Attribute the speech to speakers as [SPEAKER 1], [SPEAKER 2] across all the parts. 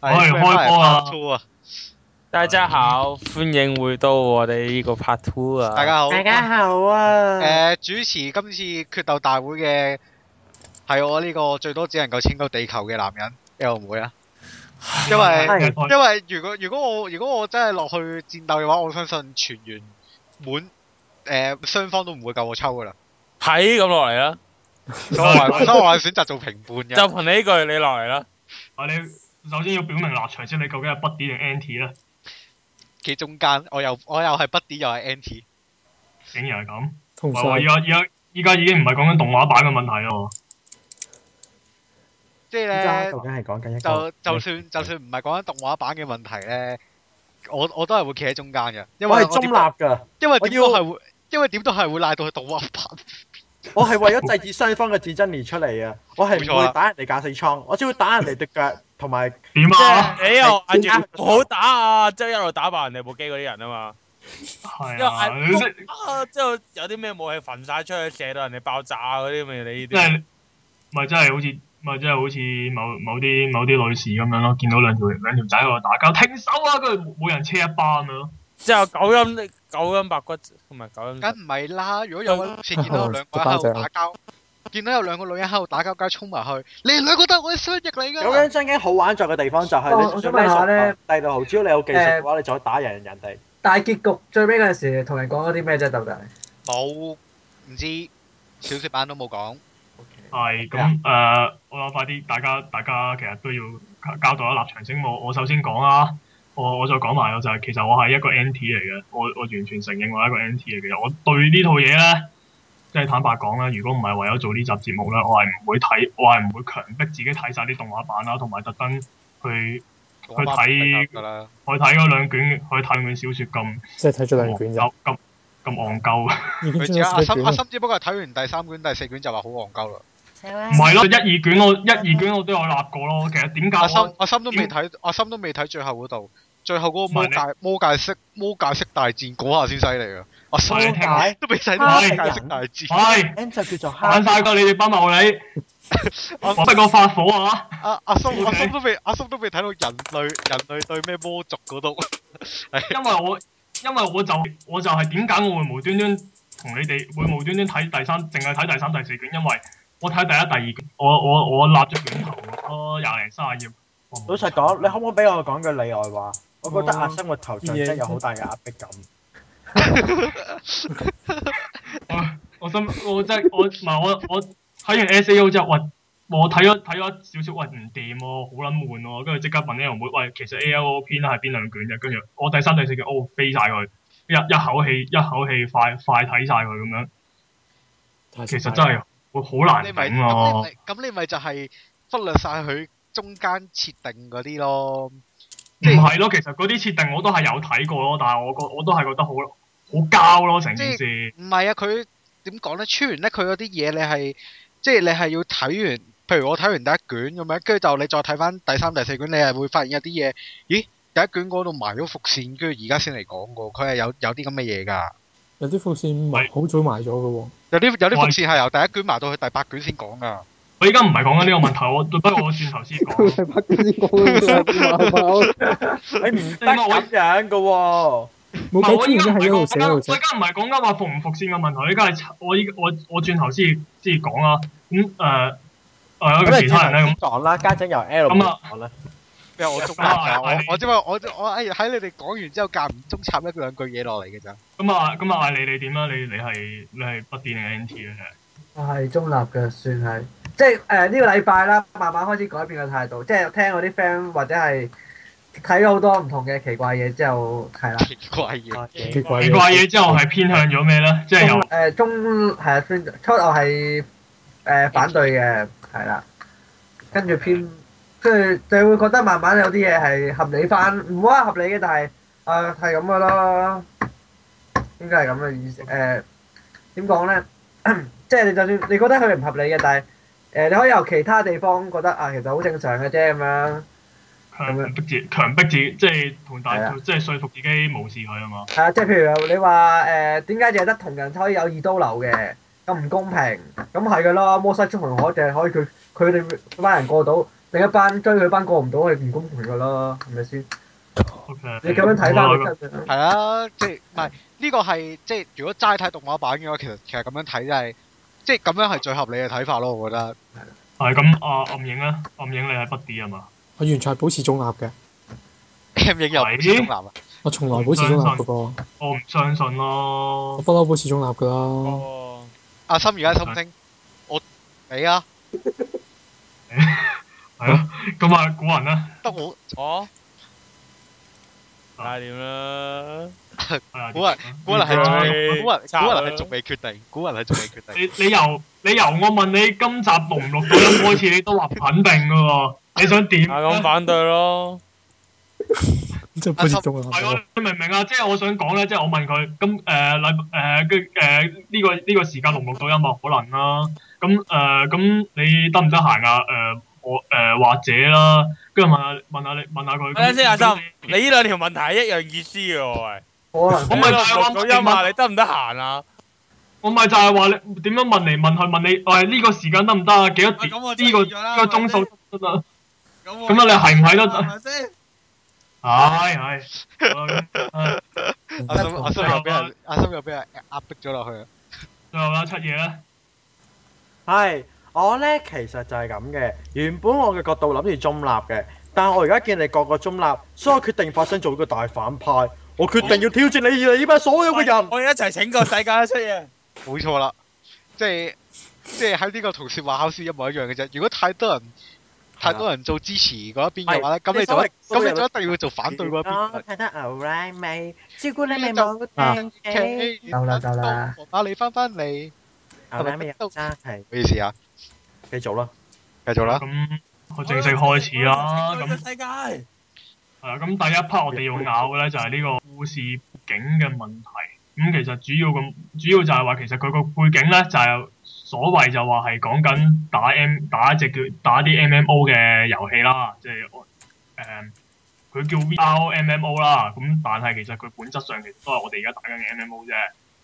[SPEAKER 1] 我哋開波啊！
[SPEAKER 2] Two 啊！
[SPEAKER 3] 大家好，歡迎回到我哋呢個 part two 啊！
[SPEAKER 2] 大家好。
[SPEAKER 4] 大家好啊！
[SPEAKER 2] 誒，主持今次決鬥大會嘅係我呢個最多只能夠拯救地球嘅男人 L 妹啊！因為
[SPEAKER 1] 係
[SPEAKER 2] 因為如果如果我如果我真係落去戰鬥嘅話，我相信全員滿誒雙方都唔會夠我抽噶啦，
[SPEAKER 3] 睇咁落嚟啦，
[SPEAKER 2] 所以我係所以我係選擇做評判嘅。
[SPEAKER 3] 就憑你呢句你落嚟啦。
[SPEAKER 1] 啊你首先要表明立場先，你究竟係 buddy 定 anti 咧？
[SPEAKER 2] 企中間，我又我又係 buddy 又係 anti，
[SPEAKER 1] 竟然係咁，
[SPEAKER 3] 同
[SPEAKER 1] 唔係話依家依家依家已經唔係講緊動畫版嘅問題咯。
[SPEAKER 2] 即係
[SPEAKER 4] 依家
[SPEAKER 2] 咧
[SPEAKER 4] 究。竟係講緊一個
[SPEAKER 2] 就就算就算唔係講緊動畫版嘅問題咧，我我都係會企喺中間嘅，因為
[SPEAKER 4] 我係
[SPEAKER 2] 我
[SPEAKER 4] 中
[SPEAKER 2] 點
[SPEAKER 4] 立
[SPEAKER 2] 都
[SPEAKER 4] 㗎，
[SPEAKER 2] 因為點都
[SPEAKER 4] 我要
[SPEAKER 2] 係會，因為點都係會賴到去動畫版。
[SPEAKER 4] 我係為咗制止雙方嘅戰爭而出嚟啊！我係
[SPEAKER 2] 冇錯
[SPEAKER 4] 唔
[SPEAKER 2] 啊
[SPEAKER 4] 會打人哋駕駛艙，我只會打人哋對腳同埋
[SPEAKER 1] 點啊？
[SPEAKER 3] 你又嗌住唔好打啊！之後一路打爆人哋部機嗰啲人啊嘛。
[SPEAKER 1] 係啊！你
[SPEAKER 3] 因為
[SPEAKER 1] 識
[SPEAKER 3] 啊，之後有啲咩武器焚晒出去，射到人哋爆炸嗰啲咪你呢
[SPEAKER 1] 即係
[SPEAKER 3] 啲。
[SPEAKER 1] 你咪真係好似咪真係好似某某啲某啲女士咁樣咯，見到兩條兩條仔喺度打交，停手啊！跟住每人車一班咁樣。
[SPEAKER 3] 之後九陰九陰白骨唔係九
[SPEAKER 2] 梗
[SPEAKER 3] 陰，
[SPEAKER 2] 唔係啦，如果有好似見到
[SPEAKER 4] 哦
[SPEAKER 2] 有兩個人喺度打交，見到有兩個女人喺度打交，梗係衝埋去，你哋兩個都係我嘅雙翼嚟
[SPEAKER 4] 咁
[SPEAKER 2] 㗎。
[SPEAKER 4] 樣真經好玩在嘅地方就
[SPEAKER 5] 我
[SPEAKER 4] 係你
[SPEAKER 5] 我想問下咧，
[SPEAKER 4] 第六號，只要你有技術嘅話，你就可以打贏人哋。
[SPEAKER 5] 大結局最尾嗰陣時，同人講咗啲咩啫，豆豆？
[SPEAKER 2] 冇，唔知小説版都冇講。
[SPEAKER 1] 係咁
[SPEAKER 6] 啊
[SPEAKER 1] 誒，我諗快啲，大家大家其實都要交代一立場先。我我首先講啦，我我再講埋我就係、其實我係一個 NT 嚟嘅，我我完全承認我係一個 NT 嚟嘅。我對呢套嘢咧，即係坦白講啦，如果唔係為咗做呢集節目咧，我係唔會睇，我係唔會強迫自己睇晒啲動畫版啦，同埋特登去
[SPEAKER 2] 佢
[SPEAKER 1] 睇
[SPEAKER 2] 㗎啦，
[SPEAKER 1] 去睇嗰兩卷，去睇兩卷小説咁
[SPEAKER 6] 即係睇咗兩卷就
[SPEAKER 1] 咁咁咁戇鳩。
[SPEAKER 6] 已經
[SPEAKER 2] 佢
[SPEAKER 6] 出
[SPEAKER 2] 只阿
[SPEAKER 6] 咗四
[SPEAKER 2] 心
[SPEAKER 6] 卷
[SPEAKER 2] 阿
[SPEAKER 6] 啦。
[SPEAKER 2] 心只不過係睇完第三卷、第四卷就話好戇鳩啦。
[SPEAKER 1] 唔係咯，一二卷我一二卷我都有立過咯。其實點解
[SPEAKER 2] 阿
[SPEAKER 1] 我
[SPEAKER 2] 心阿心都未睇，阿心都未睇最後嗰度，最後嗰個魔
[SPEAKER 1] 唔係
[SPEAKER 2] 界魔界式魔界式大戰嗰下先犀利啊！阿心
[SPEAKER 1] 唔係你聽我
[SPEAKER 4] 解
[SPEAKER 2] 都未睇
[SPEAKER 4] 啊
[SPEAKER 2] 到魔界式大戰。
[SPEAKER 1] 唉，
[SPEAKER 4] N 就叫做
[SPEAKER 1] 玩
[SPEAKER 4] 黑
[SPEAKER 1] 晒過你哋班茂利，我不過發火啊！
[SPEAKER 2] 阿阿心
[SPEAKER 1] OK
[SPEAKER 2] 阿心都未阿心都未睇到人類人類對咩魔族嗰度。
[SPEAKER 1] 因為我因為我就我就係點解我會無端端同你哋會無端端睇第三，淨係睇第三、第四卷，因為我睇第一、第二卷，我我我立咗卷頭，我廿零卅頁。我冇
[SPEAKER 4] 老實講，你可唔可以俾我講句例外話？我覺得阿生個頭像真係有好大嘅壓迫感。
[SPEAKER 1] 我心我真係我唔係我我睇完 S A O 之後，喂，我睇咗睇咗少少，喂唔掂喎，好撚悶喎，跟住即刻問 L 妹，喂，其實 A L O 篇係邊兩卷啫？跟住我第三第四卷，哦飛晒佢，一一口氣一口氣快快睇晒佢咁樣，其實真係會好難
[SPEAKER 2] 你咪
[SPEAKER 1] 頂啊
[SPEAKER 2] 咁你
[SPEAKER 1] 咯。
[SPEAKER 2] 咪咁你咪就係忽略晒佢中間設定嗰啲咯。
[SPEAKER 1] 唔係咯，其實嗰啲設定我都係有睇過咯，但係我覺我都係覺得好好膠咯成件事。
[SPEAKER 2] 唔係啊，佢點講咧？穿完咧，佢嗰啲嘢你係即係你係要睇完，譬如我睇完第一卷咁樣，跟住就你再睇翻第三、第四卷，你係會發現有啲嘢，咦？第一卷嗰度埋咗伏線，跟住而家先嚟講嘅喎，佢係有有啲咁嘅嘢㗎。
[SPEAKER 6] 有啲副線埋好早埋咗嘅
[SPEAKER 2] 有啲有啲
[SPEAKER 1] 我
[SPEAKER 2] 伏線係由第一卷埋到去第八卷先講㗎。
[SPEAKER 1] 我依家唔係講緊呢個問題，我不如我轉頭先講。
[SPEAKER 6] 喎，第八卷先講
[SPEAKER 4] 你唔得咁樣嘅喎，
[SPEAKER 1] 唔
[SPEAKER 6] 冇
[SPEAKER 1] 係
[SPEAKER 6] 計
[SPEAKER 1] 我
[SPEAKER 6] 之
[SPEAKER 1] 依
[SPEAKER 6] 前
[SPEAKER 1] 家唔
[SPEAKER 6] 真係
[SPEAKER 1] 係
[SPEAKER 6] 一路
[SPEAKER 1] 講
[SPEAKER 6] 寫
[SPEAKER 1] 緊，
[SPEAKER 6] 一路
[SPEAKER 1] 我
[SPEAKER 6] 寫
[SPEAKER 1] 依。家唔係講緊話服唔服線嘅問題，我依家係我依我我轉頭先先講啦。咁誒誒有個
[SPEAKER 4] 咁
[SPEAKER 1] 其
[SPEAKER 4] 你
[SPEAKER 1] 他人咧
[SPEAKER 4] 先講啦，家陣由 L
[SPEAKER 1] 咁啊
[SPEAKER 4] 講啦。
[SPEAKER 2] 咩？我中間
[SPEAKER 1] 啊
[SPEAKER 2] 㗎，我
[SPEAKER 1] 你
[SPEAKER 2] 我只不過我我哎喺你哋講完之後間唔中插一兩句嘢落嚟嘅咋。
[SPEAKER 1] 咁咁啊咁啊，你你點啊？你你係你係不變定 NT 嘅啫？
[SPEAKER 5] 我哦係中立嘅，算係。即係誒呢個禮拜啦，慢慢開始改變個態度，即係聽我啲 friend 或者係睇咗好多唔同嘅奇怪嘢之後，係啦。
[SPEAKER 2] 奇怪嘢，
[SPEAKER 6] 奇怪
[SPEAKER 1] 奇怪嘢之後係偏向咗咩咧？即係
[SPEAKER 5] 中
[SPEAKER 1] 由
[SPEAKER 5] 誒呃中係啊，初初我係誒反對嘅，係啦。跟住偏，跟住你會覺得慢慢有啲嘢係合理翻，唔好話合理嘅，但係啊係咁嘅咯，應該係咁嘅意思。誒點講咧？即係你就算你覺得佢唔合理嘅，但係誒、呃你可以由其他地方覺得啊，其實好正常嘅啫咁樣。
[SPEAKER 1] 強
[SPEAKER 5] 咁樣
[SPEAKER 1] 迫自強迫自己，即係同大
[SPEAKER 5] 係啊
[SPEAKER 1] 即係說服自己無視佢啊嘛。
[SPEAKER 5] 係啊，即係譬如你話誒點解淨係得同人可以有二刀流嘅？咁唔公平，咁係噶啦，摩西出紅可淨係可以佢佢哋班人過到，另一班追佢班過唔到，佢唔公平噶啦，係咪先？
[SPEAKER 1] O K，
[SPEAKER 5] 你咁樣睇翻
[SPEAKER 1] 我
[SPEAKER 5] 佢真係
[SPEAKER 2] 係啊，即係唔係呢個係即係如果齋睇動畫版嘅話，其實其實咁樣睇真係，即係咁樣係最合理嘅睇法咯，我覺 得。
[SPEAKER 1] 係咁啊，暗影啊，暗影你係不 D 啊嘛？
[SPEAKER 6] 我完全係保持中立嘅，
[SPEAKER 2] M 影又唔似中男啊，
[SPEAKER 6] 我從來保持中立嘅噃，
[SPEAKER 1] 我唔相信咯
[SPEAKER 6] 我。不嬲保持中立㗎啦。
[SPEAKER 3] 哦，
[SPEAKER 2] 阿心而家心聲，我你啊，
[SPEAKER 1] 係啊，咁啊，古人啦，
[SPEAKER 2] 得 我
[SPEAKER 1] 啊
[SPEAKER 3] 我哦睇下點啦。
[SPEAKER 1] 係啊
[SPEAKER 2] 古人古人係仲未，古人古人係仲未決定，古人係仲未決定。
[SPEAKER 1] 你你由你由我問你今集錄唔錄到音開始，你都話唔肯定嘅喎，你想點？
[SPEAKER 3] 啊，咁反對咯。
[SPEAKER 6] 真係保持中立
[SPEAKER 1] 係
[SPEAKER 6] 喎
[SPEAKER 1] 咯，你明唔明啊？即係我想講咧，即係我問佢，咁誒呃禮誒跟誒呢個呢、個時間錄唔錄到音樂可能啦、咁誒咁你得唔得閒啊？誒、我誒、呃或者啦，跟住問下問下你問下佢。
[SPEAKER 3] 等陣啊先，阿
[SPEAKER 1] 咁
[SPEAKER 3] 心，你呢兩條問題係一樣意思嘅喎。
[SPEAKER 5] 可能
[SPEAKER 1] 啊我
[SPEAKER 3] 喂
[SPEAKER 1] 咪
[SPEAKER 3] 你
[SPEAKER 1] 就係話
[SPEAKER 3] 錄到音啊，你得唔得閒啊？
[SPEAKER 1] 我咪就係話你點樣問嚟問去問你，喂呢、個時間得唔得啊？幾多點？
[SPEAKER 7] 咁我
[SPEAKER 1] 呢、個
[SPEAKER 7] 知咗啦
[SPEAKER 1] 呢個鐘數得唔得啊？
[SPEAKER 7] 咁
[SPEAKER 1] 咁啊你係唔係都得
[SPEAKER 7] 係咪先？
[SPEAKER 2] 阿心
[SPEAKER 1] 係係好啦。咁 啊
[SPEAKER 2] 阿心又俾人阿心又俾人壓迫咗落去啊！
[SPEAKER 1] 最後啦，七嘢啦。
[SPEAKER 4] 係，我咧其實就係咁嘅。原本我嘅角度諗住中立嘅，但係我而家見你個個中立，所以我決定發生做一個大反派。我決定要挑戰你哋呢班所有嘅人。
[SPEAKER 3] 我哋一齊拯救世界出嘢。
[SPEAKER 2] 冇錯啦，即係即係喺呢個同説話考試一模一樣嘅啫。如果太多人太多人做支持嗰一邊嘅話咧，咁你就
[SPEAKER 4] 所謂
[SPEAKER 2] 咁你就一定要做反對嗰一邊。
[SPEAKER 4] 睇得牛奶味，朱古力
[SPEAKER 2] 味
[SPEAKER 4] 冇
[SPEAKER 6] 定
[SPEAKER 5] 夠啦夠啦，
[SPEAKER 2] 啊你翻返嚟，牛奶味有
[SPEAKER 4] 渣係。
[SPEAKER 2] 啊咩意思啊？
[SPEAKER 4] 繼續啦。
[SPEAKER 2] 繼續啦，
[SPEAKER 1] 咁我正式開始啦。咁
[SPEAKER 3] 世界。
[SPEAKER 1] 係啊，咁第一 part 我哋要拗嘅咧就係呢個故事背景嘅問題。咁、其實主要咁主要就係話其實佢個背景咧就係、所謂就話係講緊打 M 打一隻叫打啲 MMO 嘅遊戲啦，即係我誒佢叫 VRMMO 啦。咁但係其實佢本質上其實都係我哋而家打緊嘅 MMO 啫。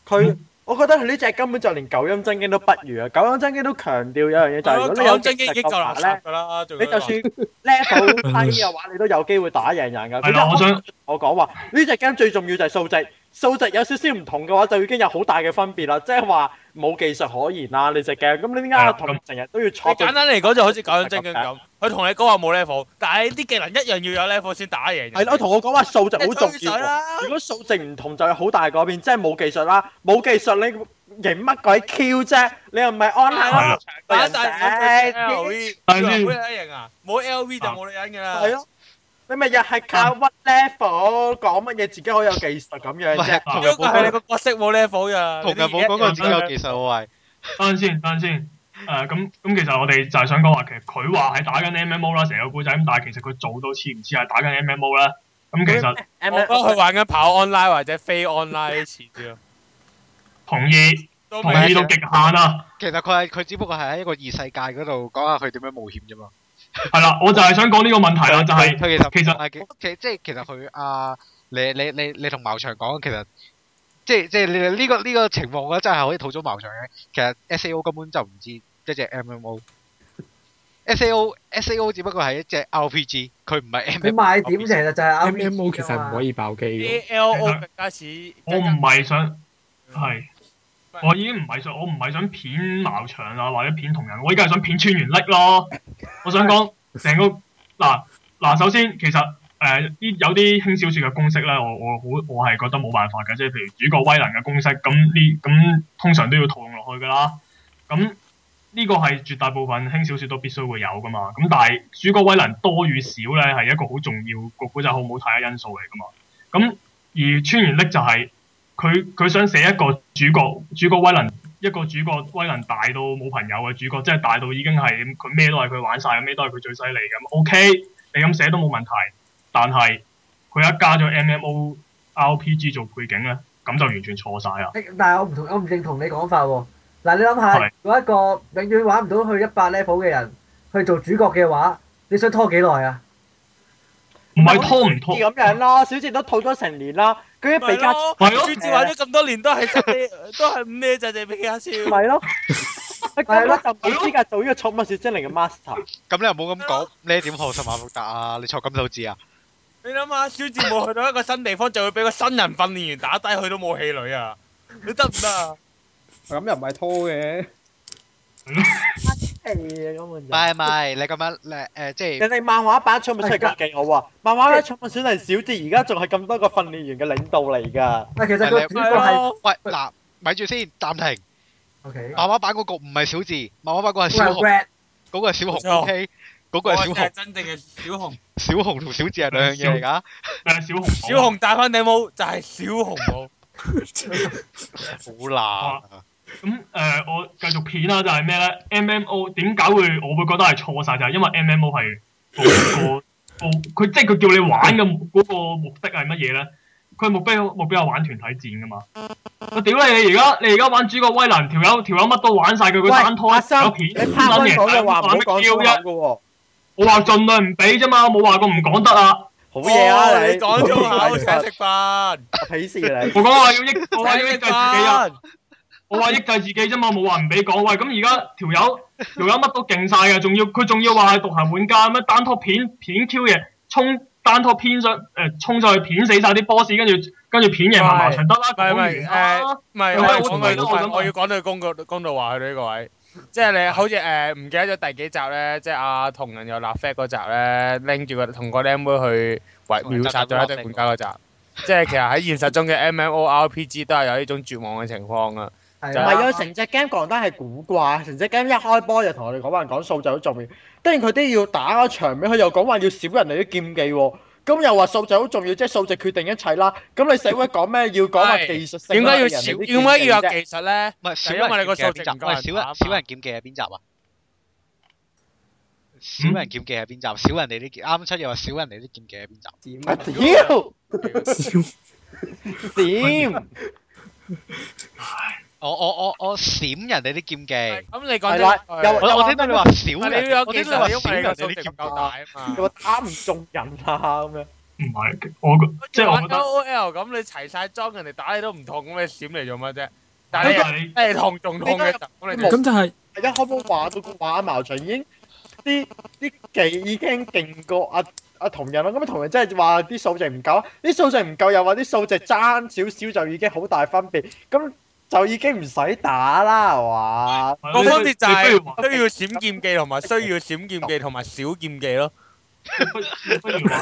[SPEAKER 4] 佢，我覺得佢呢只根本就連九陰真經都不如啊！九陰真經都強調有樣嘢就係，如果你有
[SPEAKER 3] 講哦真經已經夠垃圾㗎啦，仲
[SPEAKER 4] 你就算 level 低嘅話，你都有機會打贏人㗎。
[SPEAKER 1] 係啦，我想
[SPEAKER 4] 我講話呢只 game 最重要就係數值，數值有少少唔同嘅話，就已經有好大嘅分別啦。即係話冇技術可言啦，呢只 game。咁你點
[SPEAKER 1] 係
[SPEAKER 4] 解
[SPEAKER 1] 啦
[SPEAKER 4] 同成日都要
[SPEAKER 3] 你
[SPEAKER 4] 坐到
[SPEAKER 3] 簡單嚟講就好似九陰真經咁，佢同你講話冇 level，但係啲技能一樣要有 level 先打贏人。
[SPEAKER 4] 係咯？同我講話數值好重
[SPEAKER 3] 你吹
[SPEAKER 4] 要
[SPEAKER 3] 水
[SPEAKER 4] 喎。
[SPEAKER 3] 啦。
[SPEAKER 4] 如果數值唔同就有好大改變，即係冇技術啦，冇技術你贏乜鬼 Q 啫？你又唔係
[SPEAKER 3] 係
[SPEAKER 4] online
[SPEAKER 1] 啦
[SPEAKER 4] 啦，
[SPEAKER 3] 打但係冇 LV，
[SPEAKER 1] 但係先
[SPEAKER 3] 冇得贏啊！冇 LV 就冇女人㗎啦。
[SPEAKER 4] 係咯。你咪又係靠屈 level 講乜嘢自己好有技術咁樣
[SPEAKER 2] 唔係
[SPEAKER 4] 啫。
[SPEAKER 2] 同
[SPEAKER 3] 只
[SPEAKER 2] 人
[SPEAKER 3] 不過係你
[SPEAKER 2] 冇
[SPEAKER 3] 個角色冇 level 咋。
[SPEAKER 2] 同人
[SPEAKER 3] 人
[SPEAKER 2] 冇講過自己有
[SPEAKER 3] 技。
[SPEAKER 2] 技術我係
[SPEAKER 1] 等陣先，等陣先。誒咁咁，其實我哋就係想講話，其實佢話係打緊 MMO 啦，成個故仔咁，但係其實佢做到似唔似係打緊 MMO 咧？咁其實
[SPEAKER 3] 我覺得佢玩緊跑 online 或者飛 online 似啲咯。
[SPEAKER 1] 同意，
[SPEAKER 3] 都
[SPEAKER 1] 同
[SPEAKER 3] 未
[SPEAKER 1] 意到極限啊啦。
[SPEAKER 2] 其實佢係佢只不過係喺一個異世界嗰度講下佢點樣冒險啫嘛。
[SPEAKER 1] 係啦，我就係想講呢個問題啦，就係
[SPEAKER 2] 佢其實
[SPEAKER 1] 其實
[SPEAKER 2] 啊其其即係其實佢啊，你你你你同茅場講，其實即係即係你你呢個呢個情況，我覺得真係可以吐槽茅場嘅。其實 S A O 根本就唔知一隻 M M O。S A O S A O 只不過係一隻 R P G，佢唔係 M
[SPEAKER 5] 佢
[SPEAKER 2] M。
[SPEAKER 5] 賣點其實就係
[SPEAKER 6] M
[SPEAKER 5] RPG
[SPEAKER 6] M O 其實唔可
[SPEAKER 5] 以。
[SPEAKER 6] 以爆機嘅。
[SPEAKER 3] A L O 更加似。
[SPEAKER 1] 我唔係嗯想係，我已經唔係想，我唔係想片茅場啊，或者片同人，我依家係想片穿原力咯。我想講成個嗱嗱，首先其實誒啲、有啲輕小說嘅公式咧，我我好我係覺得冇辦法嘅，即係譬如主角威能嘅公式，咁呢咁通常都要套用落去噶啦。咁呢個係絕大部分輕小說都必須會有噶嘛。咁但係主角威能多與少咧，係一個好重要個古仔好唔好睇嘅因素嚟噶嘛。咁而穿原力就係、佢佢想寫一個主角主角威能一個主角威能大到冇朋友嘅主角，即係大到已經係佢咩都係佢玩晒，咩都係佢最犀利咁。OK，你咁寫都冇問題，但係佢一加咗 MMO RPG 做背景咧，咁就完全錯晒啦。
[SPEAKER 5] 但係我唔同，我唔認同你講法喎。嗱，你諗下
[SPEAKER 1] 係，
[SPEAKER 5] 如果一個永遠玩唔到去一百 level 嘅人去做主角嘅話，你想拖幾耐啊？
[SPEAKER 1] 唔係拖唔拖，
[SPEAKER 4] 咁樣咯，小智都套咗成年啦， 佢啲
[SPEAKER 3] 咪
[SPEAKER 4] 比卡
[SPEAKER 3] 咯，
[SPEAKER 1] 係咯
[SPEAKER 3] 朱志玩咗咁多年都係都係咩就係俾卡超。
[SPEAKER 4] 咪咯，佢根啊本就冇資格做呢個寵物小精靈嘅 master。
[SPEAKER 2] 咁你又冇咁講，你點學神馬福達啊？你錯金手指啊？
[SPEAKER 3] 你諗下，小字母去到一個新地方，就會俾個新人訓練員打低，佢都冇氣餒啊！你得唔得啊？
[SPEAKER 8] 咁又唔係拖嘅，
[SPEAKER 4] 係啊，根本
[SPEAKER 2] 唔
[SPEAKER 4] 就。
[SPEAKER 2] 係唔係，你咁樣誒誒，即係
[SPEAKER 4] 人哋漫畫版寵物小精靈幾好啊！漫畫版寵物小精靈小智而家仲係咁多個訓練員嘅領導嚟㗎。
[SPEAKER 5] 但其實個主角
[SPEAKER 3] 係
[SPEAKER 5] 係
[SPEAKER 3] 咯，
[SPEAKER 2] 喂嗱，咪住先，暫停。
[SPEAKER 5] O K，
[SPEAKER 2] 漫畫版嗰個唔係小智，漫畫版嗰個係
[SPEAKER 5] 佢
[SPEAKER 2] 小
[SPEAKER 5] 係
[SPEAKER 2] 紅，
[SPEAKER 5] red，
[SPEAKER 2] 嗰個係小
[SPEAKER 3] 冇
[SPEAKER 2] 紅
[SPEAKER 3] 錯
[SPEAKER 2] ，OK，嗰個
[SPEAKER 3] 我
[SPEAKER 2] 係小
[SPEAKER 3] 先係
[SPEAKER 2] 紅，
[SPEAKER 3] 真正嘅小紅。
[SPEAKER 2] 小紅同小智係兩樣嘢嚟㗎。
[SPEAKER 1] 誒小紅
[SPEAKER 3] 小紅戴翻頂帽就係小紅帽。
[SPEAKER 2] 好難啊！
[SPEAKER 1] 咁誒、我繼續片啦，就係咩咧？M M O 點解會我會覺得係錯晒？就係、因為 M M O 係個個個佢即係佢叫你玩嘅目嗰個目的係乜嘢咧？佢目標目標係玩團體戰噶嘛？我屌你！你而家你而家玩主角威能條友條友乜都玩晒，佢個
[SPEAKER 4] 喂，
[SPEAKER 1] 單拖
[SPEAKER 4] 阿生
[SPEAKER 1] 有，片
[SPEAKER 4] 你拍開講嘅話唔好講粗口嘅喎。
[SPEAKER 1] 我話盡量唔俾啫嘛，冇話過唔講得啊！
[SPEAKER 4] 好嘢啊
[SPEAKER 3] 哦你講粗 口請
[SPEAKER 4] 食
[SPEAKER 3] 食飯，
[SPEAKER 4] 鄙視你。
[SPEAKER 1] 我講話要抑，我話要
[SPEAKER 3] 請
[SPEAKER 1] 抑制自
[SPEAKER 3] 食
[SPEAKER 1] 己啊！
[SPEAKER 3] 飯。
[SPEAKER 1] 我話抑制自己啫嘛，冇話唔俾講。喂，咁而家條友條友乜都勁晒嘅，仲要佢仲要話係獨行玩家咩單拖片片 Q 嘢，衝單拖片上誒衝上去片死晒啲 boss，跟住跟住片贏埋埋場得啦，
[SPEAKER 3] 唔
[SPEAKER 1] 講
[SPEAKER 3] 係唔
[SPEAKER 1] 完
[SPEAKER 3] 係誒
[SPEAKER 1] 啦。，
[SPEAKER 3] 唔
[SPEAKER 1] 喂
[SPEAKER 3] 係我要
[SPEAKER 1] 我
[SPEAKER 3] 講
[SPEAKER 1] 同
[SPEAKER 3] 句
[SPEAKER 1] 你都我想
[SPEAKER 3] 我要
[SPEAKER 1] 講
[SPEAKER 3] 講到公道公道話佢呢個位，即係你好似誒唔記得咗第幾集咧，即係阿同人又立 flag 嗰集咧，拎住個同個靚妹去圍秒殺咗一堆玩家嗰集，即係其實喺現實中嘅 MMORPG 都係有呢種絕望嘅情況啊！
[SPEAKER 5] 係
[SPEAKER 4] 唔
[SPEAKER 5] 啦
[SPEAKER 4] 係有成隻 game 講得係古怪，成隻 game 一開波就同我哋講話講數就好重要，跟住佢都要打嗰場面，佢又講話要少人哋啲劍技喎，咁又話數就好重要，即係數值決定一切啦。咁你社會講咩要講話技術性
[SPEAKER 3] 點
[SPEAKER 4] 啦？
[SPEAKER 3] 解要
[SPEAKER 4] 人
[SPEAKER 3] 少？
[SPEAKER 4] 哋啲
[SPEAKER 3] 點解要有
[SPEAKER 4] 劍技啫
[SPEAKER 3] 技術咧？
[SPEAKER 2] 唔係小
[SPEAKER 3] 就因為你個
[SPEAKER 2] 人劍
[SPEAKER 3] 數值
[SPEAKER 2] 技
[SPEAKER 3] 唔
[SPEAKER 2] 係邊集？
[SPEAKER 3] 夠
[SPEAKER 2] 喂，小
[SPEAKER 3] 人打嘛
[SPEAKER 2] 人小人劍技係邊集啊？小人劍技係邊集？小人哋啲劍啱出嘢話小人哋啲劍技係邊集？
[SPEAKER 8] 點
[SPEAKER 4] 啊屌！ 點？
[SPEAKER 2] 我我我我閃人哋啲劍技。
[SPEAKER 3] 咁你講
[SPEAKER 4] 係啦，
[SPEAKER 3] 真
[SPEAKER 4] 又
[SPEAKER 2] 我我聽到你話少
[SPEAKER 3] 你
[SPEAKER 2] 人，
[SPEAKER 3] 要有
[SPEAKER 2] 我
[SPEAKER 3] 技
[SPEAKER 2] 聽
[SPEAKER 3] 術
[SPEAKER 2] 到
[SPEAKER 3] 係
[SPEAKER 2] 你
[SPEAKER 3] 因
[SPEAKER 2] 話少人哋啲
[SPEAKER 3] 為你個數值
[SPEAKER 2] 劍
[SPEAKER 3] 唔夠大啊嘛。
[SPEAKER 4] 又話打唔中人啊咁樣，
[SPEAKER 1] 唔係我覺即係我覺得
[SPEAKER 3] O L 咁你齊晒裝，人哋打你都唔痛，咁你閃嚟做乜啫？但係
[SPEAKER 1] 係
[SPEAKER 3] 你你痛仲痛嘅時候，咁你
[SPEAKER 6] 咁就係
[SPEAKER 4] 一開波話到個畫矛像已經啲啲技已經勁過阿阿同人啦，咁啊同人真係話啲數值唔夠，啊啲數值唔夠又話啲數值爭少少就已經好大分別，咁就已經唔使打啦係嘛？
[SPEAKER 1] 係
[SPEAKER 3] 啊個
[SPEAKER 1] 你
[SPEAKER 3] 分別就
[SPEAKER 1] 你
[SPEAKER 3] 係
[SPEAKER 1] 不如話
[SPEAKER 3] 都要閃劍技同埋需要閃劍技同埋少劍技咯。
[SPEAKER 1] 你不你不如話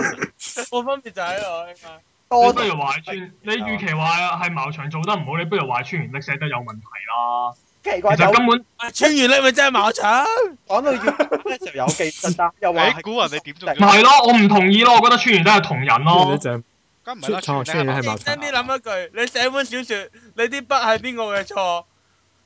[SPEAKER 3] 個分別就喺度。
[SPEAKER 4] 多
[SPEAKER 1] 你不如話穿，你
[SPEAKER 3] 啊
[SPEAKER 1] 預期話係茅場做得唔好，你不如話穿完力寫得有問題啦。
[SPEAKER 4] 奇怪
[SPEAKER 1] 其
[SPEAKER 4] 就
[SPEAKER 1] 實根本
[SPEAKER 3] 穿完咧咪真係矛搶？
[SPEAKER 4] 講到要嘅時 候有技術啦，又話
[SPEAKER 2] 你估人哋點做
[SPEAKER 1] 唔係咯，我唔同意咯，我覺得穿完都係同人
[SPEAKER 6] 跟住
[SPEAKER 1] 咯
[SPEAKER 6] 咧。就係
[SPEAKER 2] 梗唔係啦，
[SPEAKER 6] 出
[SPEAKER 2] 全部都
[SPEAKER 6] 錯出嘢係
[SPEAKER 2] 係
[SPEAKER 6] 矛
[SPEAKER 3] 認
[SPEAKER 6] 盾
[SPEAKER 3] 真啲諗一句，你寫本小説，你啲筆係邊個嘅錯？
[SPEAKER 4] 啊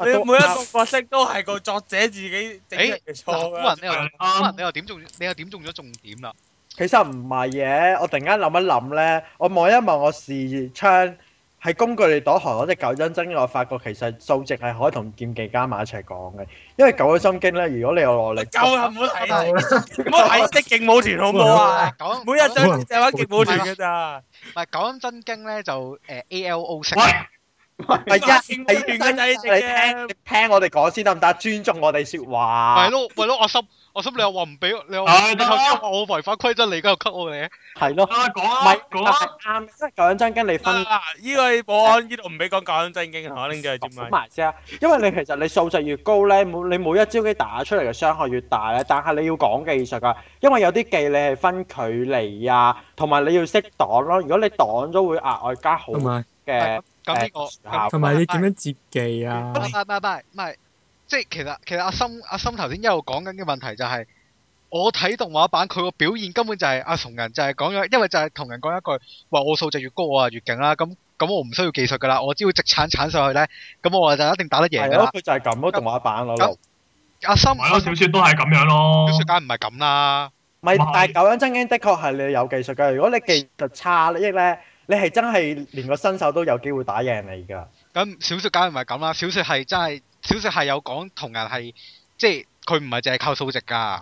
[SPEAKER 3] 你
[SPEAKER 4] 都
[SPEAKER 3] 每一個角色都係個作者自己整出嚟嘅錯
[SPEAKER 2] 嗱，
[SPEAKER 3] 㗎
[SPEAKER 2] 古。人你又
[SPEAKER 1] 啊
[SPEAKER 2] 古人你又點中，你又點中咗重點啦？
[SPEAKER 4] 其實唔係嘅，我突然間諗一諗咧，我望一望我視窗喺工具嚟躲寒嗰只九陰真經，我發覺其實數值係可以同劍技加埋一齊講嘅，因為九陰真經咧，如果你 有落力，
[SPEAKER 3] 夠啦，唔好睇啦，
[SPEAKER 5] 夠啦，
[SPEAKER 3] 唔好睇即勁舞團好唔好啊？
[SPEAKER 2] 講
[SPEAKER 3] 每日都就玩勁舞團㗎咋。
[SPEAKER 2] 唔係講真經咧，就誒 A L O 式
[SPEAKER 1] 喂。
[SPEAKER 3] 勁舞團㗎啫，
[SPEAKER 4] 係一係真你聽你聽我哋講先得唔得？尊重我哋説
[SPEAKER 2] 係
[SPEAKER 4] 話，
[SPEAKER 2] 咯，咪咯，我心我心你又話唔俾，你又
[SPEAKER 1] 唉
[SPEAKER 2] 你
[SPEAKER 1] 得啦
[SPEAKER 2] 頭先話我違反規則，你而家又 cut 我你，
[SPEAKER 4] 係咯，
[SPEAKER 1] 啊，講
[SPEAKER 4] 唔
[SPEAKER 1] 啊
[SPEAKER 4] 係，
[SPEAKER 1] 講
[SPEAKER 4] 但
[SPEAKER 1] 啊，
[SPEAKER 4] 係啱，因為九陰真經你分。
[SPEAKER 3] 啊！依個保安呢度唔俾講教音真經，我拎咗去接
[SPEAKER 4] 講
[SPEAKER 3] 咪。
[SPEAKER 4] 埋先啊，因為你其實你數值越高咧，每你每一招機打出嚟嘅傷害越大咧，但係你要講技術噶，因為有啲技你係分距離啊，同埋你要識擋咯。如果你擋咗會額外加好
[SPEAKER 6] 同埋
[SPEAKER 4] 嘅
[SPEAKER 2] 咁呢個
[SPEAKER 4] 誒
[SPEAKER 2] 咁
[SPEAKER 6] 同埋你點樣節技啊
[SPEAKER 2] 唔？係唔係唔係唔係，即係其實其實阿森阿森頭先一路講緊嘅問題就係，我睇動畫版佢個表現根本就係阿同人就係講咗，因為就係同人講一句，喂我數值越高我啊越勁啦，咁咁我唔需要技術噶啦，我只要直鏟鏟上去咧，咁我就一定打得贏
[SPEAKER 4] 係
[SPEAKER 2] 噶
[SPEAKER 4] 咯
[SPEAKER 2] 啦，。
[SPEAKER 4] 佢就係咁咯，動畫版嗰
[SPEAKER 2] 咁
[SPEAKER 4] 度。
[SPEAKER 2] 阿森
[SPEAKER 1] 係咯，小説都係咁樣咯
[SPEAKER 2] 小。説梗唔係咁啦，
[SPEAKER 4] 唔係
[SPEAKER 1] 唔係，
[SPEAKER 4] 但係九陰真經的確係你有技術嘅。如果你技術差益咧，你係真係連個新手都有機會打贏你㗎。
[SPEAKER 2] 咁小説梗唔係咁啦，小説係真係小説係有講同人係即係佢唔係淨係靠數值㗎。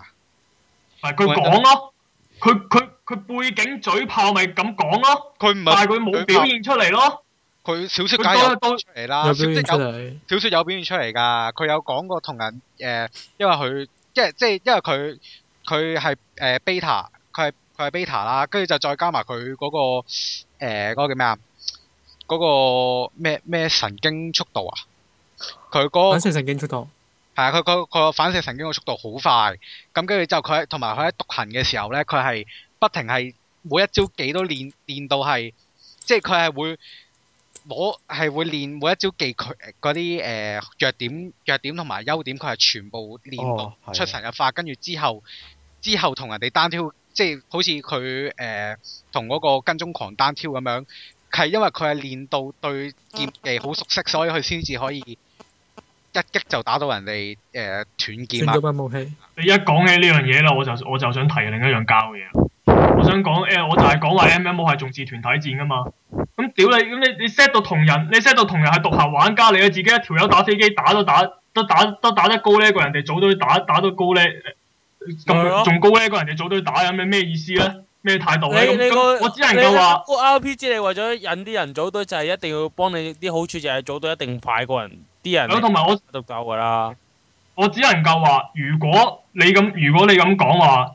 [SPEAKER 1] 係佢講啊咯，佢佢佢背景嘴炮咪咁講咯，
[SPEAKER 2] 佢唔
[SPEAKER 1] 但
[SPEAKER 2] 係
[SPEAKER 1] 係佢冇表現出嚟咯。
[SPEAKER 2] 佢小说
[SPEAKER 1] 佢
[SPEAKER 2] 梗係有
[SPEAKER 1] 當當
[SPEAKER 2] 出嚟啦，哦
[SPEAKER 6] 有表
[SPEAKER 2] 小
[SPEAKER 6] 現
[SPEAKER 2] 說
[SPEAKER 6] 出
[SPEAKER 2] 有
[SPEAKER 6] 嚟，
[SPEAKER 2] 小説有表現出嚟㗎，佢有講過同人誒、呃因為佢即係即係因為佢佢係誒 beta，佢係佢係 beta 啦，跟住就再加埋佢嗰個誒嗰、個叫咩啊？嗰、個咩咩神經速度啊？佢嗰、
[SPEAKER 6] 反射神經速度，
[SPEAKER 2] 係啊，佢佢佢個反射神經嘅速度好快，咁跟住之後佢喺同埋佢喺獨行嘅時候咧，佢係不停係每一招技都練練到係，即係佢係會攞係會練每一招技佢嗰啲誒弱點弱點同埋優點，佢係全部練
[SPEAKER 4] 哦係
[SPEAKER 2] 到
[SPEAKER 4] 啊
[SPEAKER 2] 出神入化，跟住之後之後同人哋單挑，即係好似佢誒同嗰個跟蹤狂單挑咁樣，係因為佢係練到對劍
[SPEAKER 1] 嗯
[SPEAKER 2] 技好熟悉，所以佢先至可以。一擊就打到人哋誒、呃、斷劍
[SPEAKER 6] 轉
[SPEAKER 2] 啊！
[SPEAKER 6] 咗把武器。
[SPEAKER 1] 你一講起呢樣嘢啦，我就我就想提另一樣交嘅嘢。我想講誒、我就係講話 M M O 係重視團體戰噶嘛。咁屌你，咁你你 set 到同人，你 set 到同人係獨行玩家嚟嘅，自己一條友打飛機打都打都打都打得高呢過人哋早都打打到高呢，
[SPEAKER 3] 係
[SPEAKER 1] 咁
[SPEAKER 3] 咯
[SPEAKER 1] 仲高呢過人哋早都打，有咩咩意思咧？咩態度咧？
[SPEAKER 3] 你
[SPEAKER 1] 咁
[SPEAKER 3] 你個
[SPEAKER 1] 咁我只能夠話。
[SPEAKER 3] 你個 RPG 你為咗引啲人組隊，就係一定要幫你啲好處就係組隊一定快過人啲人
[SPEAKER 1] 係咯同埋我
[SPEAKER 3] 獨鬥㗎啦。
[SPEAKER 1] 我只能夠話，如果你咁，如果你咁講話，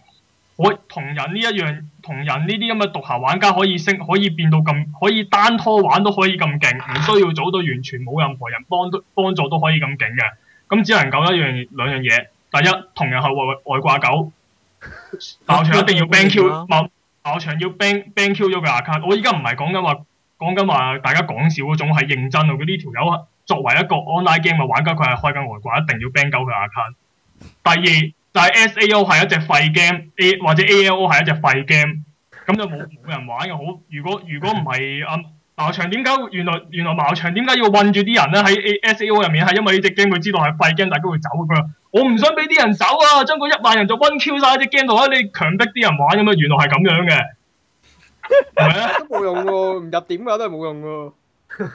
[SPEAKER 1] 我同人呢一樣，同人呢啲咁嘅獨行玩家可以升，可以變到咁，可以單拖玩都可以咁勁，唔需要組到完全冇任何人幫都幫助都可以咁勁嘅。咁只能夠一樣兩樣嘢，第一同人係外外掛 狗，爆場一定要 ban Q，爆爆場要 ban ban Q 咗佢 account。我依家唔係講緊話講緊話大家講笑嗰種，係認真啊！佢呢條友係作為一個 online game 嘅玩家，佢係開緊外掛，一定要 ban 鳩佢 account。第二就係、SAO 係一隻廢 game，A 或者 ALO 係一隻廢 game，咁就冇冇人玩嘅。好，如果如果唔係啊茅場點解原來原來茅場點解要困住啲人咧喺 A- SAO 入面係因為呢只 game 佢知道係廢 game，大家會走佢話。我唔想俾啲人走啊！將嗰一萬人就 one Q 晒喺只 game 度啊！你強迫啲人玩咁啊，原來係 咁樣嘅，係咪啊？
[SPEAKER 9] 都冇用喎，唔入點㗎都係冇用喎。
[SPEAKER 1] 咁啊，隻 game
[SPEAKER 4] 咁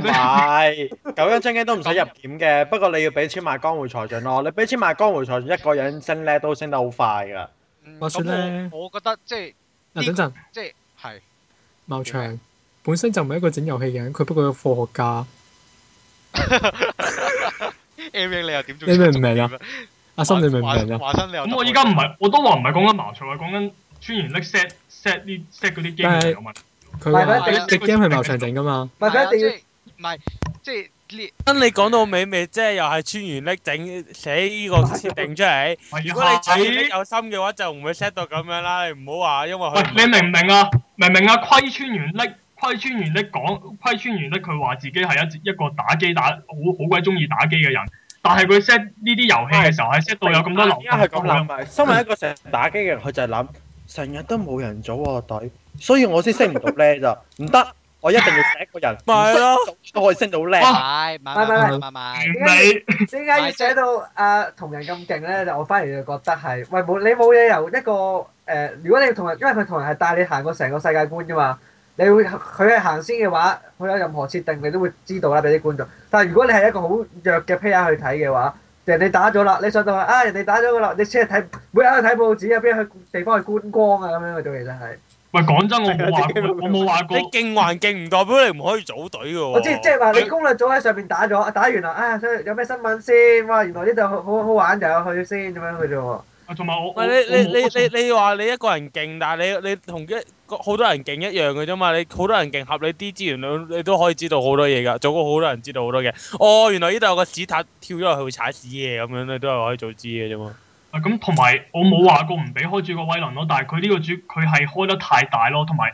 [SPEAKER 1] 唔使
[SPEAKER 4] 又唔係，九陰真經都唔使入檢嘅，不過你要俾錢買江湖財進咯。你俾錢買江湖財進，一個人升咧都升得好快㗎。
[SPEAKER 2] 嗯
[SPEAKER 6] 話說
[SPEAKER 2] 咁我
[SPEAKER 6] 呢
[SPEAKER 2] 我覺得即係
[SPEAKER 6] 啊，等陣。
[SPEAKER 2] 即係係
[SPEAKER 6] 茂祥本身就唔係一個整遊戲嘅人，佢不過係個科學家。
[SPEAKER 2] M A 你又點做？
[SPEAKER 6] 你明唔明啊？阿森，你明唔
[SPEAKER 2] 華
[SPEAKER 6] 明啊？
[SPEAKER 2] 華生你又
[SPEAKER 1] 咁我依家唔係，我都話唔係講緊茅場，係講緊宣言力 set set 呢 set 嗰啲 game
[SPEAKER 6] 但係
[SPEAKER 1] 有問題。
[SPEAKER 6] 佢
[SPEAKER 5] 唔係
[SPEAKER 6] 話
[SPEAKER 5] 佢一
[SPEAKER 6] 隻 game 係茂祥整噶嘛？
[SPEAKER 5] 咪
[SPEAKER 2] 係啊
[SPEAKER 5] 佢一定要
[SPEAKER 2] 即係唔係即係呢？
[SPEAKER 3] 真你講到尾咪即係又係穿完拎整寫呢個設定 出嚟。
[SPEAKER 1] 係
[SPEAKER 3] 如果你穿完
[SPEAKER 1] 係
[SPEAKER 3] 拎有心嘅話，就唔會 set 到咁樣啦。你唔好話因為
[SPEAKER 1] 哎喂
[SPEAKER 3] 佢，
[SPEAKER 1] 你明唔明啊？明唔明啊？虧川原力，虧川原力講，虧川原力佢話自己係一一個打機打好好鬼中意打機嘅人，但係佢 set 呢啲遊戲嘅時候係 set 到有咁多流
[SPEAKER 4] 而家係咁諗，身為一個成日打機嘅人，佢就係諗成日都冇人組我隊，所以我先升唔到叻咋。唔得，我一定要寫一 個人，
[SPEAKER 3] 咪係咯
[SPEAKER 4] 唔識組都可以升到叻。
[SPEAKER 1] 哇
[SPEAKER 2] 係買
[SPEAKER 5] 拜拜
[SPEAKER 2] 買買
[SPEAKER 6] 拜
[SPEAKER 2] 買買
[SPEAKER 1] 你
[SPEAKER 5] 點解要寫到啊同人咁勁咧？就我反而就覺得係，喂冇你冇嘢由一個誒、呃如果你同人，因為佢同人係帶你行過成個世界觀噶嘛，你會佢係行先嘅話，佢有任何設定你都會知道啦，俾啲觀眾。但係如果你係一個好弱嘅 player 去睇嘅話，人哋打咗啦，你上到去啊，人哋打咗噶啦，你只係睇每日去睇報紙啊，邊去地方去觀光啊咁樣嘅啫，其實係。
[SPEAKER 1] 喂講真，我冇話過，我冇話
[SPEAKER 3] 你
[SPEAKER 1] 過。
[SPEAKER 3] 勁還勁唔代表你唔可以組隊嘅喎。
[SPEAKER 5] 我知即係話你攻略組喺上邊打咗，打完啦，啊有咩新聞先？哇，原來呢度好好好玩就有去先咁樣嘅啫喎。
[SPEAKER 1] 同埋我
[SPEAKER 3] 唔
[SPEAKER 1] 我
[SPEAKER 3] 係你你
[SPEAKER 1] 我冇
[SPEAKER 3] 你你你話你一個人勁，但係你你同一個好多人勁一樣嘅啫嘛。你好多人勁，合你啲資源，你你都可以知道好多嘢㗎。做過好多人知道好多嘢。哦，原來呢度有個屎塔跳咗落去會踩屎嘅咁樣，你都係可以做知嘅啫嘛。
[SPEAKER 1] 啊咁同埋我冇話過唔俾開主角威能咯，但係佢呢個主佢係開得太大咯，同埋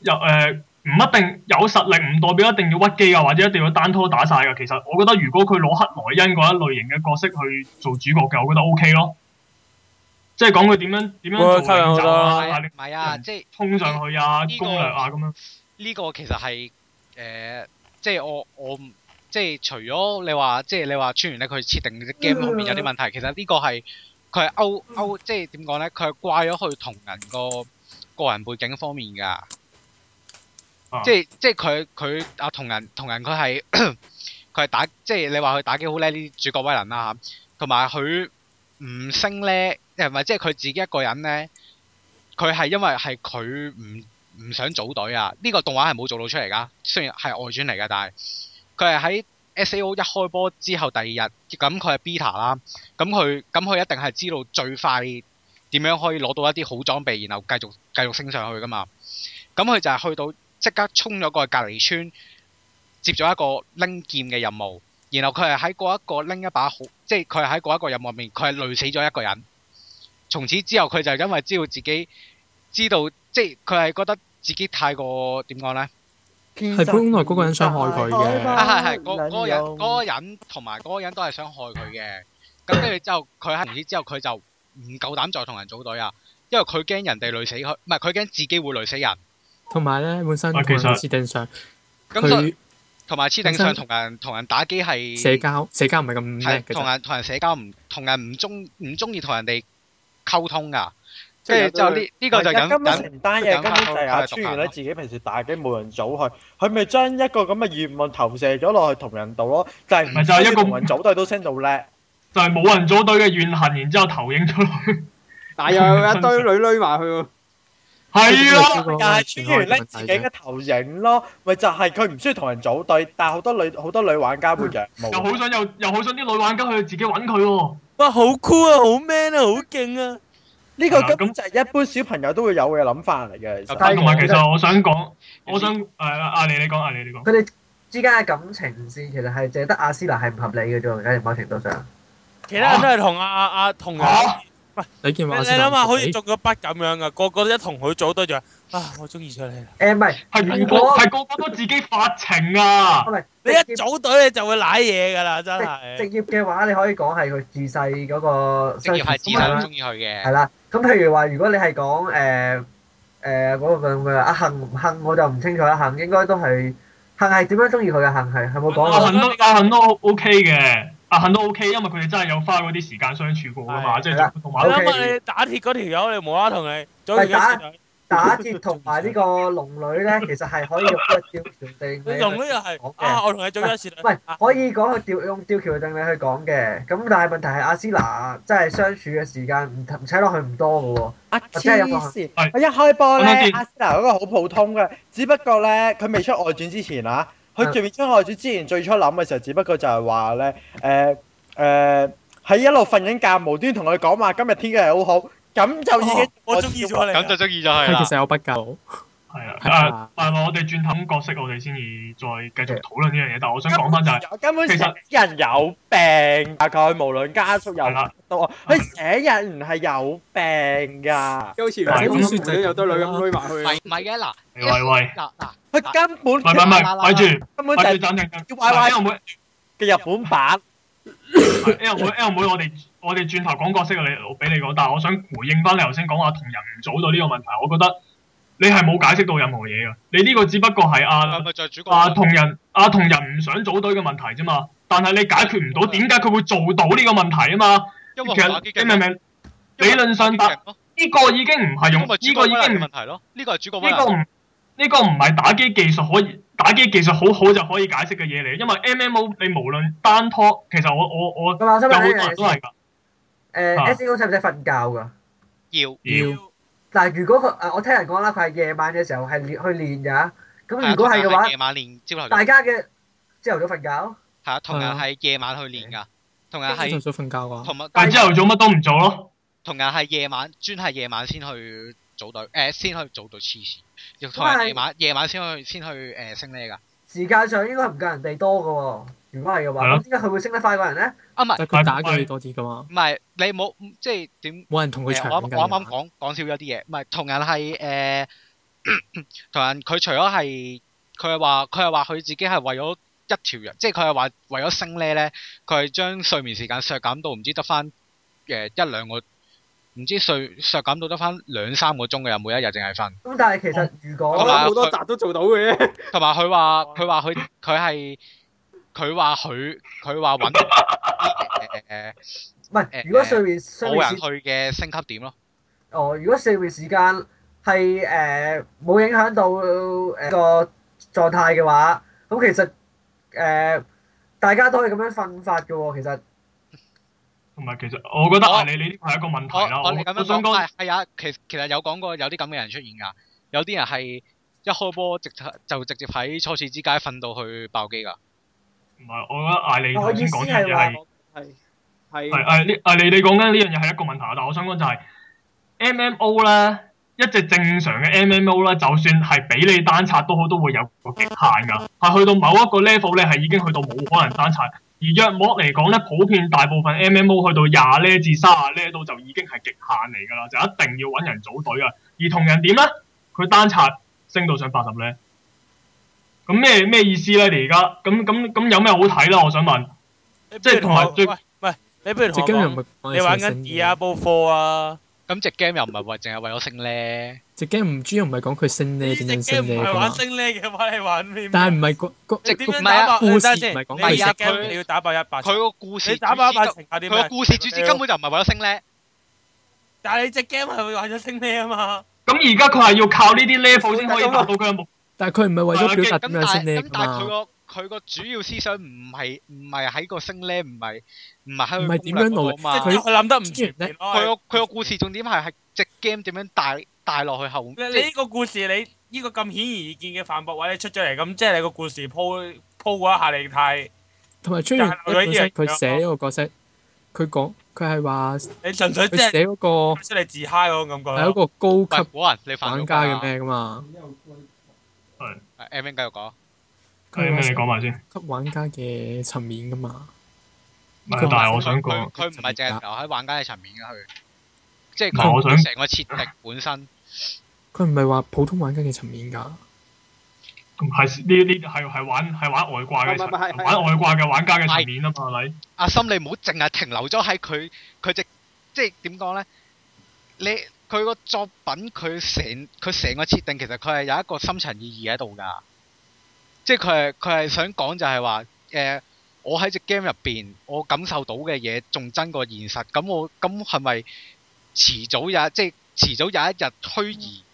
[SPEAKER 1] 又誒唔一定有實力，唔代表一定要屈機啊，或者一定要單拖打晒噶。其實我覺得如果佢攞克萊恩嗰一類型嘅角色去做主角嘅，我覺得 O、k 咯。即係講佢點樣點樣做
[SPEAKER 3] 會吸引好
[SPEAKER 1] 領
[SPEAKER 3] 多
[SPEAKER 1] 袖
[SPEAKER 3] 啦
[SPEAKER 1] 啊，
[SPEAKER 2] 係
[SPEAKER 1] 帶你
[SPEAKER 2] 唔係啊？即係
[SPEAKER 1] 衝上去啊
[SPEAKER 2] 呢，個
[SPEAKER 1] 攻略啊咁樣。
[SPEAKER 2] 呢個其實係誒，即係我我唔即係除咗你話即係你話穿完咧，佢設定嘅 game 方面有啲問題，其實呢個係佢係勾勾即係點講咧？佢係掛咗去同人個個人背景方面㗎。即係即係佢佢啊同人同人佢係 佢係打即係你話佢打機好叻呢啲主角威能啦嚇，同埋佢唔升咧，誒唔係即係佢自己一個人咧，佢係因為係佢唔唔想組隊啊！呢、個動畫係冇做到出嚟噶，雖然係外傳嚟噶，但係佢係喺 S.A.O 一開波之後第二日，咁佢係 beta 啦，咁佢咁佢一定係知道最快點樣可以攞到一啲好裝備，然後繼續繼續升上去噶嘛。咁佢就係去到即刻衝咗過去隔離村，接咗一個拎劍嘅任務，然後佢係喺嗰一個拎一把好，即係佢係喺嗰一個任務入面，佢係累死咗一個人。從此之後，佢就因為知道自己知道，即係佢係覺得自己太過點講呢？
[SPEAKER 5] 嗯
[SPEAKER 6] 係本來嗰個人想害佢嘅，
[SPEAKER 2] 啊係係，嗰嗰個人嗰個人同埋嗰個人都係想害佢嘅。咁跟住之後，佢喺從此之後佢就唔夠膽再同人組隊啊，因為佢驚人哋累死佢，唔係佢驚自己會累死人。
[SPEAKER 6] 同埋咧本身
[SPEAKER 1] 喂
[SPEAKER 3] 啊
[SPEAKER 6] 同
[SPEAKER 1] 其實
[SPEAKER 6] 人設定上，
[SPEAKER 2] 咁所以
[SPEAKER 6] 佢
[SPEAKER 2] 同埋設定上同人同人打機係
[SPEAKER 6] 社交社交唔係咁叻
[SPEAKER 2] 係
[SPEAKER 6] 嘅
[SPEAKER 2] 同
[SPEAKER 6] 啫，
[SPEAKER 2] 人同人社交唔同人唔中唔中意同人哋溝通噶，
[SPEAKER 10] 即係
[SPEAKER 2] 跟住之後呢呢個就引
[SPEAKER 4] 根本
[SPEAKER 2] 引
[SPEAKER 4] 成單嘢根本就係阿川原咧自己平時打機冇人組去，佢咪將一個咁嘅願望投射咗落去同人度咯，就係
[SPEAKER 1] 咪就係一
[SPEAKER 4] 唔
[SPEAKER 1] 個
[SPEAKER 4] 同人組隊都升到叻。
[SPEAKER 1] 就係冇人組隊嘅怨恨，然之後投影出去。
[SPEAKER 10] 但係又 有一堆女女埋去喎。
[SPEAKER 1] 係啊啦，
[SPEAKER 4] 但係川原咧自己嘅投影咯，咪就係佢唔需要同人組隊，但係好多女好多女玩家會仰慕。
[SPEAKER 1] 又好想又又好想啲女玩家去自己揾佢喎。
[SPEAKER 3] 哇，好 cool 啊，好 man 啊，好勁啊！
[SPEAKER 4] 呢個根本就係一般小朋友都會有嘅諗法嚟嘅，其實。
[SPEAKER 5] 啊
[SPEAKER 1] 啊同埋其實我想講，
[SPEAKER 2] 你
[SPEAKER 1] 我想誒阿你你講，阿你你講。
[SPEAKER 5] 佢哋之間嘅感情線其實係淨係得阿斯娜係唔合理嘅啫喎，喺某程度上。
[SPEAKER 3] 其他人都係同阿阿阿同人，
[SPEAKER 1] 嚇
[SPEAKER 3] 你
[SPEAKER 6] 你見
[SPEAKER 3] 你
[SPEAKER 6] 話
[SPEAKER 3] 諗下好似中咗筆咁樣噶，個個都一同佢組隊就話啊，我中意咗你啦。
[SPEAKER 5] 誒唔係，
[SPEAKER 1] 係個係個個都自己發情啊
[SPEAKER 5] 唔！係
[SPEAKER 3] 你一組隊你就會舐嘢噶啦，真
[SPEAKER 5] 職
[SPEAKER 3] 係。
[SPEAKER 5] 業嘅話，你可以講係佢自細嗰個
[SPEAKER 2] 職業係自細都
[SPEAKER 5] 啦，
[SPEAKER 2] 中意佢
[SPEAKER 5] 係
[SPEAKER 2] 嘅，
[SPEAKER 5] 啦。咁譬如話，如果你係講誒誒嗰個咁嘅阿杏杏，我就唔清楚阿杏應該都係杏係點樣中意佢嘅杏係係冇
[SPEAKER 1] 阿
[SPEAKER 5] 講
[SPEAKER 1] 肯都阿肯都 OK 嘅，阿肯都 OK，因為佢哋真係有花嗰啲時間相處過噶嘛，即係啊做動
[SPEAKER 3] 你
[SPEAKER 1] 畫。
[SPEAKER 3] 諗下你打鐵嗰條友，你無啦啦同你組
[SPEAKER 5] 係打
[SPEAKER 3] 完隊，
[SPEAKER 5] 打鐵同埋呢個龍女咧，其實係可以用一個吊橋定
[SPEAKER 3] 你
[SPEAKER 5] 理
[SPEAKER 3] 龍呢又係
[SPEAKER 5] 講嘅
[SPEAKER 3] 啊，我同你組咗一次隊
[SPEAKER 5] 唔係
[SPEAKER 3] 啊
[SPEAKER 5] 可以講佢調用吊橋定理去講嘅，咁但係問題係阿斯娜真係相處嘅時間唔唔使落去唔多嘅喎，
[SPEAKER 4] 啊
[SPEAKER 5] 我
[SPEAKER 4] 黐
[SPEAKER 5] 真係有
[SPEAKER 4] 線！
[SPEAKER 1] 係
[SPEAKER 4] 我一開波咧
[SPEAKER 1] 我諗，住
[SPEAKER 4] 阿斯娜嗰個好普通嘅，只不過咧佢未出外傳之前啊，佢
[SPEAKER 5] 嗯
[SPEAKER 4] 仲未出外傳之前最初諗嘅時候，只不過就係話咧，誒誒喺一路瞓緊覺，無端同佢講話今日天氣係好好，咁就已經
[SPEAKER 3] 哦我中意咗你
[SPEAKER 2] 咁
[SPEAKER 3] 啦
[SPEAKER 2] 就。中意咗佢
[SPEAKER 6] 佢
[SPEAKER 2] 啦
[SPEAKER 6] 其。實有筆教，
[SPEAKER 1] 係啊，誒，但係我哋轉頭角色，我哋先至再繼續討論呢樣嘢。但係我想講翻就係，
[SPEAKER 4] 根本
[SPEAKER 1] 其實
[SPEAKER 4] 成人有病，大概無論家屬又
[SPEAKER 1] 係啦
[SPEAKER 4] 到我，佢成人係有病㗎，
[SPEAKER 10] 即好似唔係咁樣有堆女咁匿埋
[SPEAKER 2] 唔
[SPEAKER 10] 去
[SPEAKER 2] 係。唔係嘅，嗱，
[SPEAKER 1] 喂喂喂，
[SPEAKER 2] 嗱嗱，
[SPEAKER 4] 佢根本
[SPEAKER 1] 唔係唔係唔係，咪住
[SPEAKER 4] 根本就
[SPEAKER 1] 咪
[SPEAKER 4] 係
[SPEAKER 1] 住，暫停。
[SPEAKER 4] 要喂喂
[SPEAKER 1] 因為每
[SPEAKER 4] 嘅日本版。
[SPEAKER 1] L 妹 L 妹，我哋我哋轉頭講角色啊，你我俾你講，但係我想回應翻你頭先講話同人唔組隊呢個問題，我覺得你係冇解釋到任何嘢㗎。你呢個只不過係
[SPEAKER 2] 係
[SPEAKER 1] 啊
[SPEAKER 2] 咪就係主角？
[SPEAKER 1] 啊同人啊同人唔想組隊嘅問題啫嘛。但係你解決唔到點解佢會做到呢個問題啊嘛？
[SPEAKER 2] 因為
[SPEAKER 1] 其
[SPEAKER 2] 打
[SPEAKER 1] 實
[SPEAKER 2] 機
[SPEAKER 1] 你明
[SPEAKER 2] 勁，
[SPEAKER 1] 唔明？理論上打
[SPEAKER 2] 呢
[SPEAKER 1] 呢個已經唔係用，
[SPEAKER 2] 咪
[SPEAKER 1] 呢個已
[SPEAKER 2] 主角威
[SPEAKER 1] 經
[SPEAKER 2] 能
[SPEAKER 1] 唔
[SPEAKER 2] 嘅問題咯，呢個係主角威
[SPEAKER 1] 呢個
[SPEAKER 2] 能。
[SPEAKER 1] 唔呢個唔係打機技術可以打機技術好好就可以解釋嘅嘢嚟，因為 M M O 你無論單拖，其實我我我
[SPEAKER 5] 咁啊，我想
[SPEAKER 1] 有
[SPEAKER 5] 問
[SPEAKER 1] 好多人
[SPEAKER 5] 一樣嘢
[SPEAKER 1] 都
[SPEAKER 5] 先
[SPEAKER 1] 係㗎。
[SPEAKER 5] 誒
[SPEAKER 1] 啊
[SPEAKER 5] S.O. 使唔使瞓覺㗎？
[SPEAKER 2] 要
[SPEAKER 1] 要
[SPEAKER 5] 嗱，如果佢啊誒，我聽人講啦，佢係夜晚嘅時候係練去練㗎。
[SPEAKER 1] 啊
[SPEAKER 5] 咁如果係嘅
[SPEAKER 2] 同人
[SPEAKER 5] 話，
[SPEAKER 2] 夜晚練朝頭早
[SPEAKER 5] 大，家嘅朝頭早瞓覺，
[SPEAKER 2] 係啊，同人係夜晚去練㗎，同人
[SPEAKER 6] 佢就
[SPEAKER 2] 係
[SPEAKER 6] 想瞓覺啊。
[SPEAKER 2] 同埋
[SPEAKER 1] 但係朝頭早乜都唔做咯。
[SPEAKER 2] 同人係夜晚，專係夜晚先去組隊，誒、
[SPEAKER 1] 嗯
[SPEAKER 2] 先去組隊黐線，又同
[SPEAKER 5] 咁係
[SPEAKER 2] 人夜晚夜晚先去先去誒、升呢㗎。
[SPEAKER 5] 時間上應該唔夠人哋多嘅喎。如果係嘅話，
[SPEAKER 1] 係咯
[SPEAKER 5] 咁點解佢會升得快過人咧？
[SPEAKER 2] 啊，唔係
[SPEAKER 6] 但係佢打嘅嘢多啲噶嘛，
[SPEAKER 2] 唔係，你冇即係點？
[SPEAKER 6] 冇人同佢
[SPEAKER 2] 誒
[SPEAKER 6] 搶
[SPEAKER 3] 啊
[SPEAKER 2] 我
[SPEAKER 6] 㗎。
[SPEAKER 2] 啱我啱啱講講少咗啲嘢，唔係同人係誒、呃 同人佢除咗係佢係話佢係話佢自己係為咗一條人，即係佢係話為咗升呢咧，佢係將睡眠時間削減到唔知得翻誒一兩個，唔知睡削減到得翻兩三個鐘嘅，每一日淨係瞓。
[SPEAKER 5] 咁但係其
[SPEAKER 1] 哦
[SPEAKER 5] 實如
[SPEAKER 10] 我
[SPEAKER 5] 果
[SPEAKER 10] 覺得好多集哦都做到嘅，
[SPEAKER 2] 同埋佢話佢話佢佢係佢話佢佢話揾 誒
[SPEAKER 5] 唔係，如果睡眠睡
[SPEAKER 2] 冇
[SPEAKER 5] 眠
[SPEAKER 2] 人
[SPEAKER 5] 時
[SPEAKER 2] 去嘅升級點咯，
[SPEAKER 5] 哦，如果睡眠時間係誒冇影響到誒、個狀態嘅話，咁其實誒、呃大家都可以咁樣瞓法嘅喎。其實
[SPEAKER 1] 同埋其實我覺得
[SPEAKER 2] 我
[SPEAKER 1] 啊，你你呢個係一個問
[SPEAKER 2] 我
[SPEAKER 1] 題啦。我
[SPEAKER 2] 我哋咁
[SPEAKER 1] 我
[SPEAKER 2] 樣
[SPEAKER 1] 想
[SPEAKER 2] 講
[SPEAKER 1] 講
[SPEAKER 2] 係係啊，其實其實有講過有啲咁嘅人出現㗎，有啲人係一開波直頭就直接喺初始之街瞓到去爆機㗎。
[SPEAKER 1] 唔係，我覺得艾利
[SPEAKER 5] 我
[SPEAKER 1] 頭
[SPEAKER 5] 意
[SPEAKER 1] 先
[SPEAKER 5] 思
[SPEAKER 1] 講呢樣
[SPEAKER 5] 係
[SPEAKER 1] 嘢
[SPEAKER 5] 話
[SPEAKER 1] 係。
[SPEAKER 11] 係
[SPEAKER 1] 係
[SPEAKER 11] 係
[SPEAKER 1] 誒呢誒你你講緊呢樣嘢係一個問題，啊但我想講就係、MMO 咧，一隻正常嘅 MMO 咧，就算係俾你單刷都好，都會有個極限㗎。係去到某一個 level 咧，係已經去到冇可能單刷。而約莫嚟講咧，普遍大部分 MMO 去到廿呢至卅呢度就已經係極限嚟㗎啦，就一定要揾人組隊啊。而同人點咧？佢單刷升到上八十呢。咁咩咩意思咧？你而家咁咁咁有咩好睇咧？我想問。即係同埋最
[SPEAKER 3] 喂喂，你不如同
[SPEAKER 6] 隻
[SPEAKER 3] 我
[SPEAKER 6] game 又
[SPEAKER 3] 講
[SPEAKER 6] 唔係講
[SPEAKER 3] 你玩緊
[SPEAKER 6] 上升嘅
[SPEAKER 3] Diablo Four 啊？
[SPEAKER 2] 咁隻 game 又唔係為淨係為咗升咧，
[SPEAKER 6] 隻 game 唔主要唔係講佢升呢
[SPEAKER 3] 呢
[SPEAKER 6] 點
[SPEAKER 3] 隻
[SPEAKER 6] 樣
[SPEAKER 3] game
[SPEAKER 6] 升
[SPEAKER 3] 唔
[SPEAKER 6] 呢
[SPEAKER 3] 係
[SPEAKER 6] 噶
[SPEAKER 3] 玩
[SPEAKER 6] 嘛，
[SPEAKER 3] 升呢嘅話，你玩咩？
[SPEAKER 6] 但係唔係個個
[SPEAKER 2] 即
[SPEAKER 3] 你
[SPEAKER 2] 係
[SPEAKER 3] 點樣
[SPEAKER 2] 唔係啊
[SPEAKER 3] 打爆？
[SPEAKER 6] 故
[SPEAKER 3] 你等陣
[SPEAKER 6] 事
[SPEAKER 3] 先
[SPEAKER 2] 佢
[SPEAKER 3] 啊你隻
[SPEAKER 6] 唔係講
[SPEAKER 2] 食
[SPEAKER 3] game
[SPEAKER 2] 佢
[SPEAKER 3] 你要打爆一百場，
[SPEAKER 2] 佢個故事
[SPEAKER 3] 你打爆一百
[SPEAKER 2] 主旨
[SPEAKER 3] 場靠啲
[SPEAKER 2] 佢
[SPEAKER 3] 咩？
[SPEAKER 2] 個故事主旨根本就唔係為咗升咧，
[SPEAKER 3] 但係你隻 game 係玩咗升呢啊嘛？
[SPEAKER 1] 咁而家佢係要靠呢啲 level 先可
[SPEAKER 11] 啊
[SPEAKER 1] 以達到佢嘅目
[SPEAKER 6] 但係佢唔係為咗表
[SPEAKER 2] 咁
[SPEAKER 6] 達
[SPEAKER 2] 但
[SPEAKER 6] 點樣
[SPEAKER 2] 係
[SPEAKER 6] 升呢啊
[SPEAKER 2] 咁
[SPEAKER 6] 噶
[SPEAKER 2] 但係佢
[SPEAKER 6] 嘛，
[SPEAKER 2] 個佢個主要思想唔係唔係喺個升咧，唔係唔係喺
[SPEAKER 6] 唔
[SPEAKER 2] 佢
[SPEAKER 6] 係點樣努
[SPEAKER 2] 攻略
[SPEAKER 6] 力
[SPEAKER 2] 嗰度啊嘛
[SPEAKER 3] 即係佢哎諗得唔全面咯。哎
[SPEAKER 2] 佢個佢個故事重點係係隻 game 點樣帶帶落去後，即
[SPEAKER 3] 你你呢
[SPEAKER 2] 係
[SPEAKER 3] 個故事你呢個咁顯而易見嘅反駁位你出咗嚟，咁即係你個故事鋪鋪嗰一下你太
[SPEAKER 6] 同埋出完
[SPEAKER 3] 但係我有
[SPEAKER 6] 本身
[SPEAKER 3] 一樣嘢
[SPEAKER 6] 佢寫嗰個角色，佢講佢係話
[SPEAKER 3] 你純粹即
[SPEAKER 6] 佢
[SPEAKER 3] 係
[SPEAKER 6] 寫嗰個
[SPEAKER 3] 出嚟自嗨嗰種感覺
[SPEAKER 6] 係
[SPEAKER 3] 咯。
[SPEAKER 6] 一個高
[SPEAKER 2] 喂
[SPEAKER 6] 級
[SPEAKER 2] 果人你犯
[SPEAKER 6] 玩
[SPEAKER 2] 咗
[SPEAKER 6] 家
[SPEAKER 2] 法
[SPEAKER 6] 嘅
[SPEAKER 2] 啊？
[SPEAKER 6] 咩噶嘛，
[SPEAKER 2] 誒 M N 繼續講，
[SPEAKER 1] 誒
[SPEAKER 6] 佢
[SPEAKER 1] 咩？
[SPEAKER 6] 話
[SPEAKER 1] 你
[SPEAKER 6] 寫
[SPEAKER 1] 講埋先。
[SPEAKER 6] 級玩家嘅層面噶嘛，
[SPEAKER 1] 唔係但係我想
[SPEAKER 2] 佢
[SPEAKER 1] 講，
[SPEAKER 2] 佢唔係淨係留喺玩家嘅層面㗎，佢即係
[SPEAKER 1] 唔係我想
[SPEAKER 2] 佢成個設定本身
[SPEAKER 6] 佢唔係話普通玩家嘅層面㗎。
[SPEAKER 1] 係呢呢係係玩係玩外掛嘅層，
[SPEAKER 11] 唔係唔係係係
[SPEAKER 1] 玩外掛嘅玩家嘅層面啊嘛，係咪？
[SPEAKER 2] 阿心你唔好淨係停留咗喺佢佢只即係點講咧？你佢個作品佢成佢成個設定其實佢係有一個深層意義喺度㗎，即係佢係佢係想講就係話誒，我喺只 game 入邊我感受到嘅嘢仲真過現實，咁我咁係咪遲早有一即係遲早有一日虛擬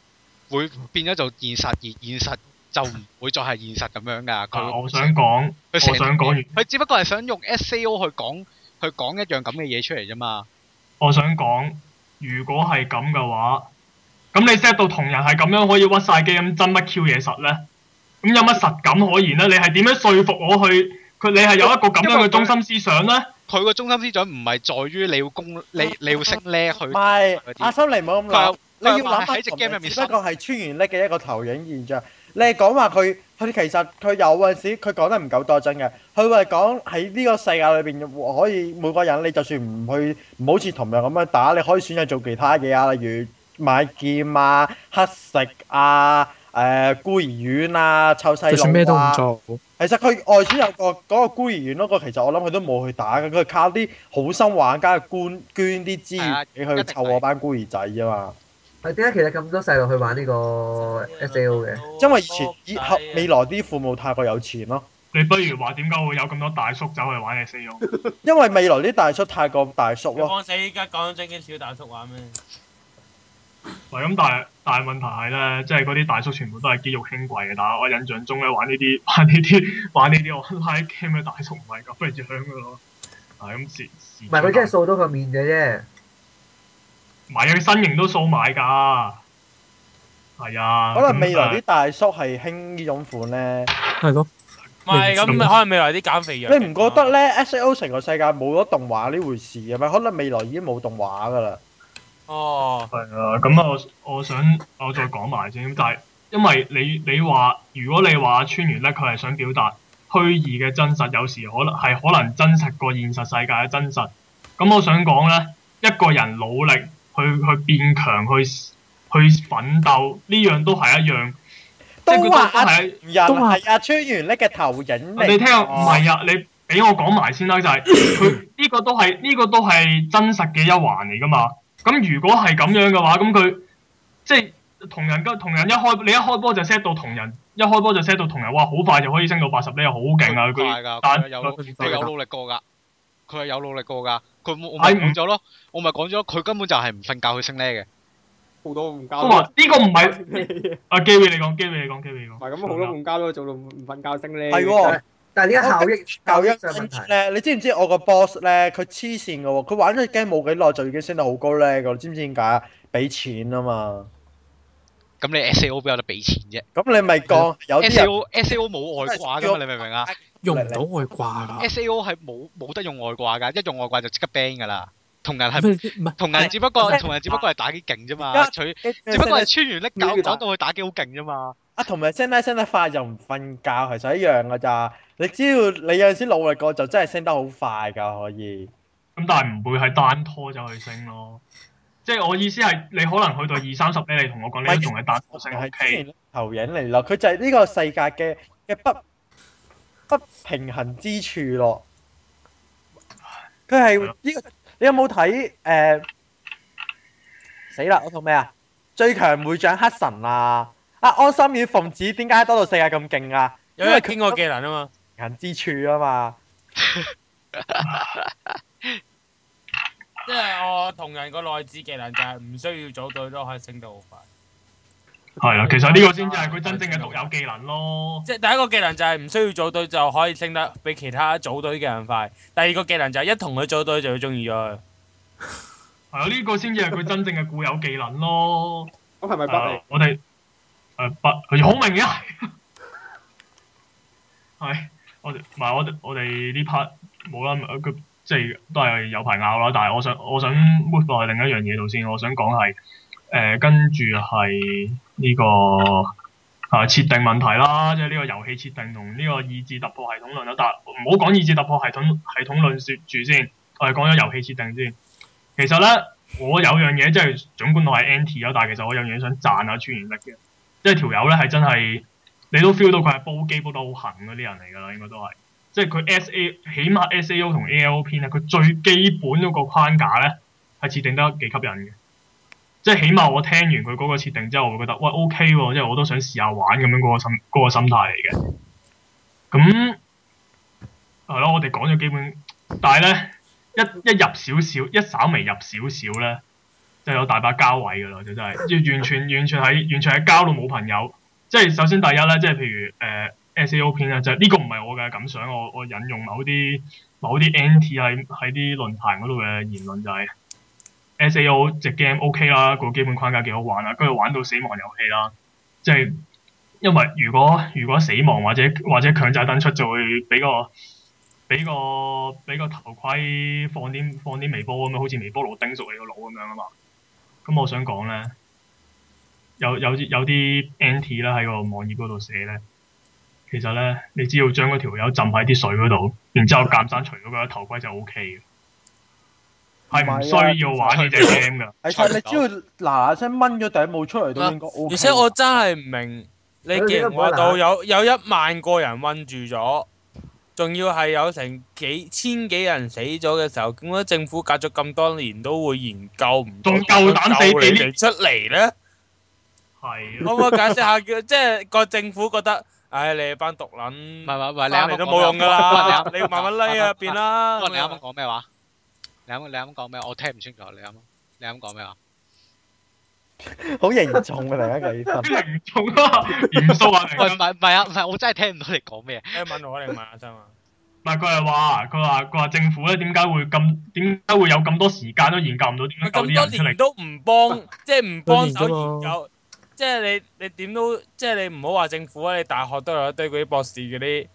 [SPEAKER 2] 會變咗做現實，而現實就唔會再係現實咁樣㗎？
[SPEAKER 1] 嗱，
[SPEAKER 2] 佢
[SPEAKER 1] 啊我想講，
[SPEAKER 2] 佢成
[SPEAKER 1] 我想講完，
[SPEAKER 2] 佢只不過係想用 SAO 去講去講一樣咁嘅嘢出嚟啫嘛。
[SPEAKER 1] 我想講，如果係咁嘅話，咁你 set 到同人係咁樣可以屈晒機咁，真乜 Q 嘢實咧？咁有乜實感可言咧？你係點樣說服我去？佢你係有一個咁樣嘅中心思想咧？
[SPEAKER 2] 佢個中心思想唔係在於你要攻你你要升呢 去
[SPEAKER 4] 唔，係
[SPEAKER 2] 嗰啲
[SPEAKER 4] 阿心你唔好咁
[SPEAKER 2] 佢話
[SPEAKER 4] 諗，你要諗
[SPEAKER 2] 佢話喺隻 game 入面
[SPEAKER 4] 只不過係穿越力嘅一個投影現象。你係講話佢佢其實佢有陣時佢講得唔夠多真嘅，佢話講喺呢個世界裏邊可以每個人你就算唔去唔好似同樣咁樣打，你可以選擇做其他嘢啊，例如買劍啊、乞食啊、誒、孤兒院啊、湊細
[SPEAKER 6] 就算咩
[SPEAKER 4] 路
[SPEAKER 6] 都唔
[SPEAKER 4] 啊。
[SPEAKER 6] 做，
[SPEAKER 4] 其實佢外傳有個嗰、個孤兒院嗰個，其實我諗佢都冇去打嘅，佢係靠啲好心玩家捐捐啲資
[SPEAKER 1] 啊
[SPEAKER 4] 源俾佢湊我班孤兒仔啫嘛。
[SPEAKER 5] 係點解其實咁多細路去玩呢個 S.A.O
[SPEAKER 3] 哦
[SPEAKER 5] 嘅？
[SPEAKER 4] 因為以前以後
[SPEAKER 1] 啊
[SPEAKER 4] 未來啲父母太過有錢咯，
[SPEAKER 1] 你不如話點解會有咁多大叔走去玩 S A O？
[SPEAKER 4] 因為未來啲大叔太過大叔
[SPEAKER 3] 你
[SPEAKER 4] 咯。
[SPEAKER 3] 幫死依家講真經小大叔玩咩？
[SPEAKER 1] 喂，咁但係但係問題係咧，即係嗰啲大叔全部都係肌肉輕貴嘅，但係我印象中咧玩呢啲 玩呢啲玩呢啲 online game 嘅大叔唔係咁樣樣嘅咯。係咁時時
[SPEAKER 5] 唔係佢真係掃到個面嘅啫。
[SPEAKER 1] 唔係啊，佢身形都掃埋㗎。係啊。
[SPEAKER 4] 可能未來啲
[SPEAKER 1] 咁
[SPEAKER 4] 大叔係興呢種款咧，
[SPEAKER 6] 係咯，
[SPEAKER 3] 唔係咁，可能未來啲減肥藥。
[SPEAKER 4] 你唔覺得咧？S.O. 成個世界冇咗動畫呢回事嘅咩？可能未來已經冇動畫噶啦。
[SPEAKER 3] 哦，
[SPEAKER 1] 誒係啊，咁我我想我再講埋先，咁但係因為你你話如果你話川原咧，佢係想表達虛擬嘅真實，有時可能係可能真實過現實世界嘅真實。咁我想講咧，一個人努力去去變強，去去奮鬥，呢樣都係一樣。即
[SPEAKER 4] 都
[SPEAKER 1] 係佢都
[SPEAKER 4] 話阿
[SPEAKER 1] 係
[SPEAKER 4] 人係
[SPEAKER 6] 話
[SPEAKER 4] 阿川原呢嘅投影嚟。
[SPEAKER 1] 你聽我唔係啊，你俾我講埋先啦，就係佢呢個都係呢、個都係真實嘅一環嚟噶嘛。咁如果係咁樣嘅話，咁佢即係同人跟同人一開你一開波就 set 到同人，一開波就 set 到同人，哇！好快就可以升到八十呢，好勁啊！
[SPEAKER 2] 佢怪
[SPEAKER 1] 佢
[SPEAKER 2] 㗎，
[SPEAKER 1] 但
[SPEAKER 2] 佢有佢有努力過㗎，佢係有努力過㗎，佢冇我咪
[SPEAKER 1] 係
[SPEAKER 2] 講咗咯，我咪講咗，佢根本就係唔瞓覺去升呢嘅。
[SPEAKER 11] 好多唔交
[SPEAKER 1] 都話
[SPEAKER 11] 咯。
[SPEAKER 1] 呢個唔係
[SPEAKER 11] 唔
[SPEAKER 1] 啊機會你講機會你講機會你講，
[SPEAKER 11] 係咁好多唔交咯，做到唔瞓覺升咧。
[SPEAKER 4] 係喎。
[SPEAKER 5] 但係點解效益
[SPEAKER 4] 教
[SPEAKER 5] 效
[SPEAKER 4] 一
[SPEAKER 5] 益上問
[SPEAKER 4] 跟住
[SPEAKER 5] 題？
[SPEAKER 4] 咧，你知唔知我個 boss 咧，佢黐線嘅喎，佢玩咗 game 冇幾耐就已經升得好高咧，你知唔知點解啊？俾錢啊嘛，
[SPEAKER 12] 咁你 S A O 邊有得俾錢啫
[SPEAKER 4] 咁你咪講有啲
[SPEAKER 12] ？S A
[SPEAKER 4] 人
[SPEAKER 12] O S A O 冇外掛噶嘛，你明唔明啊
[SPEAKER 6] 用唔到外掛㗎。
[SPEAKER 12] ？S A O 係冇冇得用外掛㗎，一用外掛就即刻 ban 㗎啦。同人 係
[SPEAKER 6] 咩唔係
[SPEAKER 12] 同人，只不過
[SPEAKER 4] 係
[SPEAKER 12] 同人只不過係打機勁啫嘛，
[SPEAKER 4] 而家
[SPEAKER 12] 取
[SPEAKER 4] 只
[SPEAKER 12] 只不過係穿完
[SPEAKER 4] 秒
[SPEAKER 12] 拎搞
[SPEAKER 4] 要打
[SPEAKER 12] 講到佢打機好勁啫嘛。
[SPEAKER 4] 啊，同埋升得升得快就唔瞓覺，其實一樣㗎咋。你只要你有陣時努力過，就真係升得好快㗎，可以。
[SPEAKER 1] 咁但係唔會係單拖就去升咯。即係我意思係，你可能去到二三十咧，你同我講你都仲係單拖升
[SPEAKER 4] 係
[SPEAKER 1] O
[SPEAKER 4] 之
[SPEAKER 1] K，
[SPEAKER 4] 前投影嚟咯，佢就係呢個世界嘅嘅不不平衡之處咯。佢係呢個，你有冇睇誒？死啦！嗰套咩啊？最強會長黑神啊！啊，安心與奉子點解多到世界咁勁啊？因
[SPEAKER 3] 因
[SPEAKER 4] 為
[SPEAKER 3] 為
[SPEAKER 4] 佢
[SPEAKER 3] 經過技能啊嘛，
[SPEAKER 4] 平衡之處啊嘛。
[SPEAKER 3] 即係我同人個內置技能就係唔需要組隊都可以升到好快。
[SPEAKER 1] 係啊啦，其實呢個先至係佢真正嘅獨有技能咯。
[SPEAKER 3] 即係第一個技能就係唔需要組隊就可以升得比其他組隊嘅人快。第二個技能就係一同佢組隊就會中意咗佢。
[SPEAKER 1] 係啊，呢個先至係佢真正嘅固有技能咯。
[SPEAKER 11] 咁係咪不
[SPEAKER 1] 誒
[SPEAKER 11] 嚟？
[SPEAKER 1] 啊我哋誒不，佢好明嘅， 係我哋唔係我哋我哋呢 part 冇啦，誒佢即係都係有排拗啦。但係我想我想 move 落去另一樣嘢度先，我想講係誒跟住係呢個啊設定問題啦，即係呢個遊戲設定同呢個意志突破系統論啦。但係唔好講意志突破系統系統論説住先，我哋講咗遊戲設定先。其實咧。我有樣嘢即係總管我係 anti 啊，但係其實我有樣嘢想讚下穿原力嘅，即係條友咧係真係你都 feel 到佢係煲機煲得好痕嗰啲人嚟㗎啦，應該都係，即係佢 S A 起碼 S A O 同 A L O 篇咧，啊佢最基本嗰個框架咧係設定得幾吸引嘅，即係起碼我聽完佢嗰個設定之後，我會覺得喂 O K 喎，即係我都想試下玩咁樣嗰個心嗰、個心態嚟嘅。咁係咯，我哋講咗基本，但係咧一一入少少，一稍微入少少咧。就有大把交位㗎啦，就真係，即係完全完全係完全係交到冇朋友。即係首先第一咧，即係譬如誒、呃 SAO 片咧，就呢、個唔係我嘅感想，我我引用某啲某啲 NT 喺喺啲論壇嗰度嘅言論就係、SAO 隻 game OK 啦，個基本框架幾好玩啦，啊跟住玩到死亡遊戲啦，即係因為如果如果死亡或者或者強制登出就會俾個。俾個俾個頭盔放啲放啲微波咁樣，好似微波爐叮熟你個腦咁樣啊嘛〜咁我想講咧，有有啲有啲 anti 啦喺個網頁嗰度寫咧，其實咧你只要將嗰條友浸喺啲水嗰度，然之後鑑生除咗佢個頭盔就 O K 嘅，係唔啊需要玩呢只 game 㗎。
[SPEAKER 4] 其實你只要嗱嗱聲掹咗頂帽出嚟都應該 O K。
[SPEAKER 3] 而且我真係唔明，你既然話到有有一萬個人困住咗，仲要係有成幾千幾人死咗嘅時候，點解政府隔咗咁多年都會研究唔到
[SPEAKER 1] 仲夠膽死
[SPEAKER 3] 救你哋出嚟呢？
[SPEAKER 1] 係
[SPEAKER 3] 可
[SPEAKER 1] 啊，
[SPEAKER 3] 唔可以解釋下？叫即係個政府覺得，唉，你哋班毒撚
[SPEAKER 12] 唔係，唔係唔係，你
[SPEAKER 3] 翻
[SPEAKER 12] 啱
[SPEAKER 3] 嚟
[SPEAKER 12] 啱
[SPEAKER 3] 都
[SPEAKER 12] 講啊
[SPEAKER 3] 冇用㗎啦，你
[SPEAKER 12] 咩
[SPEAKER 3] 慢慢拉啊入邊。啦
[SPEAKER 12] 不。過你啱啱講咩話？你啱你啱啱講咩？我聽唔清楚。你啱啱你啱啱講咩話？
[SPEAKER 4] 好凝重嘅另一個醫生。
[SPEAKER 1] 啲零重啊，嚴肅啊，
[SPEAKER 12] 喂，
[SPEAKER 1] 零
[SPEAKER 12] 唔係唔係啊，唔係，我真係聽唔到你講咩。啊
[SPEAKER 3] 你問我定問阿生啊？
[SPEAKER 1] 唔係佢係話，佢話佢話政府咧點解會咁點解會有咁多時間都研究唔到點樣
[SPEAKER 3] 佢
[SPEAKER 1] 救
[SPEAKER 3] 咁
[SPEAKER 1] 啲
[SPEAKER 3] 多
[SPEAKER 1] 人出嚟
[SPEAKER 3] 年？都唔幫，即係唔幫手
[SPEAKER 6] 兩
[SPEAKER 3] 研
[SPEAKER 6] 年啫
[SPEAKER 3] 究，即係你你點都，即係你唔好話政府啊，你大學都有一堆嗰啲博士嗰啲，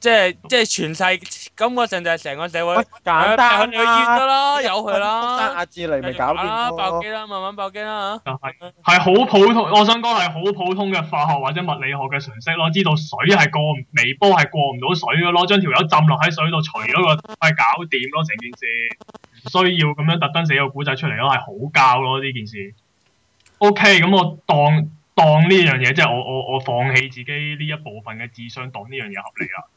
[SPEAKER 3] 即係即係全世，感覺上就係成個社會
[SPEAKER 4] 喂，，簡
[SPEAKER 3] 唉
[SPEAKER 4] 單
[SPEAKER 3] 你去見
[SPEAKER 4] 啦
[SPEAKER 3] 得，啦，由佢
[SPEAKER 4] 生
[SPEAKER 3] 啦，
[SPEAKER 4] 阿志嚟咪
[SPEAKER 3] 繼續
[SPEAKER 4] 搞
[SPEAKER 3] 打啦，
[SPEAKER 4] 掂
[SPEAKER 3] 爆
[SPEAKER 4] 咯
[SPEAKER 3] 機。啦，慢慢爆機啦
[SPEAKER 1] 就係係好普通，我想講係好普通嘅化學或者物理學嘅常識咯，知道水係過唔微波係過唔到水嘅咯，將條友浸落喺水度除咗個係搞掂咯，成件事唔需要咁樣特登寫個古仔出嚟咯，係好教咯呢件事。OK，咁我當當呢樣嘢，即係我我我放棄自己呢一部分嘅智商，當呢樣嘢合理啦。啊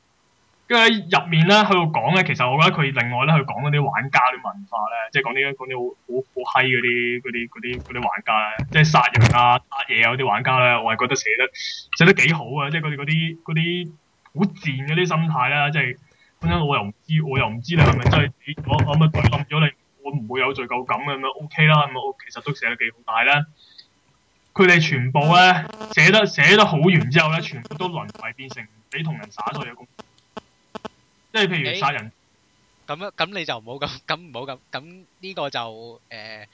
[SPEAKER 1] 跟住喺入面咧，喺度講咧，其實我覺得佢另外咧，佢講嗰啲玩家啲文化咧，即係講啲講啲好好好閪嗰啲嗰啲嗰啲嗰啲玩家咧，即係殺人啊、打嘢啊嗰啲玩家咧，我係覺得寫得寫得幾好啊！即係佢哋嗰啲嗰啲好賤嗰啲心態啦，即係本身我又唔知，我又唔知你係咪真係死咗，我咪懟冧咗你，我唔會有罪疚感嘅咁樣 OK 啦，咁啊其實都寫得幾好，但係咧。佢哋全部咧寫得寫得好完之後咧，全部都淪為變成俾同人耍碎嘅工具，即係譬如殺人
[SPEAKER 12] 咁樣咁你就唔好咁，咁唔好咁，咁呢個就誒、呃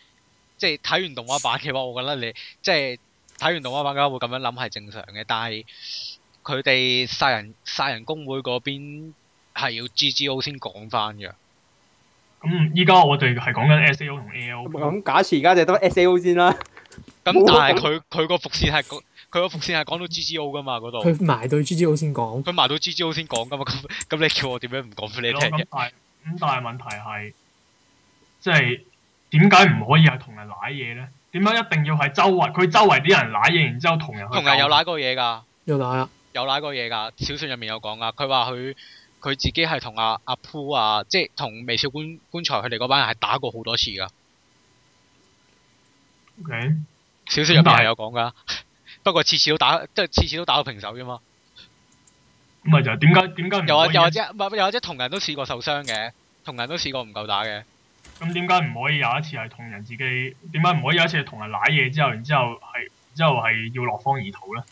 [SPEAKER 12] 即係睇完動畫版嘅話，我覺得你即係
[SPEAKER 2] 睇完動畫版梗係會咁樣諗係正常嘅，但係佢哋殺人殺人工會嗰邊係要 GGO 先講翻嘅。
[SPEAKER 1] 咁依家我哋係講緊 S A O 同 A L，
[SPEAKER 11] 咁假設而 家就得 S A O 先啦，
[SPEAKER 2] 咁但
[SPEAKER 1] 啊
[SPEAKER 2] 係佢佢個伏線係講佢個伏線係講到 GGO 噶嘛嗰度，
[SPEAKER 6] 佢埋對 G G O 先講，
[SPEAKER 2] 佢埋到 GGO 先講噶嘛，咁咁你叫我點樣唔講俾你
[SPEAKER 1] 咯。
[SPEAKER 2] 聽嘅
[SPEAKER 1] 咁？但係咁但係問題係，即係點解唔可以係同人舐嘢咧？點解一定要係周圍佢周圍啲人舐嘢，然之後同人去
[SPEAKER 2] 同人有
[SPEAKER 1] 救
[SPEAKER 2] 拉過嘢㗎。
[SPEAKER 6] 又打啦，
[SPEAKER 2] 有拉過嘢㗎，小説入面有講㗎，佢話佢佢自己係同阿阿 Poo 啊，即係同微笑棺棺材佢哋嗰班人係打過好多次㗎。
[SPEAKER 1] ？OK，
[SPEAKER 2] 小説入面
[SPEAKER 1] 咁但係
[SPEAKER 2] 係有講㗎， 不過次次都打，即係次次都打到平手啫嘛。
[SPEAKER 1] 咁咪就係點解點解唔
[SPEAKER 2] 又或
[SPEAKER 1] 可以
[SPEAKER 2] 又或者唔係又或者同人都試過受傷嘅，同人都試過唔夠打嘅。
[SPEAKER 1] 咁點解唔可以有一次係同人自己？點解唔可以有一次係同人舐嘢之後，然之後係然之後係要落荒而逃咧？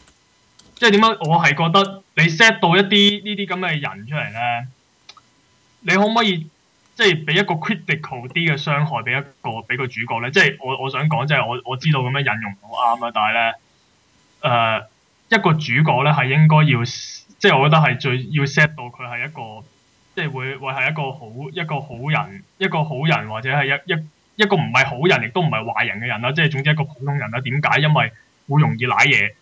[SPEAKER 1] 即係點解我係覺得你 set 到一啲呢啲咁嘅人出嚟咧，你可唔可以即係俾一個 critical 啲嘅傷害俾一個俾個主角咧？即係我我想講，即係我我知道咁樣引用唔好啱啦，啊但係咧誒一個主角咧係應該要即係我覺得係最要 set 到佢係一個。即係會會係一個好一個好人，一個好人或者係一一一個唔係好人，亦都唔係壞人嘅人啦。即係總之一個普通人啦。點解？因為會容易舐嘢，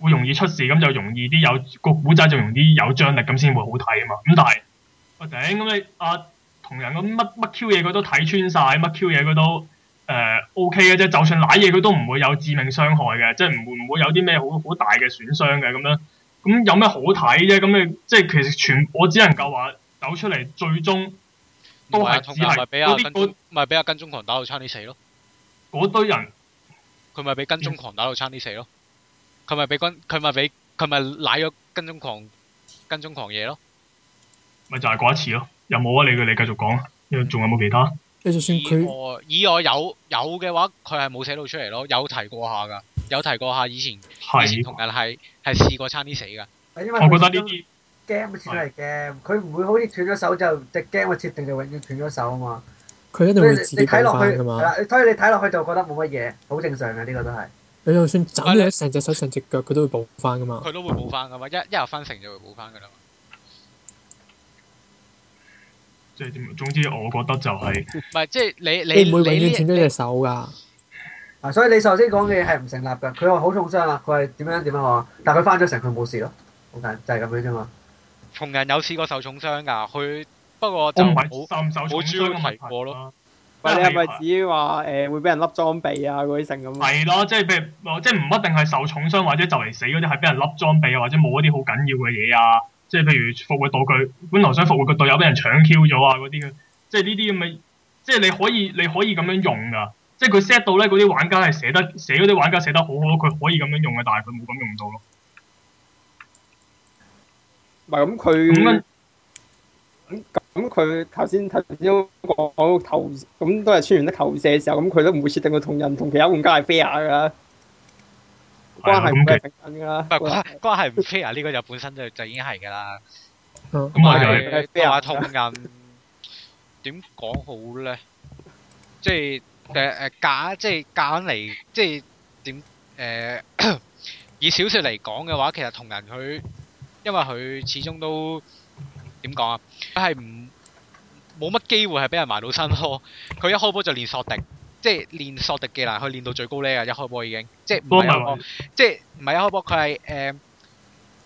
[SPEAKER 1] 會容易出事，咁就容易啲有個古仔就容易啲有張力，咁先會好睇啊嘛。咁但係我頂咁你啊同人咁乜乜 Q 嘢佢都睇穿晒，乜 Q 嘢佢都誒、呃 OK 嘅啫。就算舐嘢佢都唔會有致命傷害嘅，即係唔會唔會有啲咩好好大嘅損傷嘅咁樣。咁有咩好睇啫？咁你即係其實全我只能夠話走出嚟，最終都
[SPEAKER 2] 唔係啊
[SPEAKER 1] 係
[SPEAKER 2] 同
[SPEAKER 1] 只
[SPEAKER 2] 人
[SPEAKER 1] 係
[SPEAKER 2] 咪俾
[SPEAKER 1] 嗰
[SPEAKER 2] 阿
[SPEAKER 1] 啲
[SPEAKER 2] 跟
[SPEAKER 1] 嗰
[SPEAKER 2] 蹤，咪俾阿跟蹤狂打到差啲死咯。
[SPEAKER 1] 嗰堆人
[SPEAKER 2] 佢咪俾跟蹤狂打到差啲死咯。佢咪俾跟佢咪俾佢咪舐咗跟蹤狂跟蹤狂嘢咯。
[SPEAKER 1] 咪就係嗰一次咯。有冇啊？你你繼續講啊，因為仲有冇其他？
[SPEAKER 6] 你就算
[SPEAKER 2] 以
[SPEAKER 6] 佢
[SPEAKER 2] 我以我有有嘅話，佢係冇寫到出嚟咯，有提過下㗎，有提過下以前以前
[SPEAKER 1] 係，
[SPEAKER 2] 同人係係試過差啲死㗎。
[SPEAKER 5] 係因為
[SPEAKER 1] 我覺得
[SPEAKER 5] 佢
[SPEAKER 1] 呢啲
[SPEAKER 5] game 始終係 game，佢唔會好似斷咗手就隻 game 嘅設定就永遠斷咗手啊嘛。
[SPEAKER 6] 佢一定
[SPEAKER 5] 所以
[SPEAKER 6] 會
[SPEAKER 5] 你
[SPEAKER 6] 自己
[SPEAKER 5] 你睇
[SPEAKER 6] 補
[SPEAKER 5] 落
[SPEAKER 6] 翻
[SPEAKER 5] 去
[SPEAKER 6] 噶
[SPEAKER 5] 係
[SPEAKER 6] 嘛。
[SPEAKER 5] 啦，所以你睇落去就覺得冇乜嘢，好正常嘅呢個都係。
[SPEAKER 6] 你就算斬
[SPEAKER 2] 係
[SPEAKER 6] 咗成隻手成隻腳，佢都會補翻噶嘛。
[SPEAKER 2] 佢都會補翻噶嘛，一一日分成就會補翻噶啦嘛。
[SPEAKER 1] 即係點？總之我覺得就係、
[SPEAKER 2] 唔係即係你
[SPEAKER 6] 你
[SPEAKER 2] 你
[SPEAKER 6] 唔會永
[SPEAKER 2] 你
[SPEAKER 6] 遠斷咗隻手㗎。
[SPEAKER 5] 啊，所以你頭先講嘅嘢係唔成立㗎。佢話好重傷啊，佢係點樣點樣話，但係佢翻咗成，佢冇事咯。好簡就係咁樣啫嘛。
[SPEAKER 2] 同人有試過受重傷㗎，佢不過就
[SPEAKER 6] 哦
[SPEAKER 1] 我唔係
[SPEAKER 2] 冇
[SPEAKER 1] 受唔受重傷嘅
[SPEAKER 2] 冇主要
[SPEAKER 1] 問
[SPEAKER 2] 提過
[SPEAKER 1] 題
[SPEAKER 2] 咯
[SPEAKER 1] 啦。
[SPEAKER 11] 喂，
[SPEAKER 1] 啊
[SPEAKER 11] 你係咪指話誒會俾人笠裝備啊嗰啲成咁啊？
[SPEAKER 1] 係咯，即係譬如哦即係唔一定係受重傷或者就嚟死嗰啲，係俾人笠裝備啊，或者冇一啲好緊要嘅嘢啊。即係譬如復活道具，本來想復活個隊友俾人搶 Q 咗啊嗰啲嘅，即係呢啲咁嘅，即係你可以你可以咁樣用㗎。即係佢 set 到咧，嗰啲玩家係寫得寫嗰啲玩家寫得好好，佢可以咁樣用嘅，但係佢冇咁用到咯。
[SPEAKER 11] 唔係
[SPEAKER 1] 咁
[SPEAKER 11] 咁佢
[SPEAKER 1] 跟
[SPEAKER 11] 咁咁佢頭先頭先都講投咁都係穿完得投射嘅時候，咁佢都唔會設定佢同人同其他玩家係 fair 㗎，
[SPEAKER 1] 係
[SPEAKER 11] 關
[SPEAKER 1] 啊
[SPEAKER 11] 係
[SPEAKER 1] 咁
[SPEAKER 11] 唔
[SPEAKER 1] 其
[SPEAKER 11] 係平等㗎啦
[SPEAKER 2] 唔。係關關係唔 fair 啊呢個就本身就就已經係㗎啦。
[SPEAKER 6] 嗯
[SPEAKER 1] 咁我就係
[SPEAKER 2] 啊係同埋同人點講好咧？即係誒誒假即係假嚟，即係點誒？ 以小説嚟講嘅話，其實同人佢因為佢始終都點講啊？佢係唔冇乜機會係俾人埋到身咯。 佢一開波就練索敵，即係練索敵技能，佢練到最高呢啊！一開波已經即係唔
[SPEAKER 1] 都
[SPEAKER 2] 係一
[SPEAKER 1] 唔係
[SPEAKER 2] 開
[SPEAKER 1] 話
[SPEAKER 2] 波，即係唔係一開波，佢係誒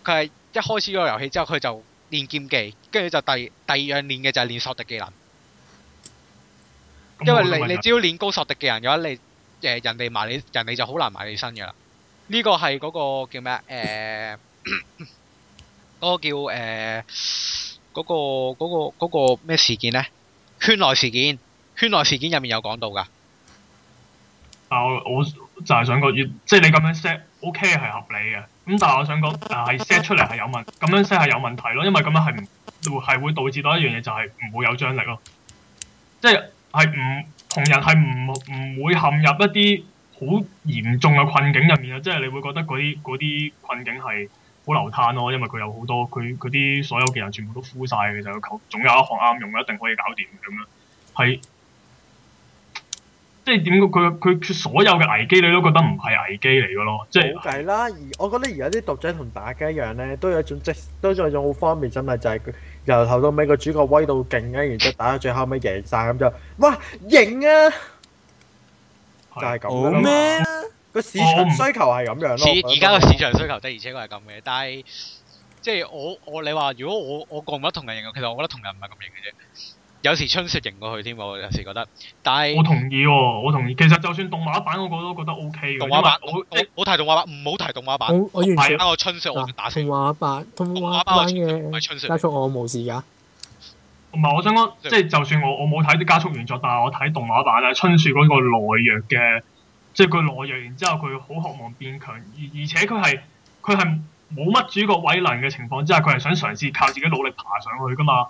[SPEAKER 2] 佢係一開始咗個遊戲之後，佢就練劍技，跟住就第第二樣練嘅就係練索敵技能，
[SPEAKER 1] 咁
[SPEAKER 2] 因為
[SPEAKER 1] 我都問啊
[SPEAKER 2] 你你
[SPEAKER 1] 緊
[SPEAKER 2] 只要練高索敵技能嘅話，你誒、人哋埋你人哋就好難埋你身㗎啦。呢個係嗰個叫咩啊？誒、 嗰個叫誒嗰、個嗰、個嗰、個咩事件呢？圈內事件，圈內事件入面有講到㗎。
[SPEAKER 1] 但我我就係想講，越即係你咁樣 set，OK 係合理嘅。咁但係我想講，但係 set 出嚟係有問，咁樣 set 係有問題咯，因為咁樣係唔會係會導致到一樣嘢就係唔會有張力咯。即係係唔同人係唔唔會陷入一啲好嚴重嘅困境入面啊！即係你會覺得嗰啲嗰啲困境係好流攤咯，因為佢有好多佢佢啲所有技能全部都敷晒嘅，其實佢求總有一項啱用，一定可以搞掂嘅咁樣係。即係點講佢佢佢所有嘅危機你都覺得唔係危機嚟嘅咯，即係
[SPEAKER 4] 冇計啦，而我覺得而家啲讀者同大家一樣咧，都有一種即都有一種好方便心態，就係、佢由頭到尾個主角威到勁咧，然之後打到最後尾贏晒咁就，哇型啊！就係咁
[SPEAKER 1] 好
[SPEAKER 4] 啦
[SPEAKER 1] 咩
[SPEAKER 4] 嘛，
[SPEAKER 3] 咩？
[SPEAKER 4] 個市
[SPEAKER 1] 我
[SPEAKER 4] 場
[SPEAKER 1] 唔
[SPEAKER 4] 需求係咁樣
[SPEAKER 2] 似
[SPEAKER 4] 咯。
[SPEAKER 2] 而家個市場需求的，而且確係咁嘅。但係即係我我你話，如果我我覺唔覺得同人型啊，其實我覺得同人唔係咁型嘅啫。有時春雪型過佢添，我有時覺得。但
[SPEAKER 1] 我
[SPEAKER 2] 係
[SPEAKER 1] 同意喎，我同意。其實就算動畫版我個都覺得 O K 嘅，
[SPEAKER 2] 動畫版，
[SPEAKER 1] 因為我
[SPEAKER 2] 我
[SPEAKER 1] 即
[SPEAKER 2] 冇提動畫版，唔好提動畫版。
[SPEAKER 6] 我我完全啊
[SPEAKER 2] 打我春雪我就打死佢，
[SPEAKER 6] 同畫版同
[SPEAKER 2] 動
[SPEAKER 6] 畫
[SPEAKER 2] 畫版我
[SPEAKER 6] 版
[SPEAKER 2] 絕對唔係
[SPEAKER 6] 嘅
[SPEAKER 2] 春雪
[SPEAKER 6] 加。速我冇事噶，
[SPEAKER 1] 同埋我想講，即係就算我我冇睇啲加速原作，但係我睇動畫版咧，春雪嗰個內弱嘅，即係佢內弱，然之後佢好渴望變強，而而且佢係佢係冇乜主角威能嘅情況之下，佢係想嘗試靠自己努力爬上去噶嘛。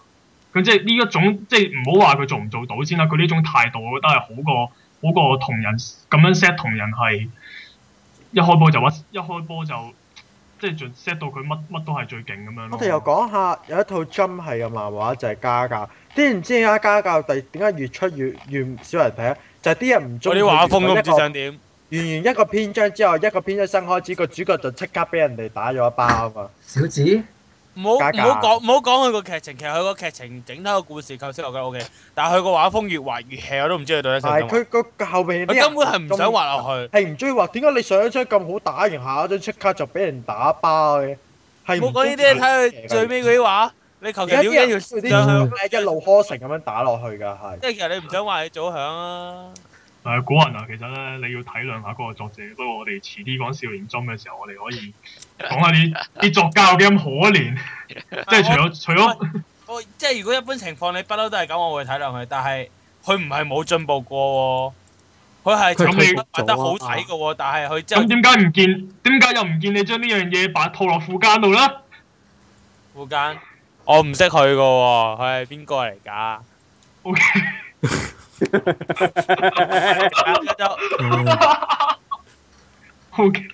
[SPEAKER 1] 咁即係呢一種，即係唔好話佢做唔做到先啦。佢呢種態度，我覺得係好過好過同人咁樣 set 同人係一開波就屈，一開波就即係盡 set 到佢乜乜都係最勁咁樣咯。
[SPEAKER 4] 我哋又講下有一套 Jump 係嘅漫畫就係、家教，啲人唔知點解家教第點解越出越越少人睇，啊就係、啲人唔中
[SPEAKER 3] 我
[SPEAKER 4] 意
[SPEAKER 3] 啲畫風都唔
[SPEAKER 4] 一
[SPEAKER 3] 知
[SPEAKER 4] 個
[SPEAKER 3] 想點。
[SPEAKER 4] 完完一個篇章之後，一個篇章新開始，個主角就即刻俾人哋打咗一包啊嘛！
[SPEAKER 5] 小子。
[SPEAKER 3] 唔好唔好
[SPEAKER 4] 假假
[SPEAKER 3] 講唔好講佢個劇情，其實佢個劇情整體個故事構思我覺得 O K，但係佢個畫風越畫越 hea，我都唔知佢到底想
[SPEAKER 4] 但
[SPEAKER 3] 點畫。
[SPEAKER 4] 係佢個後邊啲
[SPEAKER 3] 佢
[SPEAKER 4] 人
[SPEAKER 3] 根本係唔想畫落去。
[SPEAKER 4] 係唔中意話點解你上一張咁好打，完下一張即刻就俾人打包嘅，係唔
[SPEAKER 3] 冇講呢啲，睇佢最尾嗰啲畫，你求其
[SPEAKER 4] 而家
[SPEAKER 3] 點
[SPEAKER 4] 啲
[SPEAKER 3] 解要
[SPEAKER 4] 人
[SPEAKER 3] 上
[SPEAKER 4] 佢
[SPEAKER 3] 去？
[SPEAKER 4] 啲一路呵成咁樣打落去㗎係。
[SPEAKER 3] 即係其實你唔想畫，你早響啊！
[SPEAKER 1] 誒古人啊，其實咧你要體諒下嗰個作者。不過我哋遲啲講少年針嘅時候，我哋可以講下啲啲作家有幾咁可憐。
[SPEAKER 3] 啊
[SPEAKER 1] 即係除咗除咗
[SPEAKER 3] 我即係如果一般情況你不嬲都係咁，我會體諒佢。但係佢唔係冇進步過喎，佢係
[SPEAKER 6] 佢
[SPEAKER 3] 就
[SPEAKER 1] 退
[SPEAKER 3] 覺
[SPEAKER 1] 步啊
[SPEAKER 3] 得
[SPEAKER 6] 咗
[SPEAKER 3] 畫得好睇嘅喎，但係佢之後
[SPEAKER 1] 咁點解唔見？點解又唔見你將呢樣嘢擺套落副間度咧？
[SPEAKER 3] 附間，我唔識佢嘅喎，佢係邊個嚟 㗎？
[SPEAKER 1] O K，
[SPEAKER 3] 就
[SPEAKER 6] 嗯
[SPEAKER 1] O K，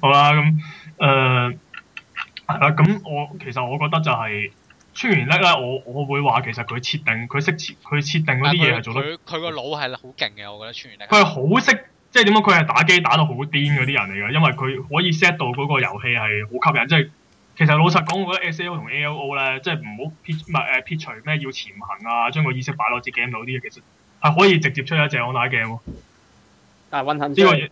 [SPEAKER 1] 好啦，咁誒係啦，咁、我其實我覺得就係、川原叻咧，我我會話其實佢設定佢識設佢設定嗰
[SPEAKER 2] 但
[SPEAKER 1] 啲
[SPEAKER 2] 係
[SPEAKER 1] 嘢
[SPEAKER 2] 啊佢
[SPEAKER 1] 係做得
[SPEAKER 2] 佢佢個腦係好勁嘅，我覺得穿完力。
[SPEAKER 1] 佢係好識，即係點講？佢係打機打到好癲嗰啲人嚟嘅，因為佢可以 set 到嗰個遊戲係好吸引。即係其實老實講，我覺得 S L 同 A L O 咧，即係唔好撇唔係誒撇除咩要潛行啊，將個意識擺落支 game 度啲嘢，其實係可以直接出一隻 online game 喎。
[SPEAKER 11] 但係運行
[SPEAKER 1] 呢個
[SPEAKER 11] 出
[SPEAKER 1] 嘢，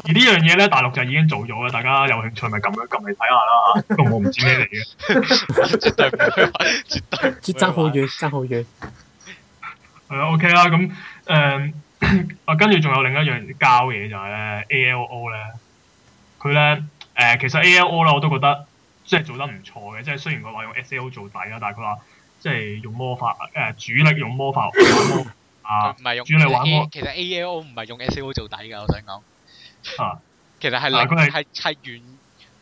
[SPEAKER 1] 而呢樣嘢咧，大陸就已經做咗啦。大家有興趣咪撳一撳嚟睇下啦。不過我唔知咩嚟嘅。
[SPEAKER 2] 絕對唔會玩，絕對唔會
[SPEAKER 6] 即爭好
[SPEAKER 2] 玩
[SPEAKER 6] 遠，爭好遠。
[SPEAKER 1] 係啊，OK 啦，咁誒啊，跟住仲有另一樣交嘢就係咧 ALO 咧，佢咧誒其實 ALO 咧我都覺得即係做得唔錯嘅，即係雖然佢話用 SAO 做底啦，但係佢話即係用魔法誒、主力用魔法
[SPEAKER 2] 佢
[SPEAKER 1] 啊
[SPEAKER 2] 唔係用
[SPEAKER 1] 主力玩魔
[SPEAKER 2] 其實 A L O 唔係用 S A O 做底㗎，我想講。
[SPEAKER 1] 啊
[SPEAKER 2] 其實係
[SPEAKER 1] 啊佢
[SPEAKER 2] 零
[SPEAKER 1] 係
[SPEAKER 2] 係係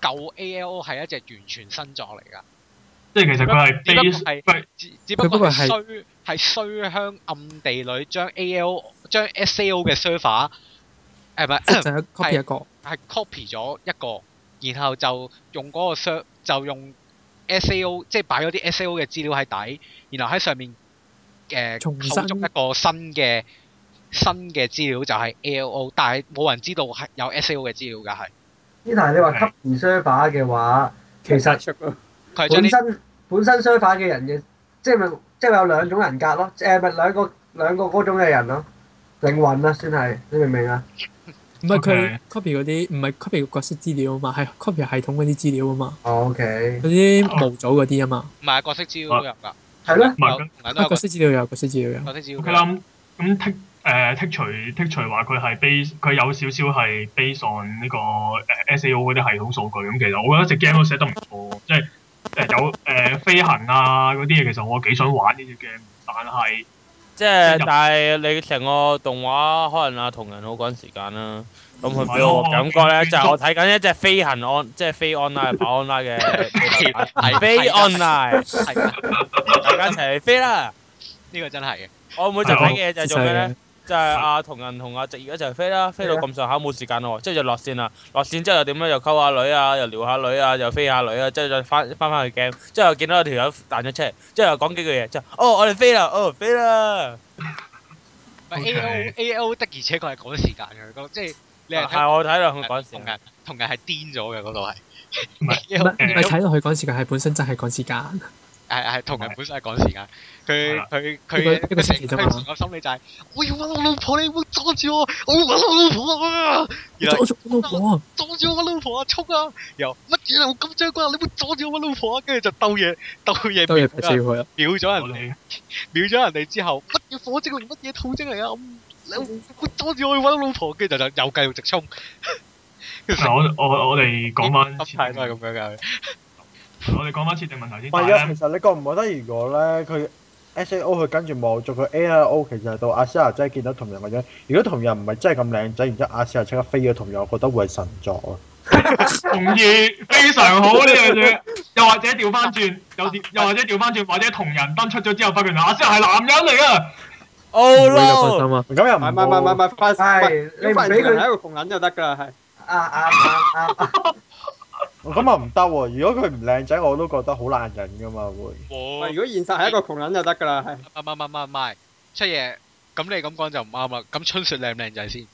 [SPEAKER 2] 完舊 A L O 係一隻完全新作嚟㗎，
[SPEAKER 1] 即係其實佢
[SPEAKER 2] 只
[SPEAKER 1] 係
[SPEAKER 2] 不過
[SPEAKER 1] base
[SPEAKER 2] 係
[SPEAKER 1] 佢係
[SPEAKER 2] 只只
[SPEAKER 6] 佢
[SPEAKER 2] 不
[SPEAKER 6] 不
[SPEAKER 2] 過
[SPEAKER 6] 過
[SPEAKER 2] 係
[SPEAKER 6] 係
[SPEAKER 2] 衰係衰香暗地裏將 A L 將 S A O 嘅 server 誒唔
[SPEAKER 6] 即
[SPEAKER 2] 係。
[SPEAKER 6] 就係 copy 一個，
[SPEAKER 2] 係 copy 咗一個，然後就用嗰個 ser 就用 SAO 即係擺咗啲 SAO 嘅資料喺底，然後喺上面誒、呃、構
[SPEAKER 6] 重新
[SPEAKER 2] 築一個新嘅新嘅資料就係 ALO，但係冇人知道係有 SAO 嘅資料㗎係，
[SPEAKER 5] 呢但係你話吸唔 server 嘅話，其實
[SPEAKER 11] 出咯
[SPEAKER 2] 佢係將
[SPEAKER 5] 本
[SPEAKER 2] 啲
[SPEAKER 5] 身本身 server 嘅人嘅，即係咪即係有兩種人格咯？誒咪兩個兩個嗰種嘅人咯，靈魂啦先係，你明唔明啊？
[SPEAKER 6] 唔係
[SPEAKER 1] OK
[SPEAKER 6] 佢 copy 嗰啲，唔係 copy 個角色資料啊嘛，係 copy 系統嗰啲資料啊嘛，
[SPEAKER 5] 哦，OK，
[SPEAKER 6] 嗰啲模組嗰啲啊嘛，
[SPEAKER 2] 唔係角色資料都有㗎，
[SPEAKER 5] 係咯，
[SPEAKER 1] 啊唔係
[SPEAKER 2] 有同樣都有
[SPEAKER 6] 啊角
[SPEAKER 2] 角
[SPEAKER 6] 色資料有，角色資料有。
[SPEAKER 2] 角色資料
[SPEAKER 1] OK
[SPEAKER 2] 㗎
[SPEAKER 1] 啦，咁咁剔誒剔除剔除話佢係 base 佢有少少係 base on 呢個呃誒 SAO 嗰啲系統數據咁，其實我覺得隻 game 都寫得唔錯，即係誒有誒飛行啊嗰啲嘢，其實我幾想玩呢隻 game，但係
[SPEAKER 3] 即係，但係你成個動畫可能啊同人好趕時間啦。咁佢俾我感覺咧，就係我睇緊一隻飛行 on，即係飛 online 跑 online 嘅飛 online，
[SPEAKER 2] 係㗎
[SPEAKER 3] 大家一齊 飛啦！
[SPEAKER 2] 呢個真係嘅，
[SPEAKER 3] 我每集睇嘅嘢就係做咩
[SPEAKER 6] 係
[SPEAKER 3] 咧？就係阿同人同阿直兒一齊飛啦，
[SPEAKER 2] 啊
[SPEAKER 3] 飛到咁上下冇時間咯喎，即係就落線啦。落線之後又點咧？又溝下女啊，又撩下女啊，又飛下女啊，即係再翻翻翻去 game。之後又見到有條友彈咗出嚟，之後又講幾句嘢，之後哦我哋飛啦，哦飛啦，
[SPEAKER 1] OK
[SPEAKER 2] A O A O 的，而且確係趕時間嘅，嗰即係你係睇
[SPEAKER 3] 啊係我睇到佢
[SPEAKER 2] 同
[SPEAKER 3] 講時
[SPEAKER 2] 人同人係癲咗嘅嗰度係，
[SPEAKER 1] 唔 係
[SPEAKER 6] 唔
[SPEAKER 2] AO
[SPEAKER 6] 係唔係睇落去趕時間，係本身真係趕時間。
[SPEAKER 2] 係係同人本身係趕時間，佢佢
[SPEAKER 6] 一
[SPEAKER 2] 佢
[SPEAKER 6] 個一個
[SPEAKER 2] 佢
[SPEAKER 6] 星
[SPEAKER 2] 成
[SPEAKER 6] 期啫嘛
[SPEAKER 2] 佢成個心理就係我要揾我老婆，你唔好阻住我，我要揾我老婆啊！原來
[SPEAKER 6] 我做老婆啊！
[SPEAKER 2] 阻住我老婆啊，衝啊！又乜嘢啊？我咁張關，你唔好阻住我老婆啊！跟住就鬥嘢鬥嘢，
[SPEAKER 6] 都要劈死佢啊啦！
[SPEAKER 2] 秒
[SPEAKER 1] 我
[SPEAKER 2] 咗人哋。
[SPEAKER 1] 哋
[SPEAKER 2] 秒咗人哋之後，乜嘢火精靈，乜嘢土精靈啊！我唔你我阻住我去揾老婆，跟住就就又繼續直衝。
[SPEAKER 1] 嗱我我我哋講翻
[SPEAKER 2] 心態都係咁樣嘅。
[SPEAKER 1] 我哋講翻設定問題先。
[SPEAKER 4] 唔係
[SPEAKER 1] 但
[SPEAKER 4] 啊，
[SPEAKER 1] 係
[SPEAKER 4] 其
[SPEAKER 1] 咧
[SPEAKER 4] 實你覺唔覺得如果咧佢 S A O 佢跟住望咗佢 A R O，其實到阿斯亞真係見到同人個樣。如果同人唔係真係咁靚仔，然之後阿斯亞即刻飛咗同人，我覺得會係神作啊！
[SPEAKER 1] 同意，非常好呢樣嘢。又或者調翻轉，有時又或者調翻轉，或者同人燈出咗之後，發覺嗱，阿先係男人嚟噶。
[SPEAKER 6] 唔
[SPEAKER 3] Oh
[SPEAKER 6] 會有放
[SPEAKER 3] no！
[SPEAKER 6] 心啊！
[SPEAKER 4] 咁又唔
[SPEAKER 11] 唔係唔係唔係唔
[SPEAKER 4] 好，
[SPEAKER 11] 係，快
[SPEAKER 5] 係你唔俾佢
[SPEAKER 11] 喺度窮撚就得㗎啦，係。
[SPEAKER 5] 啊啱啱啱。
[SPEAKER 4] 咁啊唔得喎！如果佢唔靚仔，我都覺得好難忍噶嘛會。
[SPEAKER 11] 唔
[SPEAKER 1] 哦
[SPEAKER 2] 我
[SPEAKER 11] 係如果現實係一個窮撚就得㗎啦，
[SPEAKER 2] 唔
[SPEAKER 11] 係。
[SPEAKER 2] 唔唔唔唔係出嘢，咁你咁講就唔啱啦。咁春雪靚唔靚仔先？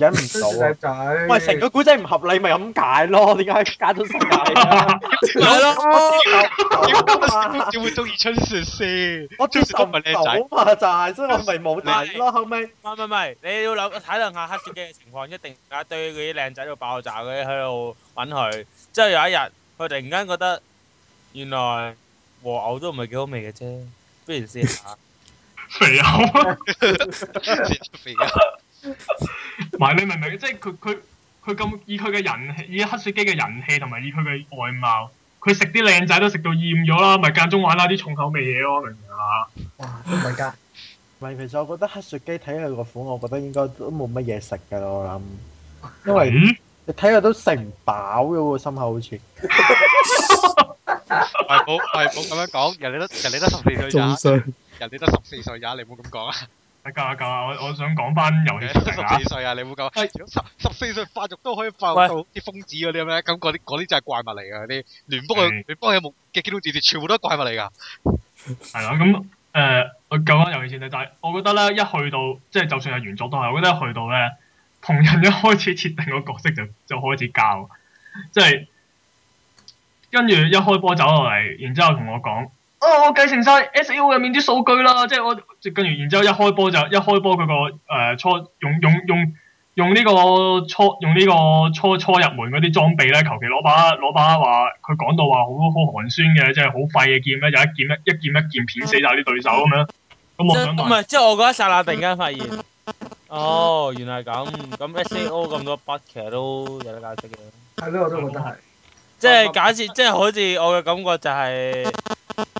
[SPEAKER 4] 忍唔
[SPEAKER 5] 真
[SPEAKER 4] 到啊！
[SPEAKER 5] 仔。
[SPEAKER 4] 喂，成個古仔唔合理咪咁解咯？點解加咗世界啊？
[SPEAKER 3] 係咯，
[SPEAKER 4] 我
[SPEAKER 2] 點會中意春雪先？
[SPEAKER 4] 接受唔到嘛，就係，所以我咪冇睇咯。後尾
[SPEAKER 3] 唔係唔係唔係，你要諗體諒下黑雪嘅情況，一定啊對嗰啲靚仔到爆炸嗰啲喺度揾佢，之後有一日佢突然間覺得原來和牛都唔係幾好味嘅啫，不如試下。
[SPEAKER 1] 肥牛啊！
[SPEAKER 2] 肥啊！
[SPEAKER 1] 唔係你明唔明？即係佢佢佢咁以佢嘅人氣，以黑雪姬嘅人氣同埋以佢嘅外貌，佢食啲靚仔都食到厭咗啦，咪間中玩下啲重口味嘢咯，明唔明啊？
[SPEAKER 5] 哇，唔係㗎，
[SPEAKER 4] 唔係，其實我覺得黑雪姬睇佢個款，我覺得應該都冇乜嘢食㗎啦。我諗，因為
[SPEAKER 1] 咦
[SPEAKER 4] 你睇佢都食唔飽嘅喎，心口好似。
[SPEAKER 2] 喂，冇喂，冇咁樣講，人哋都人哋都十四歲
[SPEAKER 6] 啊仲
[SPEAKER 2] 咋，
[SPEAKER 6] 衰，
[SPEAKER 2] 人哋都十四歲咋，你唔好咁講 啊！
[SPEAKER 1] 得㗎得㗎，我我想講翻遊戲
[SPEAKER 2] 人哋
[SPEAKER 1] 設
[SPEAKER 2] 都
[SPEAKER 1] 定啊
[SPEAKER 2] 十！四歲啊，你唔好咁。十十四歲發育都可以發育
[SPEAKER 3] 喂
[SPEAKER 2] 到啲瘋子嗰啲咁咧，咁嗰啲嗰啲真係怪物嚟㗎，啲聯邦
[SPEAKER 1] 係
[SPEAKER 2] 嘅聯邦嘅木嘅機動戰士全部都係怪物嚟㗎。
[SPEAKER 1] 係啦，咁誒、呃我講翻遊戲設定，但係我覺得咧，一去到即係就算係原作都係，我覺得一去到咧，同人一開始設定個角色就就開始教，即係跟住一開波走落嚟，然之後同我講，哦，我繼承晒 S.A.O 入面啲數據啦，即係我即係跟住，然之後一開波就一開波佢個誒初用用用用呢個初用呢個初初入門嗰啲裝備咧，求其攞把攞把話佢講到話好好寒酸嘅，即係好廢嘅劍咧，就一劍一一劍一劍片死晒啲對手咁樣。咁
[SPEAKER 3] 即
[SPEAKER 1] 我
[SPEAKER 3] 係
[SPEAKER 1] 想
[SPEAKER 3] 唔
[SPEAKER 1] 問，
[SPEAKER 3] 係，即係我嗰一剎那突然間發現，哦，原來係咁，咁 S A O 咁多筆其實都有得解釋嘅。
[SPEAKER 5] 係咯，我都覺得係。
[SPEAKER 3] 即係假設，即係好似我嘅感覺就係、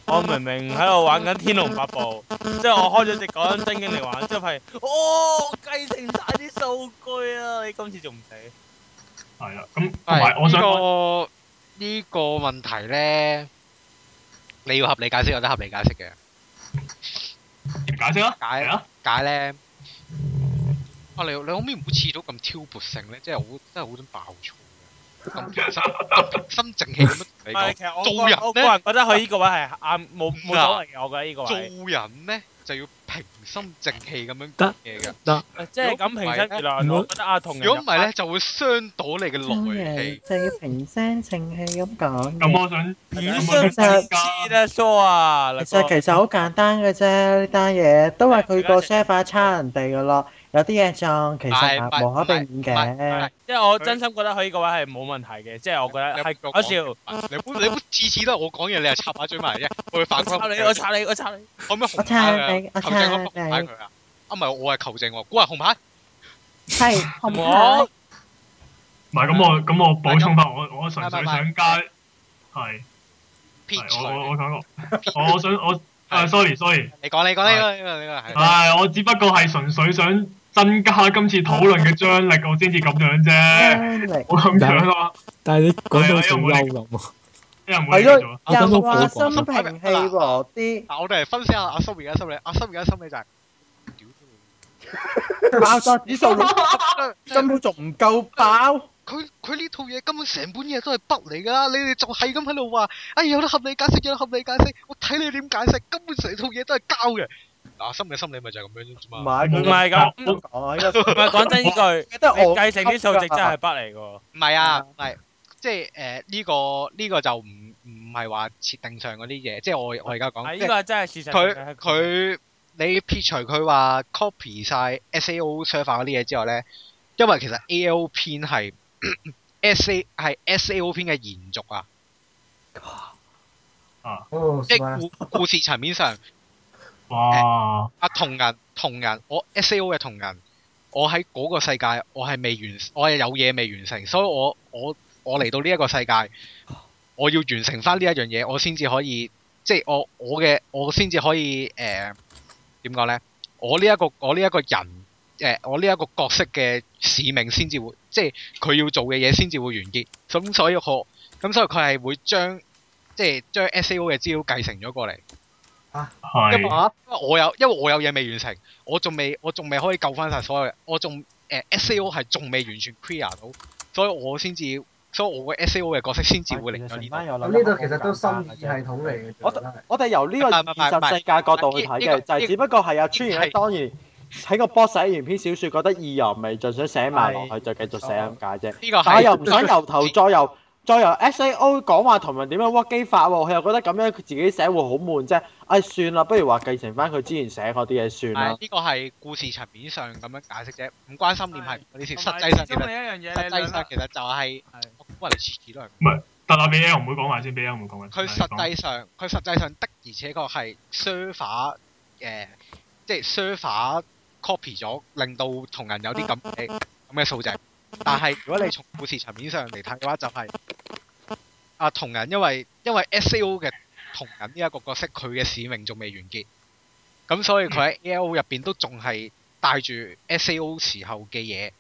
[SPEAKER 3] 我明明喺度玩緊《天龍八部》，即係我開咗隻講真經嚟玩，之後發現，哦，我繼承晒啲數據啊！你今次仲唔死？
[SPEAKER 1] 係啦，咁同埋
[SPEAKER 2] 係
[SPEAKER 1] 我想
[SPEAKER 2] 呢
[SPEAKER 1] 講
[SPEAKER 2] 個呢個問題咧，你要合理解釋，有得合理解釋嘅
[SPEAKER 1] 點解釋啦，
[SPEAKER 2] 解
[SPEAKER 1] 係啊，
[SPEAKER 2] 解咧。啊！你你可唔可以唔好似到咁挑撥性咧？即係好真係好想爆粗嘅，咁平心心靜氣咁樣同
[SPEAKER 3] 唔
[SPEAKER 2] 你 講。
[SPEAKER 3] 係，其實我
[SPEAKER 2] 做人呢
[SPEAKER 3] 個我個人覺得佢呢個位係啱，冇冇所謂嘅，我覺得呢個位。
[SPEAKER 2] 做人咧就要平心靜氣咁樣講
[SPEAKER 6] 得
[SPEAKER 2] 嘢嘅，
[SPEAKER 3] 即係咁平身，原來我覺得阿同人
[SPEAKER 2] 如果唔係咧就會傷到你嘅內氣。
[SPEAKER 13] 就要平聲靜氣咁
[SPEAKER 2] 嗯
[SPEAKER 1] 咁
[SPEAKER 13] 講嘅。
[SPEAKER 1] 我想咁
[SPEAKER 3] 語
[SPEAKER 1] 我想
[SPEAKER 3] 相
[SPEAKER 1] 增
[SPEAKER 13] 其
[SPEAKER 1] 加
[SPEAKER 3] 知啦疏啊，
[SPEAKER 13] 其實其實好簡單嘅啫，呢單嘢都係佢個 server 差人哋嘅咯，有啲嘢撞其實
[SPEAKER 2] 係
[SPEAKER 13] 係無可避免
[SPEAKER 2] 係係
[SPEAKER 13] 嘅。
[SPEAKER 3] 因為我真心覺得佢呢個位係冇問題嘅，即係我覺得係搞笑。
[SPEAKER 2] 你唔好你唔好次次都係我講嘢，你係插把嘴 埋嚟啫，我會
[SPEAKER 3] 我
[SPEAKER 2] 反光
[SPEAKER 3] 插。你，我插你，我插你。
[SPEAKER 2] 可唔可以
[SPEAKER 13] 我
[SPEAKER 2] 紅牌
[SPEAKER 13] 撐
[SPEAKER 2] 佢
[SPEAKER 13] 你，我
[SPEAKER 2] 啊？求證我紅牌
[SPEAKER 13] 撐你，
[SPEAKER 2] 佢啊！啊唔係，我係求證喎，估係紅牌。
[SPEAKER 13] 係
[SPEAKER 3] 我
[SPEAKER 13] 紅
[SPEAKER 1] 唔係咁我咁我補充翻，我我純粹
[SPEAKER 2] 嗯拜拜拜
[SPEAKER 1] 想加係
[SPEAKER 2] 撇
[SPEAKER 1] 係
[SPEAKER 2] 除
[SPEAKER 1] 我我我想講，我我 想我啊 sorry sorry，
[SPEAKER 2] 你講你講呢個呢個呢個係。
[SPEAKER 1] 係我只不過係純粹想增加今次討論嘅張力，我先至咁樣
[SPEAKER 2] 嗯
[SPEAKER 1] 啫，
[SPEAKER 13] 牌，力。
[SPEAKER 1] 我咁樣啦，
[SPEAKER 6] 但係你講到成幽林啊！
[SPEAKER 1] 因為冇嘢
[SPEAKER 4] 係
[SPEAKER 1] 做
[SPEAKER 4] 咯
[SPEAKER 1] 啦，
[SPEAKER 13] 又話心平氣和啲，
[SPEAKER 2] 嗱，我哋嚟分析下阿 Sophie 嘅心理，阿 Sophie 嘅心理就係屌
[SPEAKER 4] 爆炸指數六，根本仲唔夠爆。
[SPEAKER 2] 佢佢呢套嘢根本成本嘢都係筆嚟㗎啦，你哋就係咁喺度話，哎有得合理解釋，有得合理解釋，我睇你點解釋，根本成套嘢都係膠嘅。啊心嘅心理咪就係咁樣啫
[SPEAKER 14] 唔
[SPEAKER 2] 嘛。
[SPEAKER 14] 係佢
[SPEAKER 1] 唔
[SPEAKER 14] 唔係
[SPEAKER 1] 係
[SPEAKER 14] 咁
[SPEAKER 1] 㗎
[SPEAKER 14] 講，佢個
[SPEAKER 3] 唔係講真呢 句，
[SPEAKER 14] 佢得
[SPEAKER 3] 你
[SPEAKER 14] 我
[SPEAKER 3] 計成啲數值真係不嚟㗎。
[SPEAKER 2] 唔係啊，唔係，即係誒呢個呢個就唔唔係話設定上嗰啲嘢，即係我我而家
[SPEAKER 3] 係
[SPEAKER 2] 講，即
[SPEAKER 3] 呢
[SPEAKER 2] 係
[SPEAKER 3] 個真係事實
[SPEAKER 2] 佢
[SPEAKER 3] 嚟嘅。
[SPEAKER 2] 佢你撇除佢話 copy 晒 SAO server 嗰啲嘢之外咧，因為其實 AO 篇係 SA 係 SAO 篇嘅延續啊，
[SPEAKER 5] 哦，
[SPEAKER 2] 即
[SPEAKER 5] 係
[SPEAKER 2] 係故故事層面上。
[SPEAKER 1] 哇！
[SPEAKER 2] 啊同人同人，我 S.A.O 嘅同人，我喺嗰個世界，我係未完，我係有嘢未完成，所以我我我嚟到呢一個世界，我要完成翻呢一樣嘢，我先至可以，即係我我嘅我先至可以誒點講呢？我呢、一個我呢一個人誒、呃我呢一個角色嘅使命先至會，即係佢要做嘅嘢先至會完結。咁所以我咁所以佢係會將即係將 S.A.O 嘅資料繼承咗過嚟。因為
[SPEAKER 1] 係
[SPEAKER 2] 因為我有因為我有嘢未完成，我仲未我仲未可以救翻晒所有，我仲誒 S A O 係仲未完全 clear 到，所以我先至，所以我嘅 S A O 嘅角色先至會令到呢度。
[SPEAKER 5] 咁呢度其實都心意系統嚟嘅，
[SPEAKER 4] 我
[SPEAKER 5] 其實都係
[SPEAKER 4] 我哋由呢個
[SPEAKER 2] 唔係唔係
[SPEAKER 4] 現
[SPEAKER 2] 唔係
[SPEAKER 4] 實世界角度去睇
[SPEAKER 2] 呢呢
[SPEAKER 4] 嘅，
[SPEAKER 2] 個
[SPEAKER 4] 就係只不過係阿川原咧
[SPEAKER 2] 係
[SPEAKER 4] 當然喺個 boss 寫完篇小説覺得意猶未盡，想寫埋落去就繼續寫咁解啫。
[SPEAKER 2] 呢個
[SPEAKER 4] 但係又啊
[SPEAKER 2] 係
[SPEAKER 4] 唔想由頭再由再由 SAO 講話同人點樣屈機法喎，佢又覺得咁樣佢自己寫會好悶啫。唉、算啦，不如話繼承翻佢之前寫嗰啲嘢算啦
[SPEAKER 2] 係。呢個係故事層面上咁樣解釋啫，唔關心念係嗰啲事。
[SPEAKER 3] 同
[SPEAKER 2] 實
[SPEAKER 3] 埋
[SPEAKER 2] 際上
[SPEAKER 3] 始
[SPEAKER 2] 其
[SPEAKER 3] 終
[SPEAKER 2] 實
[SPEAKER 3] 另一樣嘢，
[SPEAKER 2] 實
[SPEAKER 3] 你兩
[SPEAKER 2] 際上啊
[SPEAKER 3] 個
[SPEAKER 2] 其實就係
[SPEAKER 3] 係
[SPEAKER 2] 我估話你次次都係咁。
[SPEAKER 1] 得啦，俾 L 唔會講埋先，俾 L 唔會講埋先。
[SPEAKER 2] 佢
[SPEAKER 1] 你
[SPEAKER 2] 實
[SPEAKER 1] 講
[SPEAKER 2] 際上佢實際上的而且確係 server 誒，即係 server copy 咗，令到同人有啲咁嘅咁嘅數值。但係如果你從故事層面上嚟睇嘅話，就係、啊同人因為因為 S.A.O 嘅同人呢一個角色，佢嘅使命仲未完結，咁所以佢喺 A.O 入邊都仲係帶住 S.A.O 時候嘅嘢。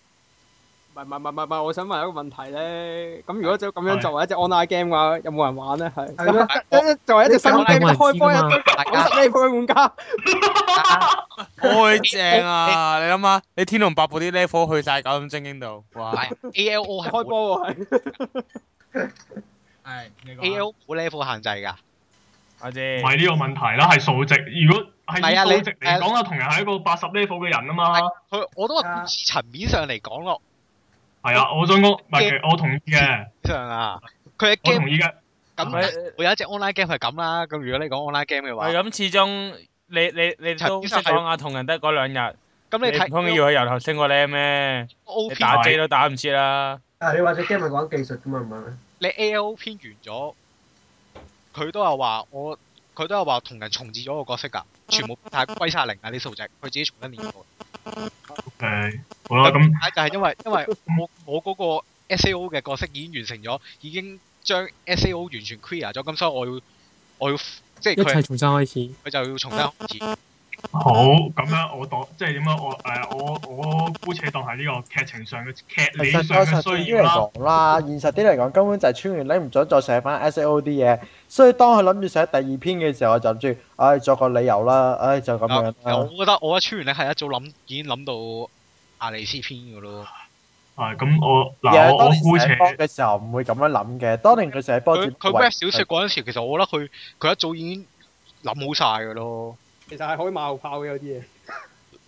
[SPEAKER 11] 唔係唔係唔係唔係，我想問一個問題咧。咁如果就咁樣作為一隻 online game 嘅話，有冇人玩咧？係
[SPEAKER 5] 係 咯
[SPEAKER 11] 一一作為一隻新
[SPEAKER 5] 你
[SPEAKER 11] game，
[SPEAKER 5] 講
[SPEAKER 6] 冇人
[SPEAKER 11] 開波
[SPEAKER 6] 知㗎
[SPEAKER 11] 一堆
[SPEAKER 6] 嘛
[SPEAKER 2] 大
[SPEAKER 11] 九
[SPEAKER 2] 家
[SPEAKER 11] 十 level 嘅玩家，
[SPEAKER 3] 愛正啊！你諗下，你天龍八部啲 level 去晒九咁精英度，哇！
[SPEAKER 2] A.L.O 係
[SPEAKER 11] 開
[SPEAKER 2] 冇
[SPEAKER 11] 波喎係。
[SPEAKER 3] 係你啊
[SPEAKER 2] A.L.O 冇 level 限制㗎。
[SPEAKER 3] 我知。
[SPEAKER 1] 唔係呢個啊問題啦，係數值。如果
[SPEAKER 2] 唔係啊
[SPEAKER 1] 係
[SPEAKER 2] 你
[SPEAKER 1] 數值嚟講啊，同人係一個八十 level 嘅人啊嘛。
[SPEAKER 2] 佢我都話
[SPEAKER 5] 啊
[SPEAKER 2] 故事層面上嚟講啊咯，
[SPEAKER 1] 係啊，我想講，唔係其實我同意嘅，
[SPEAKER 2] 上啊，佢嘅
[SPEAKER 1] 我
[SPEAKER 2] game
[SPEAKER 1] 同意嘅。
[SPEAKER 2] 咁，會有一隻 online game 係咁啦。咁如果你講 online game 嘅話，
[SPEAKER 3] 係啊咁，始終你你你都識講啊，同人得嗰兩日，
[SPEAKER 2] 咁你
[SPEAKER 3] 你唔通
[SPEAKER 2] 睇
[SPEAKER 3] 要佢由頭升過你咩？
[SPEAKER 2] O
[SPEAKER 3] 你
[SPEAKER 2] P，
[SPEAKER 3] 打 J 都打唔切啦。
[SPEAKER 5] 啊！你話只 game 係講技術噶嘛，唔係咩？
[SPEAKER 2] 你 A L 篇完咗，佢都有話我，佢都有話同人重置咗個角色㗎，全部太歸晒零啊啲數值，佢自己重新練過。
[SPEAKER 1] 誒，好
[SPEAKER 3] 哦
[SPEAKER 1] 啦，咁
[SPEAKER 2] 但就係因為因為我 我嗰個 S A O 嘅角色已經完成咗，已經將 S A O 完全 clear 咗，咁所以我要我要即係
[SPEAKER 6] 一切
[SPEAKER 2] 佢
[SPEAKER 6] 重新開始。
[SPEAKER 2] 佢就要重新開始。
[SPEAKER 1] 好咁樣，我當即係點樣？我誒我我姑且當係呢個劇情上嘅劇
[SPEAKER 14] 其
[SPEAKER 1] 理
[SPEAKER 14] 實
[SPEAKER 1] 上
[SPEAKER 14] 確實
[SPEAKER 1] 嘅需
[SPEAKER 14] 啲
[SPEAKER 1] 要
[SPEAKER 14] 嚟
[SPEAKER 1] 啦。
[SPEAKER 14] 講啦，現實啲嚟講根本就係穿完你唔想再寫翻 SAO 啲嘢，所以當佢諗住寫第二篇嘅時候，我就諗住，唉、作個理由啦，唉、就咁樣
[SPEAKER 2] 啊
[SPEAKER 14] 啦。
[SPEAKER 2] 我覺得我覺得川原你係一早諗已經諗到阿里斯篇嘅咯。
[SPEAKER 1] 係咁，我嗱
[SPEAKER 14] 而當
[SPEAKER 1] 我我
[SPEAKER 14] 年
[SPEAKER 1] 姑
[SPEAKER 14] 寫
[SPEAKER 1] 且
[SPEAKER 14] 波嘅時候唔會咁樣諗嘅，當年佢寫波
[SPEAKER 2] 佢
[SPEAKER 14] 只
[SPEAKER 2] 佢 rap 小説嗰陣時，其實我覺得佢佢一早已經諗好晒嘅咯。唔
[SPEAKER 11] 其實係可以馬後炮嘅有啲嘢。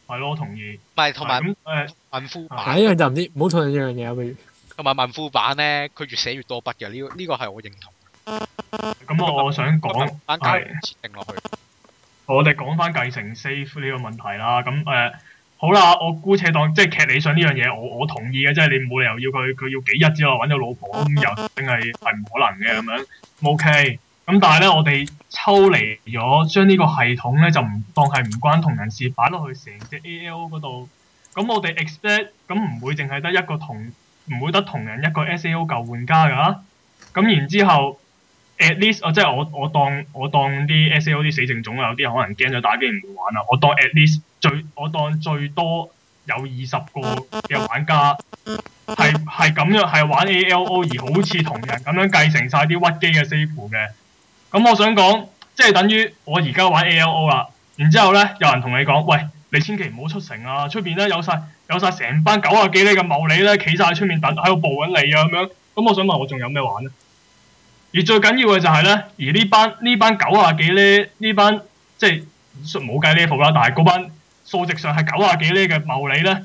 [SPEAKER 1] 係咯，我同意。
[SPEAKER 2] 係同埋
[SPEAKER 1] 咁誒
[SPEAKER 2] 文庫
[SPEAKER 1] 啊
[SPEAKER 6] 嗱，
[SPEAKER 2] 版
[SPEAKER 6] 一樣就唔知，唔好討論一樣嘢啊，不如。
[SPEAKER 2] 同埋文庫版咧，佢越寫越多筆嘅。呢個呢個係我認同。
[SPEAKER 1] 咁，我想
[SPEAKER 2] 文
[SPEAKER 1] 講
[SPEAKER 2] 庫版加入設定落去，啊
[SPEAKER 1] 我哋講翻繼承 safe 呢個問題啦，咁誒、呃好啦，我姑且當即係劇理想呢樣嘢，我我同意嘅，即係你冇理由要佢佢要幾日之內揾到老婆咁，又定係係唔可能嘅咁樣。OK，咁但係咧，我哋抽離咗，將呢個系統咧就唔當係唔關同人事，擺落去成隻 A.L. 嗰度。咁我哋 expect 咁唔會淨係得一個同唔會得同人一個 S.A.O 舊玩家㗎。咁然之後，at least 哦我即係我我當我當啲 S.A.O 啲死剩種啊，有啲可能驚咗打機唔會玩啦。我當 at least 最我當最多有二十個嘅玩家係係咁樣係玩 A.L.O 而好似同人咁樣繼承晒啲屈機嘅 save 嘅。咁我想講，即係等於我而家玩 A.L.O 啦，然之後咧有人同你講，喂，你千祈唔好出城啊，出邊咧有晒有晒成班九啊幾呢嘅茂利咧，企晒喺出面等喺度報緊你啊咁樣。咁我想問我仲有咩玩呢？而最緊要嘅就係咧，而呢班呢班九啊幾呢呢班即係雖冇計 level 啦，但係嗰班數值上係九啊幾呢嘅茂利咧，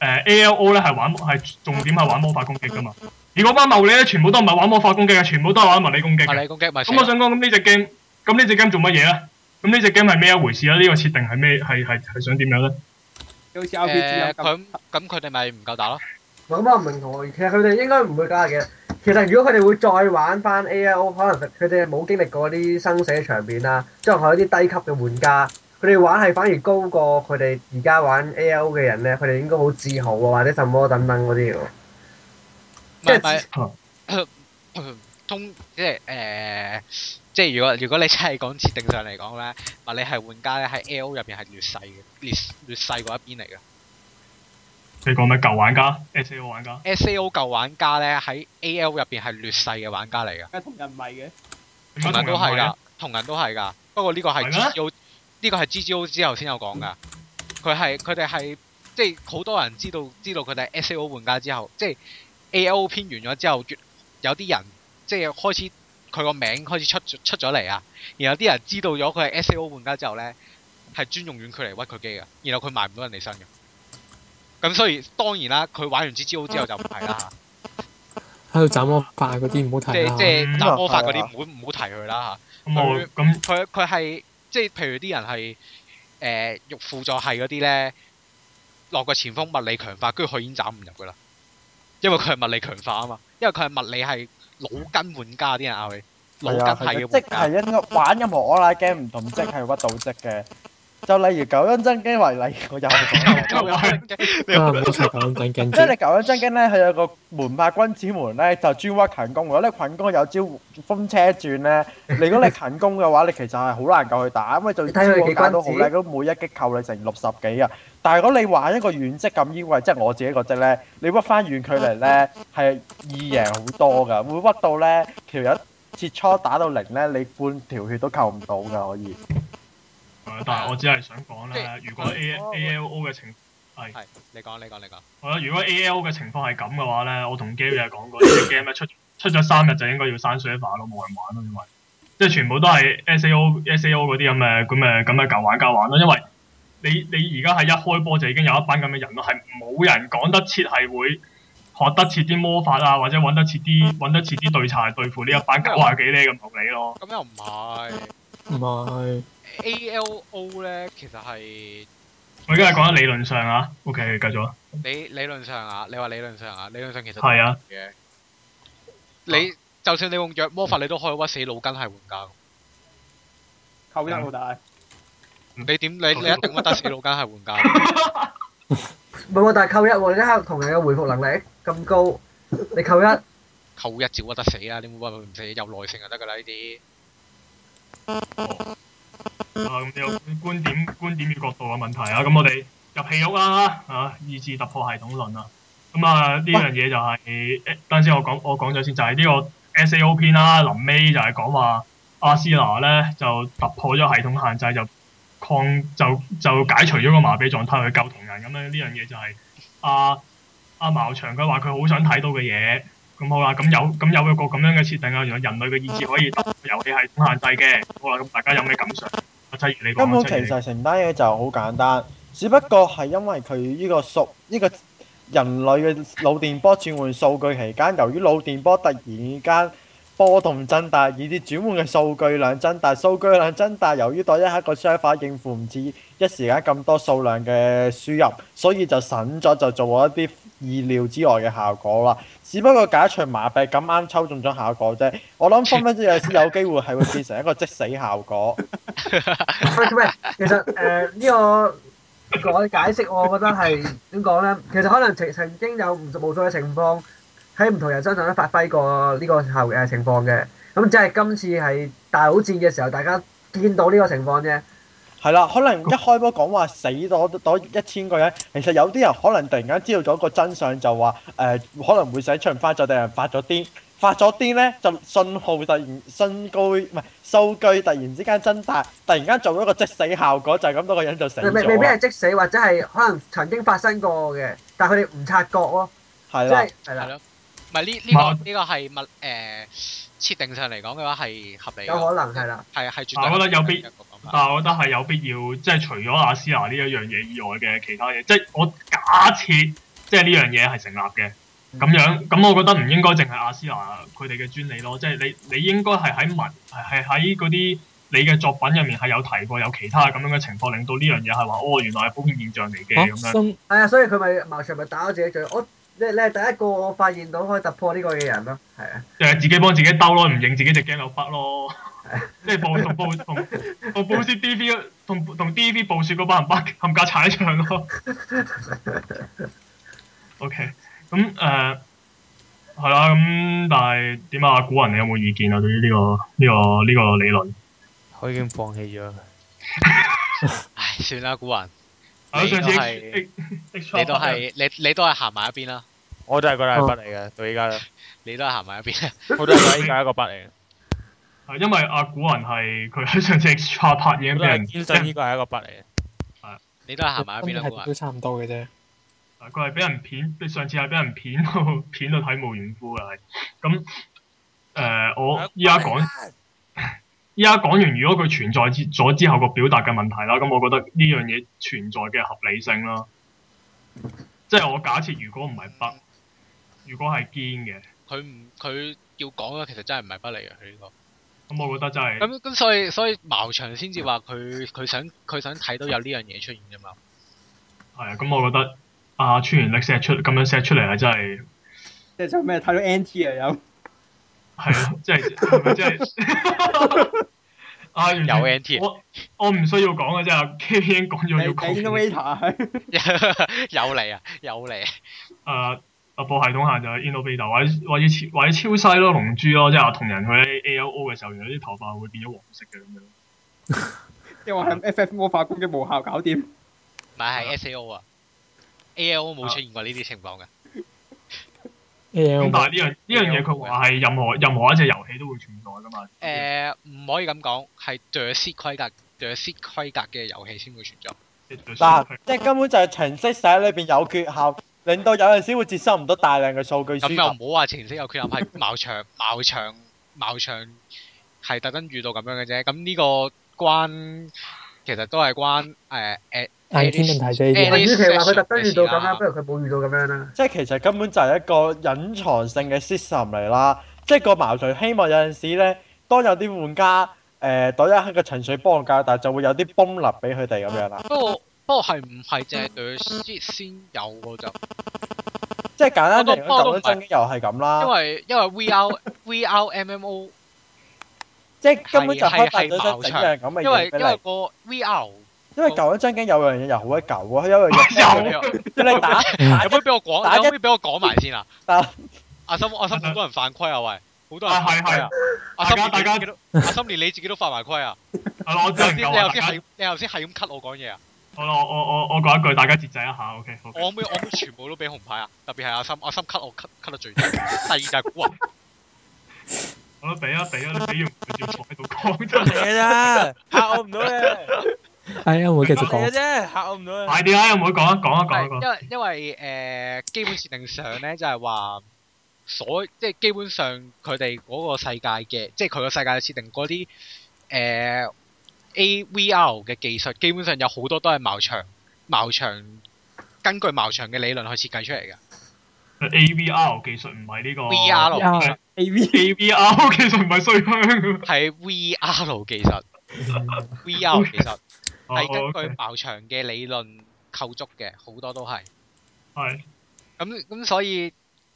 [SPEAKER 1] 誒、A L O 咧係玩係重點係玩魔法攻擊噶嘛，而嗰班茂利咧全部都唔係玩魔法攻擊嘅，全部都係玩物理攻擊
[SPEAKER 2] 物
[SPEAKER 1] 嘅。
[SPEAKER 2] 理攻擊咪死
[SPEAKER 1] 咁我想講，咁呢只 game，咁呢只 game 做乜嘢咧？咁呢只 game 係咩一回事咧？啊呢、個設定係咩？係係係想點樣咧？
[SPEAKER 11] 好似
[SPEAKER 2] 誒
[SPEAKER 11] RPG 咁。
[SPEAKER 2] 咁咁佢哋咪唔夠打咯，
[SPEAKER 5] 我諗唔同我，其實佢哋應該唔會加嘅。其實如果佢哋會再玩翻 A L O，可能佢哋冇經歷過啲生死嘅場面啦，即係可能有啲低級嘅玩家，佢哋玩係反而高過佢哋而家玩 A L O 嘅人咧，佢哋應該好自豪啊，或者什麼等等嗰啲喎。
[SPEAKER 2] 唔係
[SPEAKER 5] 係
[SPEAKER 2] 唔
[SPEAKER 1] 啊
[SPEAKER 2] 係 通即係誒，即係如果如果你真係講設定上嚟講咧，物理係玩家咧喺 L O 入邊係劣勢嘅，劣劣勢嗰一邊嚟嘅。
[SPEAKER 1] 你講咩舊玩家、S A O 玩家？
[SPEAKER 2] S A O 舊玩家咧喺 A L 入邊係劣勢嘅玩家嚟嘅，
[SPEAKER 11] 而家同人唔係嘅，
[SPEAKER 1] 點
[SPEAKER 2] 同
[SPEAKER 1] 解仲
[SPEAKER 2] 人啊都
[SPEAKER 1] 有
[SPEAKER 2] 係
[SPEAKER 1] 人買
[SPEAKER 2] 㗎，同人都係㗎。不過呢個係嗯
[SPEAKER 1] 係咩
[SPEAKER 2] G G O，呢個係 G G O 之後先有講㗎。佢係佢哋係即係好多人知道知道佢哋係 S A O 玩家之後，即係 A L O 編完咗之後，越有啲人即係開始佢個名開始出出咗嚟啊。然後啲人知道咗佢係 S A O 玩家之後咧，係專用遠距離屈佢機㗎，然後佢埋唔到人哋身㗎。咁所以當然啦，佢玩完 G G O 之後就唔係啦。啊
[SPEAKER 6] 喺度斬魔法嗰啲唔好提
[SPEAKER 2] 即
[SPEAKER 6] 啦。
[SPEAKER 2] 即係啊
[SPEAKER 1] 嗯
[SPEAKER 2] 打魔法嗰啲唔好唔好提佢啦
[SPEAKER 1] 咁我咁
[SPEAKER 2] 嚇。佢佢係即係譬如啲人係誒肉輔助係嗰啲咧，落個前鋒物理強化，跟住佢已經斬唔入噶啦，因為佢係物理強化啊嘛，因為佢係物理係腦筋玩家啲人嗌佢腦
[SPEAKER 4] 係啊，
[SPEAKER 2] 筋係嘅
[SPEAKER 4] 係啊即
[SPEAKER 2] 玩家，
[SPEAKER 4] 係應該玩任何 online game 唔同即係屈到職嘅。就例如九陰真經為例，我又講。
[SPEAKER 6] 啊，唔好再講等緊
[SPEAKER 4] 即係
[SPEAKER 6] 住
[SPEAKER 4] 你。九陰真經咧，佢有個門派君子門咧，就專屈勤攻。如果你勤攻有招風車轉 咧，你如果你勤攻嘅話，你其實係好難夠去打，因為就
[SPEAKER 5] 你
[SPEAKER 4] 招
[SPEAKER 5] 睇佢
[SPEAKER 4] 嗰
[SPEAKER 5] 幾
[SPEAKER 4] 架都好
[SPEAKER 5] 君子
[SPEAKER 4] 咧，都每一擊扣你成六十幾啊。但係如果你玩一個遠職咁腰位，即係我自己個職咧，你屈翻遠距離
[SPEAKER 5] 啊
[SPEAKER 4] 咧係易贏好多㗎，會屈到咧條友切磋打到零咧，你半條血都扣唔到㗎，可以。
[SPEAKER 1] 啊但係我只係想講咧，如果 A
[SPEAKER 2] 哦
[SPEAKER 1] A L O 嘅情，
[SPEAKER 2] 係 你講你講你講，
[SPEAKER 1] 我啊覺得如果 A L O 嘅情況係咁嘅話咧，我同 Gary 係講過，呢只 game 咧出出咗三日就應該要刪 server 咯，冇人玩咯，因為即係全部都係 S A O S A O 嗰啲咁嘅咁嘅咁嘅舊玩家玩咯，因為你你而家係一開波就已經有一班咁嘅人咯，係冇人講得切係會學得切啲魔法啊，或者揾得切啲揾得切啲對策嚟對付呢一班九啊幾呢咁同你咯。
[SPEAKER 2] 咁又唔係
[SPEAKER 6] 唔係，
[SPEAKER 2] A L O 咧，其實係。
[SPEAKER 1] 我而家係講緊理論上啊，OK，繼續啊，
[SPEAKER 2] 你理論上啊，你話理論上啊，理論上其實
[SPEAKER 1] 係啊
[SPEAKER 2] 嘅。你就算你用藥魔法，你都可以屈死腦筋係玩家㗎。
[SPEAKER 11] 扣得好大。
[SPEAKER 2] 你點你你一定屈得死腦筋係玩家㗎。
[SPEAKER 5] 唔係喎，但係扣一喎，你睇下同人嘅回復能力咁高，你扣一
[SPEAKER 2] 扣一照屈得死啊！你冇辦法唔死，有耐性就得㗎啦呢啲。
[SPEAKER 1] 啊咁有觀點觀點與角度嘅問題啊，咁我哋入戲肉啦，啊意志突破系統論啊，咁啊呢樣嘢就係、誒等陣先我講我講咗先，就係、呢個 SAO 篇啦，臨尾就係講話阿斯娜咧就突破咗系統限制，就抗就就解除咗個麻痹狀態去救同人咁樣，呢樣嘢就係阿阿茅長佢話佢好想睇到嘅嘢。咁好啦，咁有咁有一個咁樣嘅設定啊，原來人類嘅意志可以突破遊戲系統限制嘅。好啦，咁大家有咩感想？阿七如你講啊
[SPEAKER 4] 根本
[SPEAKER 1] 七
[SPEAKER 4] 其
[SPEAKER 1] 如你
[SPEAKER 4] 實成單嘢就好簡單，只不過係因為佢呢個數呢、個人類嘅腦電波轉換數據期間，由於腦電波突然間波動增大，以至轉換嘅數據量增大，數據量增大，由於第一刻個 server 應付唔至一時間咁多數量嘅輸入，所以就省咗就做咗一啲意料之外嘅效果啦。只不過解除麻痹咁啱抽中咗效果啫，我諗分分鐘有時有機會係會變成一個即死效果。
[SPEAKER 5] 喂，唔係，其實呃誒呢、個我解釋，我覺得係點講咧？其實可能曾曾經有唔無數嘅情況喺唔同人身上都發揮過呢個後誒情況嘅。咁只係今次係大好戰嘅時候，大家見到呢個情況啫。
[SPEAKER 4] 係啦，可能一開波講話死多多一千個人，其實有啲人可能突然間知道咗個真相，就話誒、呃可能會使出唔翻，就突然發咗癲，發咗癲咧就信號突然新高，唔係數據突然之間增大，突然間做咗一個即死效果，就係咁多個人就死
[SPEAKER 5] 未未
[SPEAKER 4] 咗
[SPEAKER 5] 必
[SPEAKER 4] 啦
[SPEAKER 5] 係，即死，或者係可能曾經發生過嘅，但係佢哋唔察覺咯。
[SPEAKER 4] 係
[SPEAKER 5] 即
[SPEAKER 4] 啦
[SPEAKER 5] 係。係
[SPEAKER 2] 係
[SPEAKER 5] 啦，
[SPEAKER 2] 咯。唔係呢呢個
[SPEAKER 1] 唔係
[SPEAKER 2] 呢個係物誒設定上嚟講嘅話係合理
[SPEAKER 5] 有可
[SPEAKER 2] 㗎。
[SPEAKER 5] 能係啦。
[SPEAKER 2] 係係絕
[SPEAKER 1] 啊嗱我
[SPEAKER 2] 對
[SPEAKER 1] 覺得有
[SPEAKER 2] 合
[SPEAKER 1] 必
[SPEAKER 2] 理嘅。啊
[SPEAKER 1] 但係我覺得係有必要，即係除咗阿斯娜呢一樣嘢以外嘅其他嘢，即係我假設即係呢樣嘢係成立嘅，咁樣咁我覺得唔應該淨係阿斯娜佢哋嘅專利咯，即係你你應該係喺文係係喺嗰啲你嘅作品入面係有提過有其他咁樣嘅情況，令到呢樣嘢係話哦原來係普遍現象嚟嘅咁樣。
[SPEAKER 6] 新
[SPEAKER 5] 係啊，所以佢咪茅場咪打咗自己嘴。我你你係第一個發現到可以突破呢個嘅人咯，係啊，
[SPEAKER 1] 誒自己幫自己兜咯，唔認自己隻 game 有 bug 咯，即係報同報同同報雪 DV 同同 DV 暴雪嗰班人 bug 冚家踩場咯。OK，咁誒係啦，咁但係點啊？古人你有冇意見啊？對於呢、個呢、個呢、個理論？
[SPEAKER 3] 我已經放棄咗。
[SPEAKER 2] 唉，算啦，古 人，
[SPEAKER 1] 係咯
[SPEAKER 2] 你
[SPEAKER 1] 上
[SPEAKER 2] 都
[SPEAKER 1] 次
[SPEAKER 2] 係
[SPEAKER 1] H- H-
[SPEAKER 2] 你都係你你都係行埋一邊啦，
[SPEAKER 3] 我都係覺得係筆嚟嘅，到依家都，
[SPEAKER 2] 你都係行埋一邊啦。
[SPEAKER 3] 我都係覺得依家係一個筆嚟 嘅，
[SPEAKER 1] 係因為阿古人係佢喺上次 extra 拍嘢俾
[SPEAKER 3] 我都係
[SPEAKER 1] 人，
[SPEAKER 3] 堅信呢個係一個筆 嚟嘅。
[SPEAKER 2] 你都係行埋一邊啊啦，古
[SPEAKER 6] 真係
[SPEAKER 2] 人。
[SPEAKER 6] 都差唔多嘅啫。
[SPEAKER 1] 啊佢係俾人騙，上次係俾人騙到 騙到體無完膚啊嘅係。咁誒、呃我依家講。 依家講完，如果佢存在之咗之後個表達嘅問題啦，咁我覺得呢樣嘢存在嘅合理性啦，即係我假設如果唔係北，如果係堅嘅，
[SPEAKER 2] 佢唔佢要講嘅其實真係唔係不利嘅佢呢個。
[SPEAKER 1] 咁我覺得真係
[SPEAKER 2] 咁咁所以所以茅場先至話佢佢想佢想睇到有呢樣嘢出現啫嘛。
[SPEAKER 1] 係啊，咁我覺得啊，川原力 set 出咁樣 set 出嚟係真係
[SPEAKER 11] 即係做咩睇到 NT 啊有。
[SPEAKER 1] 係啊咯，即係係咪即係 啊？完全
[SPEAKER 2] 有 NT
[SPEAKER 1] 我我唔需要講嘅啫，阿 K 已經講咗要
[SPEAKER 11] 你
[SPEAKER 1] 講
[SPEAKER 11] 俾 innovator 係
[SPEAKER 2] 有嚟啊，有嚟啊。
[SPEAKER 1] 誒突破系統限就係 innovator 或者或者超或者超西咯，龍珠咯，即係阿同人佢喺 A L O 嘅時候，原來啲頭髮會變咗黃色嘅咁樣。
[SPEAKER 11] 因為係 FF 魔法攻擊無效搞掂。
[SPEAKER 2] 咪係 S A O 啊，A L O 冇出現過呢啲情況嘅。
[SPEAKER 1] 咁
[SPEAKER 6] A L
[SPEAKER 1] 但係呢樣呢樣嘢佢話係任何任何一隻遊戲都會存在噶嘛。
[SPEAKER 2] 誒唔可以咁講，係爵士規格爵士規格嘅遊戲先會存在。
[SPEAKER 13] 嗱
[SPEAKER 1] 嗱，，
[SPEAKER 13] 即係根本就係程式寫裏邊有缺陷，令到有陣時會接收唔到大量嘅數據輸
[SPEAKER 2] 咁又
[SPEAKER 13] 入。
[SPEAKER 2] 唔好話程式有缺陷，係茅 場茅場茅場係特登遇到咁樣嘅啫。咁呢個關其實都係關誒誒
[SPEAKER 6] 但天問題啫，
[SPEAKER 2] 誒
[SPEAKER 6] 呢
[SPEAKER 2] 呢
[SPEAKER 5] 與其話佢特登遇到咁啦，
[SPEAKER 4] 啊
[SPEAKER 5] 不如佢冇遇到咁樣啦。
[SPEAKER 13] 即係其實根本就係一個隱藏性嘅 system 嚟啦。即係個矛盾，希望有陣時咧，當有啲玩家誒袋一喺個陳水幫教，但就會有啲崩立俾佢哋咁樣啦。
[SPEAKER 2] 不過不過係唔係淨係對先先有我就，
[SPEAKER 13] 即係簡單地嚟
[SPEAKER 2] 嗯不過不
[SPEAKER 13] 講，
[SPEAKER 2] 過
[SPEAKER 13] 講真又係咁
[SPEAKER 2] 因
[SPEAKER 13] 啦。
[SPEAKER 2] 為因為 VR VR MMO，
[SPEAKER 13] 即係根本就
[SPEAKER 2] 係係
[SPEAKER 13] 開發
[SPEAKER 2] 係
[SPEAKER 13] 咗張整樣咁嘅
[SPEAKER 2] 因為
[SPEAKER 13] 嘢俾
[SPEAKER 2] 因為
[SPEAKER 13] 你。
[SPEAKER 2] 個 VR
[SPEAKER 13] 因為舊嗰張機有樣嘢又好鬼舊喎，佢有樣 嘢
[SPEAKER 2] 有
[SPEAKER 13] 你打
[SPEAKER 2] 有冇俾我
[SPEAKER 13] 打
[SPEAKER 2] 講？
[SPEAKER 13] 一
[SPEAKER 2] 有冇俾我講埋先啊？
[SPEAKER 13] 打
[SPEAKER 2] 阿心阿心好多人犯規啊喂，好多人
[SPEAKER 1] 啊
[SPEAKER 2] 犯
[SPEAKER 1] 係
[SPEAKER 2] 規啊！阿
[SPEAKER 1] 大
[SPEAKER 2] 心
[SPEAKER 1] 家
[SPEAKER 2] 連
[SPEAKER 1] 大家
[SPEAKER 2] 你自己都阿心連你自己都犯埋 規啊！
[SPEAKER 1] 係咯，我只能
[SPEAKER 2] 你
[SPEAKER 1] 夠
[SPEAKER 2] 頭
[SPEAKER 1] 話
[SPEAKER 2] 先
[SPEAKER 1] 大家
[SPEAKER 2] 係，你頭先係咁 cut 我講嘢啊！
[SPEAKER 1] 好啦，我我我我講一句，大家節制一下，OK，好。
[SPEAKER 2] 我可唔可以，我可唔可以全部都俾紅牌啊？特別係阿心，阿心 cut 我 cut cut 得最多。第二就係古惑，
[SPEAKER 1] 好啦，俾啊俾啊，你俾完佢仲坐喺度講真 係。
[SPEAKER 3] 嘅啫，嚇我唔到嘅，
[SPEAKER 6] 係啊，我繼續講。
[SPEAKER 3] 啫，嚇我唔到
[SPEAKER 1] 快啲啦，有冇講啊講啊講啊講啊。
[SPEAKER 2] 因為因為誒、呃基本設定上咧就係話所即係基本上佢哋嗰個世界嘅，即係佢個世界設定嗰啲誒 A V R 嘅技術，基本上有好多都係茅場茅場根據茅場嘅理論去設計出嚟嘅。
[SPEAKER 1] AVR 技術唔係呢個
[SPEAKER 2] VR
[SPEAKER 11] AV
[SPEAKER 1] AVR 技術唔係衰香。
[SPEAKER 2] 係 V R 技術，V R 技術
[SPEAKER 1] 嗯哦
[SPEAKER 2] 係根據
[SPEAKER 1] ，OK，
[SPEAKER 2] 茅場嘅理論構築嘅，好多都係。
[SPEAKER 1] 係
[SPEAKER 2] 咁咁所以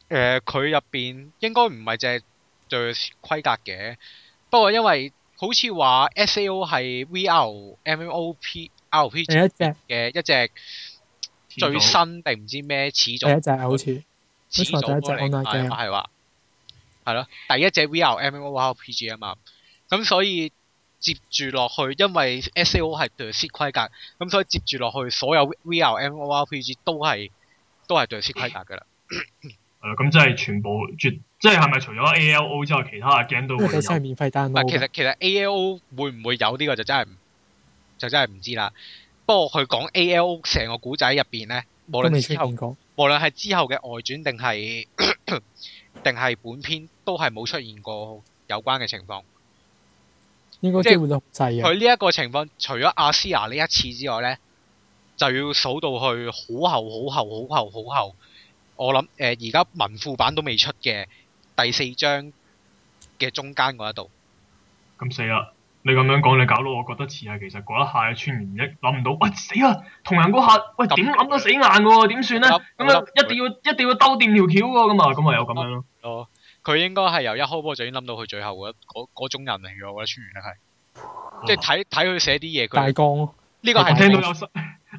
[SPEAKER 2] 誒，佢入邊應該唔係淨係對規格嘅，不過因為好似話 S A O 係 V R M M O P R P
[SPEAKER 6] 第一隻，
[SPEAKER 2] 嘅一隻最
[SPEAKER 1] 遲早
[SPEAKER 2] 新定唔知咩始祖
[SPEAKER 6] 第一隻好似
[SPEAKER 2] 始祖
[SPEAKER 6] 冇錯第一隻
[SPEAKER 2] 嚟㗎
[SPEAKER 6] online
[SPEAKER 2] 嘛，
[SPEAKER 6] game
[SPEAKER 2] 係話係咯，第一隻 V R M M O R P G 啊嘛，咁所以接住落去，因為 S A O 係對 C 規格，咁所以接住落去所有 V R M M O R P G 都係都係對 C 規格噶啦。
[SPEAKER 1] 係啦，咁即係全部絕，即係係咪除咗 ALO 之外，其他嘅 game 都
[SPEAKER 6] 因
[SPEAKER 1] 會 有
[SPEAKER 6] 為第一隻係免
[SPEAKER 2] 嗱，
[SPEAKER 6] 費
[SPEAKER 2] 其
[SPEAKER 6] download
[SPEAKER 2] 實其實 A L O 會唔會有呢個就真係唔就真係唔知啦。不過佢講 A L O 成個古仔入邊咧，無
[SPEAKER 6] 都
[SPEAKER 2] 論
[SPEAKER 6] 未出
[SPEAKER 2] 之後
[SPEAKER 6] 現過。
[SPEAKER 2] 無論係之後嘅外傳定係 定係本篇，都係冇出現過有關嘅情況。
[SPEAKER 6] 應該
[SPEAKER 2] 即係
[SPEAKER 6] 機會都好細啊嘅。
[SPEAKER 2] 佢呢一個情況，除咗阿斯亞呢一次之外咧，就要數到去好後、好後、好後、好後。我諗呃誒，而家文庫版都未出嘅第四章嘅中間嗰一度，
[SPEAKER 1] 咁死啦！你咁樣講，你搞到我覺得似係其實嗰一下嘅穿完一諗唔到，喂死啦！同人嗰下，喂
[SPEAKER 2] 咁
[SPEAKER 1] 點諗都死硬嘅喎，點算咧？
[SPEAKER 2] 我諗
[SPEAKER 1] 咁樣
[SPEAKER 2] 我諗
[SPEAKER 1] 一定要一定要兜掂條橋喎，咁啊咁啊又咁樣咯。
[SPEAKER 2] 咯。佢應該係由一開波就已經諗到佢最後嗰嗰嗰種人嚟嘅，我覺得穿完咧係，即係睇睇佢寫啲嘢，
[SPEAKER 6] 大
[SPEAKER 2] 佢啊
[SPEAKER 6] 江
[SPEAKER 2] 呢個
[SPEAKER 1] 我
[SPEAKER 2] 係
[SPEAKER 1] 聽到有新，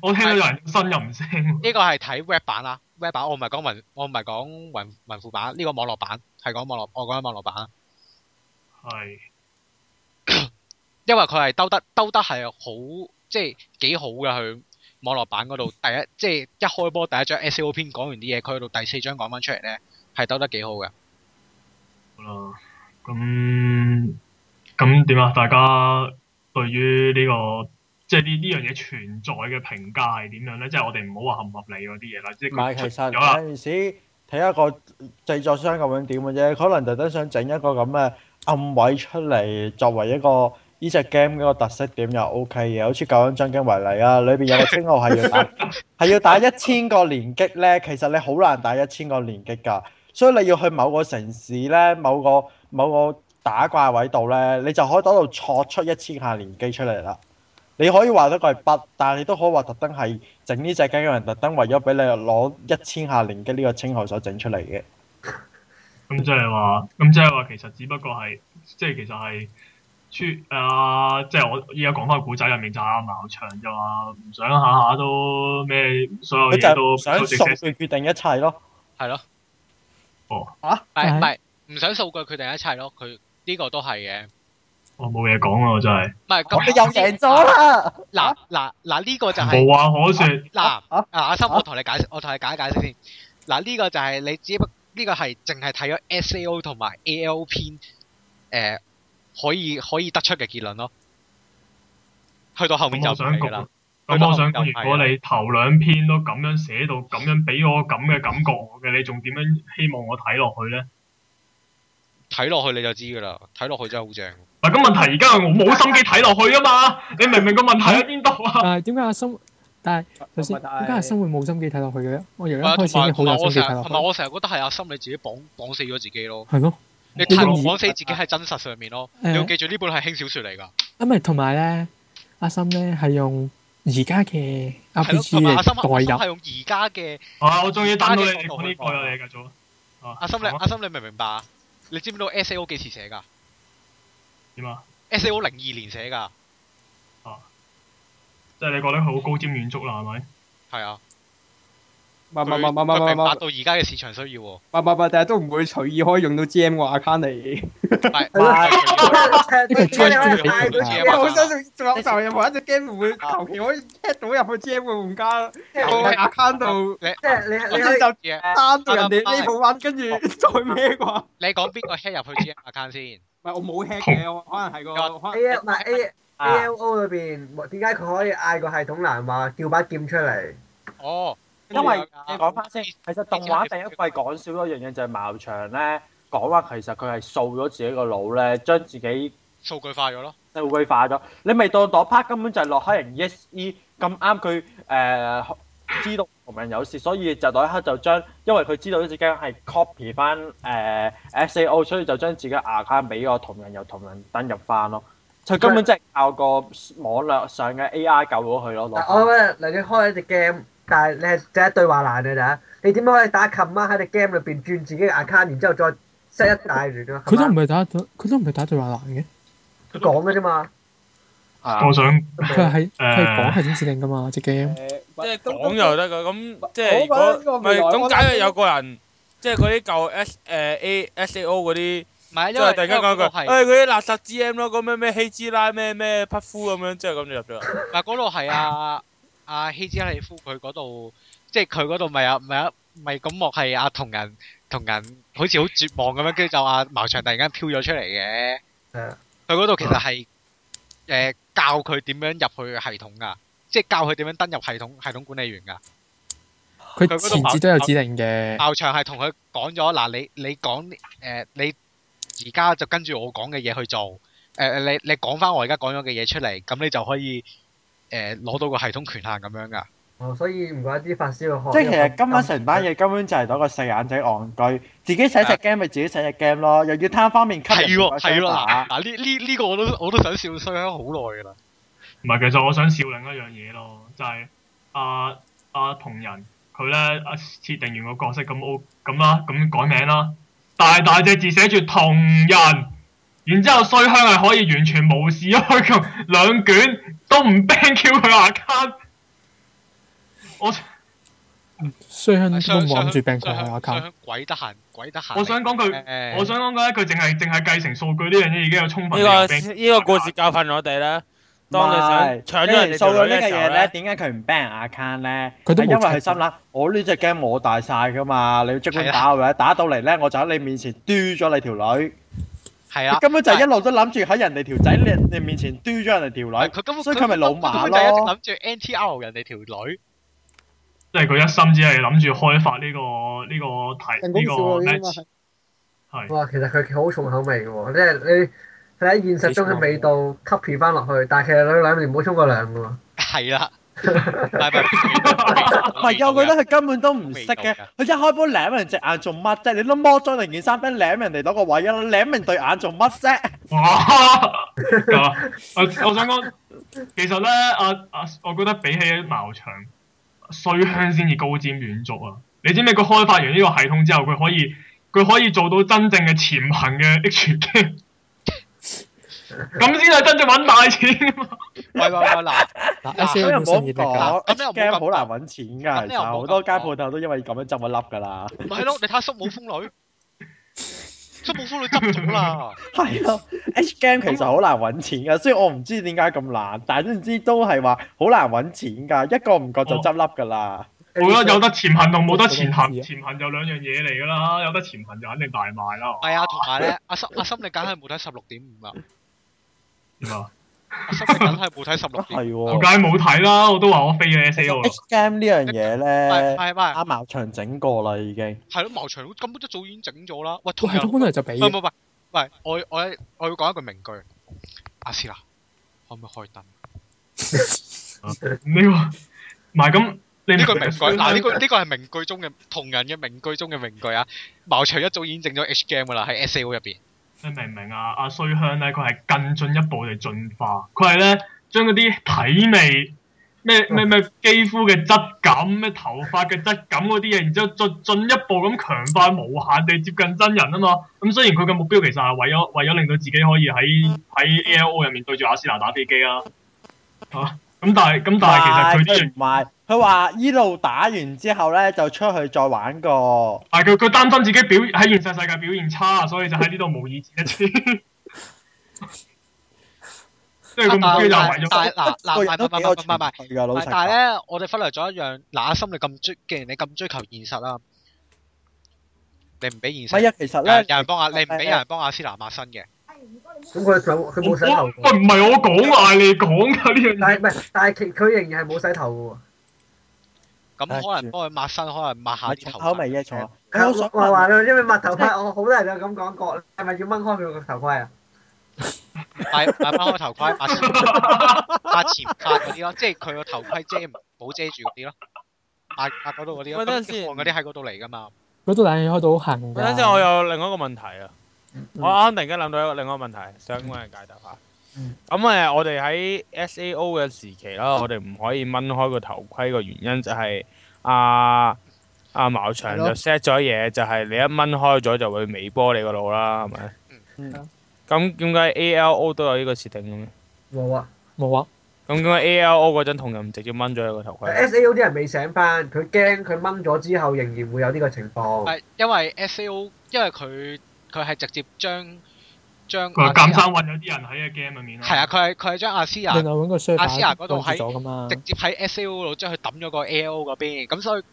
[SPEAKER 1] 我聽到有人呻吟聲。
[SPEAKER 2] 呢個係睇 web 版啦，web 版我唔係講文，我唔係講文文庫版，呢個網絡版係講網絡，我講緊網絡版啦。
[SPEAKER 1] 係
[SPEAKER 2] 因為佢係兜得兜得係好，即係幾好嘅佢網絡版嗰度第一，即係一開波第一章 S.O. 篇講完啲嘢，佢去到第四章講翻出嚟咧，係兜得幾好嘅。
[SPEAKER 1] 好啦，咁咁點啊？大家對於呢、個即係呢呢樣嘢存在嘅評價係點樣咧？即係我哋唔好話合唔合理嗰啲嘢啦，即係
[SPEAKER 4] 唔
[SPEAKER 1] 佢
[SPEAKER 4] 係，其
[SPEAKER 1] 出
[SPEAKER 4] 實
[SPEAKER 1] 咗
[SPEAKER 4] 有
[SPEAKER 1] 啦。
[SPEAKER 4] 陣時睇一個製作商究竟點嘅啫，可能特登想整一個咁嘅暗位出嚟，作為一個呢只 game 嘅一個特色點又 OK 嘅。好似《九陰真經》為例啊，裏邊有個稱號係要 打係要打一千個連擊咧，其實你好難打一千個連擊㗎，所以你要去某個城市咧，某個某個打怪位度咧，你就可以喺度戳出一千下連擊出嚟啦。你可以話得佢係筆，但係你都可以話特登係整呢只機器人特登為咗俾你攞一千下連擊呢個稱號所整出嚟嘅。
[SPEAKER 1] 咁即係話，咁即係話，其實只不過係，即係其實係，出啊、即係我依家講翻古仔入面就係阿茅場就話唔想下下都咩，所有
[SPEAKER 4] 佢就
[SPEAKER 1] 嘢都
[SPEAKER 4] 係想
[SPEAKER 1] 都
[SPEAKER 4] 數
[SPEAKER 1] 直接
[SPEAKER 4] 據決定一切咯。
[SPEAKER 2] 係咯。
[SPEAKER 1] 哦。
[SPEAKER 4] 啊
[SPEAKER 2] 係？
[SPEAKER 6] 係
[SPEAKER 2] 唔係唔想數據佢哋一齊咯，佢呢個都係嘅。
[SPEAKER 1] 我冇嘢講啊，我真係
[SPEAKER 2] 唔係
[SPEAKER 4] 我
[SPEAKER 2] 咁
[SPEAKER 4] 哋又贏咗啦！
[SPEAKER 2] 嗱嗱嗱呢個就係
[SPEAKER 1] 無話可説。
[SPEAKER 2] 嗱
[SPEAKER 4] 啊
[SPEAKER 2] 嗱阿森，我同你解釋，我同你解一解釋先。嗱呢個就係你只不呢個係淨係睇咗 S.A.O. 同埋 A.L. 篇誒可以可以得出嘅結論咯。去到後面
[SPEAKER 1] 咁
[SPEAKER 2] 就唔
[SPEAKER 1] 我想
[SPEAKER 2] 係㗎
[SPEAKER 1] 講，
[SPEAKER 2] 啦
[SPEAKER 1] 咁。
[SPEAKER 2] 佢都
[SPEAKER 1] 我想
[SPEAKER 2] 唔夠
[SPEAKER 1] 講，如果
[SPEAKER 2] 係啊
[SPEAKER 1] 你頭兩篇都咁樣寫到，咁樣俾我咁嘅感覺我嘅，你仲點樣希望我睇落去咧？
[SPEAKER 2] 睇落去你就知㗎啦，睇落去真係好正。
[SPEAKER 1] 嗱，咁問題而家係我冇心機睇落去啊嘛，你明唔明個問題喺邊 度啊？
[SPEAKER 6] 但係點解阿生？但係首先點解阿生會冇心機睇落去嘅咧？我由一開始已
[SPEAKER 2] 同埋同
[SPEAKER 6] 經好
[SPEAKER 2] 埋
[SPEAKER 6] 有
[SPEAKER 2] 我
[SPEAKER 6] 心機
[SPEAKER 2] 成日
[SPEAKER 6] 睇落
[SPEAKER 2] 同埋
[SPEAKER 6] 去。
[SPEAKER 2] 我成日覺得係阿森你自己綁綁死咗自己咯。
[SPEAKER 6] 係啊咯，
[SPEAKER 2] 你太過
[SPEAKER 6] 好容易
[SPEAKER 2] 綁死自己喺真實上面咯。
[SPEAKER 6] 誒
[SPEAKER 2] 你要記住呢本係輕小說嚟㗎。
[SPEAKER 6] 因為啊同埋咧，阿森咧係用而家
[SPEAKER 2] 係
[SPEAKER 6] 嘅
[SPEAKER 2] 咯，
[SPEAKER 6] RPG
[SPEAKER 2] 同埋阿森阿
[SPEAKER 6] 嚟
[SPEAKER 2] 森
[SPEAKER 6] 代
[SPEAKER 2] 係
[SPEAKER 6] 入。
[SPEAKER 2] 用而家嘅
[SPEAKER 1] 啊，我終於等到你講呢句啦，你繼續啊。
[SPEAKER 2] 阿森你阿森你明唔明白啊？你知唔知道 S.A.O. 幾時寫㗎
[SPEAKER 1] 點啊？
[SPEAKER 2] ？S.A.O. 零二年寫㗎，
[SPEAKER 1] 即係你覺得佢好高瞻遠矚啦，係咪？
[SPEAKER 2] 係啊。
[SPEAKER 11] 唔係
[SPEAKER 2] 佢
[SPEAKER 11] 唔係唔係唔係
[SPEAKER 2] 佢
[SPEAKER 11] 唔
[SPEAKER 2] 明白
[SPEAKER 11] 係
[SPEAKER 2] 到而家嘅市場需要喎。
[SPEAKER 11] 唔係唔係，但係都唔會隨意可以用到 G M 個 account 嚟。
[SPEAKER 2] 唔係
[SPEAKER 4] 係
[SPEAKER 2] 唔
[SPEAKER 4] 咯
[SPEAKER 2] 係
[SPEAKER 6] 呢個
[SPEAKER 5] 你可以嗌
[SPEAKER 2] 佢
[SPEAKER 5] 佢
[SPEAKER 2] 知
[SPEAKER 11] 因為
[SPEAKER 2] 啊
[SPEAKER 11] 我相信仲有就係冇一隻 game 唔會求其可以 t 到入去 G M 個玩家個 account 度，
[SPEAKER 5] 即係你
[SPEAKER 2] 我
[SPEAKER 5] 你
[SPEAKER 11] 跟
[SPEAKER 5] 可
[SPEAKER 11] 住
[SPEAKER 5] 以
[SPEAKER 11] 就
[SPEAKER 2] 嘢。
[SPEAKER 11] 單到人哋呢部玩，跟住再咩啩？唔
[SPEAKER 2] 你講邊個 hack 入去 G M account 先？
[SPEAKER 11] 係我冇 hack 嘅，我可能係個可
[SPEAKER 5] A
[SPEAKER 11] 能
[SPEAKER 5] L 唔係 A
[SPEAKER 4] 啊
[SPEAKER 5] A L O 裏邊，點解佢可以嗌個系統難話調把劍出嚟？
[SPEAKER 2] 哦，
[SPEAKER 4] 因為你講翻先，其實動畫第一季講少咗一樣嘢就係茅場咧，講話其實佢係掃咗自己個腦咧，將自己
[SPEAKER 2] 數據化咗咯。
[SPEAKER 4] 社會化咗。你未到嗰 part 根本就係洛克人 E.S.E 咁啱佢誒知道同人有事，所以就嗰一刻就將，因為佢知道呢隻 game 係 copy 翻誒、呃 S.A.O，所以就將自己 account 俾個同人由同人登入翻咯。佢根本即係靠個網絡上嘅 A.I. 救咗佢咯。洛
[SPEAKER 5] 嗱，
[SPEAKER 4] 克
[SPEAKER 5] 我覺得嗱，你開一隻 game，但係你係第一對話難嘅咋，你點樣可以打琴晚喺隻 game 裏邊轉自己嘅 account，然之後再 set 一大亂啊？
[SPEAKER 6] 佢都唔
[SPEAKER 5] 唔
[SPEAKER 6] 係打對，佢都唔係打對話欄嘅。
[SPEAKER 5] 講嘅啫嘛。
[SPEAKER 2] 啊
[SPEAKER 1] 我想
[SPEAKER 6] 佢係佢係講係點設定㗎嘛？只 game
[SPEAKER 3] 即係
[SPEAKER 11] 誒
[SPEAKER 3] 講就得㗎。咁即係
[SPEAKER 11] 我
[SPEAKER 3] 如
[SPEAKER 11] 覺得呢個
[SPEAKER 3] 果唔係
[SPEAKER 11] 未來
[SPEAKER 3] 咁，
[SPEAKER 11] 我
[SPEAKER 3] 假
[SPEAKER 11] 覺
[SPEAKER 3] 若
[SPEAKER 11] 得
[SPEAKER 3] 有個人即係嗰啲舊 S 誒 A S A O 嗰啲，
[SPEAKER 2] 唔係
[SPEAKER 3] 即
[SPEAKER 2] 因為
[SPEAKER 3] 係突然間講
[SPEAKER 2] 因為嗰
[SPEAKER 3] 句，
[SPEAKER 2] 度係
[SPEAKER 3] 誒嗰啲垃圾 G M 咯，嗰咩咩希之拉咩咩匹夫咁樣，即係咁就入咗啦。
[SPEAKER 2] 嗱嗰度係阿阿希茲利夫佢嗰度，即係佢嗰度咪有咪有咪咁幕係阿同人同人好似好絕望咁樣，跟住就阿茅場突然間飄咗出嚟嘅。
[SPEAKER 5] 係啊
[SPEAKER 2] 佢嗰度其實係誒教佢點樣入去系統㗎，即係教佢點樣登入系統系統管理員㗎。
[SPEAKER 6] 佢
[SPEAKER 2] 佢嗰度
[SPEAKER 6] 前置都有指定嘅。
[SPEAKER 2] 爆場係同佢講咗嗱，你你講誒、呃你而家就跟住我講嘅嘢去做，誒你你講翻我而家講咗嘅嘢出嚟，咁你就可以誒攞到個系統權限咁樣噶。
[SPEAKER 5] 哦，所以唔怪啲法師要學。
[SPEAKER 4] 即係其實今晚成單嘢根本就係攞個細眼仔戇居，自己寫隻 game 咪自己寫隻 game 咯，又要貪方面吸
[SPEAKER 2] 係
[SPEAKER 4] 引
[SPEAKER 2] 喎，
[SPEAKER 4] 個
[SPEAKER 2] 係
[SPEAKER 4] s
[SPEAKER 2] 喎，嗱
[SPEAKER 4] e
[SPEAKER 2] 嗱呢呢呢個我都我都想笑衰咗好耐噶啦。
[SPEAKER 1] 唔係，其實我想笑另一樣嘢咯，就係阿阿同人佢咧，啊設定完個角色咁 O 咁啦，咁改名啦，大大隻字寫住同人，然之後衰香係可以完全無視咗佢咁兩卷都唔 ban Q 佢 account，我
[SPEAKER 6] 衰香都
[SPEAKER 2] 雙
[SPEAKER 6] 冇諗住
[SPEAKER 2] 雙
[SPEAKER 6] 病過
[SPEAKER 2] 雙
[SPEAKER 6] 係阿卡，
[SPEAKER 2] 雙鬼得閒，鬼得閒。
[SPEAKER 1] 我想講句，
[SPEAKER 2] 誒
[SPEAKER 1] 我想講句咧，佢淨係淨係繼承數據呢樣嘢已經有充分理由
[SPEAKER 3] 呢
[SPEAKER 1] ban
[SPEAKER 3] 個呢個故事教訓我哋啦。當你想搶咗人哋
[SPEAKER 4] 數
[SPEAKER 3] 條
[SPEAKER 4] 據
[SPEAKER 3] 女
[SPEAKER 4] 呢
[SPEAKER 3] 嘅
[SPEAKER 4] 個
[SPEAKER 3] 時候
[SPEAKER 4] 嘢咧，
[SPEAKER 3] 咧，
[SPEAKER 4] 點解佢唔 ban account 咧？
[SPEAKER 6] 佢都
[SPEAKER 4] 係
[SPEAKER 6] 冇
[SPEAKER 4] 因為佢
[SPEAKER 6] check
[SPEAKER 4] 心諗，我呢只 game 我大晒噶嘛，你要即管
[SPEAKER 2] 係啊
[SPEAKER 4] 打我嘅，打到嚟咧我就喺你面前嘟咗你條女，
[SPEAKER 2] 係啊
[SPEAKER 4] 佢，根本就一路都諗住喺人哋條仔你你面前嘟咗人哋條女，
[SPEAKER 2] 佢根本
[SPEAKER 4] 所以佢咪老
[SPEAKER 2] 馬
[SPEAKER 4] 馬
[SPEAKER 2] 就
[SPEAKER 4] 咯。
[SPEAKER 2] 一直諗住 NTR 人哋條女，
[SPEAKER 1] 即係佢一心只係諗住開發呢、個呢、個題
[SPEAKER 11] 人工
[SPEAKER 1] 呢、
[SPEAKER 11] 少
[SPEAKER 1] 個
[SPEAKER 11] 女啊
[SPEAKER 1] match
[SPEAKER 11] 嘛。
[SPEAKER 1] 係
[SPEAKER 5] 哇，其實佢好重口味嘅喎，即係你喺現實中嘅味道 copy 翻落去，但係其實你兩年冇沖過涼嘅喎。
[SPEAKER 2] 係啦，但係唔
[SPEAKER 4] 唔係又覺得佢根本都唔識
[SPEAKER 2] 味道
[SPEAKER 4] 嘅
[SPEAKER 2] 㗎，
[SPEAKER 4] 佢一開波舐人隻眼做乜啫？你都摸咗人件衫，邊舐人哋攞個位啊？舐人對眼做乜啫？
[SPEAKER 1] 哇！哦啊我我想講，其實咧，阿、阿、我覺得比起茅場衰香先至高瞻遠矚啊！你知唔知佢開發完呢個系統之後，佢可以佢可以做到真正嘅潛行嘅 H game，咁先係真正揾大錢啊嘛！
[SPEAKER 2] 喂喂喂嗱，
[SPEAKER 6] 嗱
[SPEAKER 2] 嗱
[SPEAKER 6] S
[SPEAKER 4] 咁
[SPEAKER 6] A
[SPEAKER 4] 又唔好
[SPEAKER 6] 本身
[SPEAKER 4] 咁
[SPEAKER 6] 已得㗎，
[SPEAKER 4] 講
[SPEAKER 2] 咁你又唔好咁講
[SPEAKER 4] ，X game 好難揾錢
[SPEAKER 2] 咁
[SPEAKER 4] 㗎，
[SPEAKER 2] 你
[SPEAKER 4] 其
[SPEAKER 2] 又唔
[SPEAKER 4] 實
[SPEAKER 2] 好咁講
[SPEAKER 4] 好多間鋪頭都因為咁樣執一粒㗎啦。
[SPEAKER 2] 咪係咯，你睇下叔母風女，叔母風女執咗啦，
[SPEAKER 4] 係咯，H game 其實好難揾錢㗎，雖然我唔知點解咁難，但係總之都係話好難揾錢㗎，一個唔覺就執粒㗎啦。
[SPEAKER 1] 我覺得有得潛行同冇得潛行，潛行就兩樣嘢嚟㗎啦，有得潛行就肯定大賣啦。
[SPEAKER 2] 係啊，同埋咧，阿心阿心你梗係冇睇十六點五啦，
[SPEAKER 1] 點啊
[SPEAKER 2] 阿心你梗係冇睇十六
[SPEAKER 4] 啊
[SPEAKER 2] 點，
[SPEAKER 4] 係
[SPEAKER 1] 我
[SPEAKER 4] 喎
[SPEAKER 1] 梗係冇睇啦，我都話我飛嘅 S A 啊 喎。
[SPEAKER 4] ，H game 呢樣嘢
[SPEAKER 2] 係
[SPEAKER 4] 咧，
[SPEAKER 2] 係咪
[SPEAKER 4] 阿茅場整過啦已經。
[SPEAKER 2] 係咯，茅場根本一早已經整咗啦，喂，
[SPEAKER 6] 個
[SPEAKER 2] 同
[SPEAKER 6] 系
[SPEAKER 2] 樣
[SPEAKER 6] 統本來就俾
[SPEAKER 2] 唔係唔係唔係，喂，我我我要講一句名句，阿斯娜，可唔可以開燈？
[SPEAKER 1] 呢個唔係咁，你
[SPEAKER 2] 呢
[SPEAKER 1] 明
[SPEAKER 2] 個係
[SPEAKER 1] 唔明
[SPEAKER 2] 名句，嗱呢個呢個係名句中嘅同人嘅名句中嘅名句啊！茅場一早已經整咗 H game 噶啦，喺 S A O 入邊。
[SPEAKER 1] 你明唔明啊？阿衰香咧，佢係更進一步地進化，佢係咧將嗰啲體味、咩咩咩肌膚嘅質感、咩頭髮嘅質感嗰啲嘢，然之後再進一步咁強化，無限地接近真人啊嘛。咁、雖然佢嘅目標其實係為咗為咗令到自己可以喺喺 A L O 入面對住阿斯娜打飛機啦、啊，啊咁但係咁但係其實佢啲
[SPEAKER 4] 唔係，佢話依路打完之後咧，就出去再玩過。
[SPEAKER 1] 但係佢佢擔心自己表喺現實世界表現差，所以就喺呢度模擬戰一 次。即係個目標就係為咗
[SPEAKER 2] 但係嗱嗱
[SPEAKER 4] 個人都
[SPEAKER 2] 唔係唔
[SPEAKER 4] 幾
[SPEAKER 2] 係
[SPEAKER 4] 有
[SPEAKER 2] 唔係唔係
[SPEAKER 4] 趣㗎，老實
[SPEAKER 2] 但係
[SPEAKER 4] 講。
[SPEAKER 2] 咧，我哋忽略咗一樣，嗱阿心你咁追，既然你咁追求現實啦，你唔俾現
[SPEAKER 4] 唔係
[SPEAKER 2] 實，
[SPEAKER 4] 啊，其實
[SPEAKER 2] 有人
[SPEAKER 4] 咧，
[SPEAKER 2] 有人幫阿你唔俾有人幫阿斯娜抹身嘅，
[SPEAKER 5] 咁佢想佢冇洗頭
[SPEAKER 1] 我
[SPEAKER 5] 喎，
[SPEAKER 1] 喂，唔係我講啊，係你講㗎呢樣
[SPEAKER 5] 但係
[SPEAKER 1] 嘢。
[SPEAKER 5] 唔係，但係其佢仍然係冇洗頭
[SPEAKER 2] 咁
[SPEAKER 4] 唉
[SPEAKER 2] 可能幫佢抹身，可能抹下啲頭
[SPEAKER 4] 口味
[SPEAKER 2] 髮。
[SPEAKER 4] 嘅錯。
[SPEAKER 5] 嘅喎。
[SPEAKER 4] 我想
[SPEAKER 5] 話話
[SPEAKER 4] 問，
[SPEAKER 5] 佢因為抹頭盔，我好多人都咁講過，係咪要掹開佢個頭盔啊？
[SPEAKER 2] 戴戴翻開頭 盔，抹前抹前髮嗰啲咯，即係佢個頭盔遮唔冇遮住嗰啲咯，抹抹嗰度嗰啲咯，
[SPEAKER 3] 喂等陣
[SPEAKER 2] 咁啲
[SPEAKER 3] 先
[SPEAKER 2] 汗嗰啲喺嗰度嚟㗎嘛。
[SPEAKER 6] 嗰度冷氣開到好痕㗎。
[SPEAKER 3] 等陣先，我有另一個問題啊！
[SPEAKER 11] 嗯
[SPEAKER 3] 我啱啱突然間諗到一個另一個問題，想揾人解答下。
[SPEAKER 11] 嗯
[SPEAKER 3] 咁誒，我哋喺 SAO 嘅時期啦，我哋唔可以掹開個頭盔個原因就係阿阿茅場
[SPEAKER 11] 係
[SPEAKER 3] 就
[SPEAKER 11] 咯
[SPEAKER 3] set 咗嘢，就係你一掹開咗就會微波你個腦啦，係咪？
[SPEAKER 4] 嗯
[SPEAKER 3] 咁點解 ALO 都有呢個設定嘅咩？
[SPEAKER 5] 冇啊
[SPEAKER 6] 冇啊，
[SPEAKER 3] 咁點解 ALO 嗰陣同人唔直接掹咗佢個頭盔？
[SPEAKER 5] ，S A O 啲人未醒翻，佢驚佢掹咗之後仍然會有呢個情況。
[SPEAKER 2] 係因為 SAO，因為佢佢係直接將將
[SPEAKER 1] 佢話
[SPEAKER 2] 阿斯
[SPEAKER 1] 監
[SPEAKER 2] 亞
[SPEAKER 1] 生揾咗啲人喺個 game 入面
[SPEAKER 2] 啊
[SPEAKER 1] 咯。
[SPEAKER 2] 係啊，，佢係佢係將阿斯亞
[SPEAKER 6] 另
[SPEAKER 3] 啊
[SPEAKER 6] 外揾個
[SPEAKER 2] 阿斯亞
[SPEAKER 6] server
[SPEAKER 2] 嗰度喺
[SPEAKER 6] 綁住咗㗎嘛
[SPEAKER 2] 直。接喺 SAO 度將佢抌咗個 AO 嗰邊，咁所以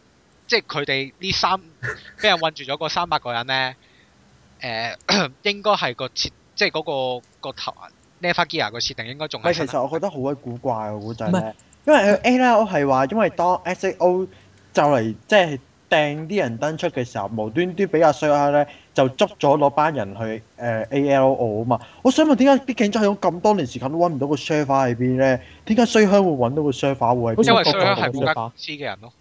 [SPEAKER 2] 即係佢哋呢三俾人困住咗嗰三百個人咧，誒、 應該係個設即係嗰、個、個頭 n e v a g e a 個設定應該仲
[SPEAKER 4] 唔
[SPEAKER 2] 係啊
[SPEAKER 4] 係其實我覺得好鬼古怪嘅古仔
[SPEAKER 6] 唔
[SPEAKER 4] 咧，因為佢 A 咧，我係話因為當 S A O 就嚟即係掟啲人登出嘅時候，無端端俾阿衰克咧就捉咗嗰班人去誒、呃 ALO 啊嘛。我想問點解啲警察用咁多年時間都揾唔到個 server 喺邊咧？點解衰香會揾到個 server 會喺邊？
[SPEAKER 2] 因為衰香
[SPEAKER 4] 我覺
[SPEAKER 2] 係
[SPEAKER 4] 得
[SPEAKER 2] 嗰間公司嘅人咯。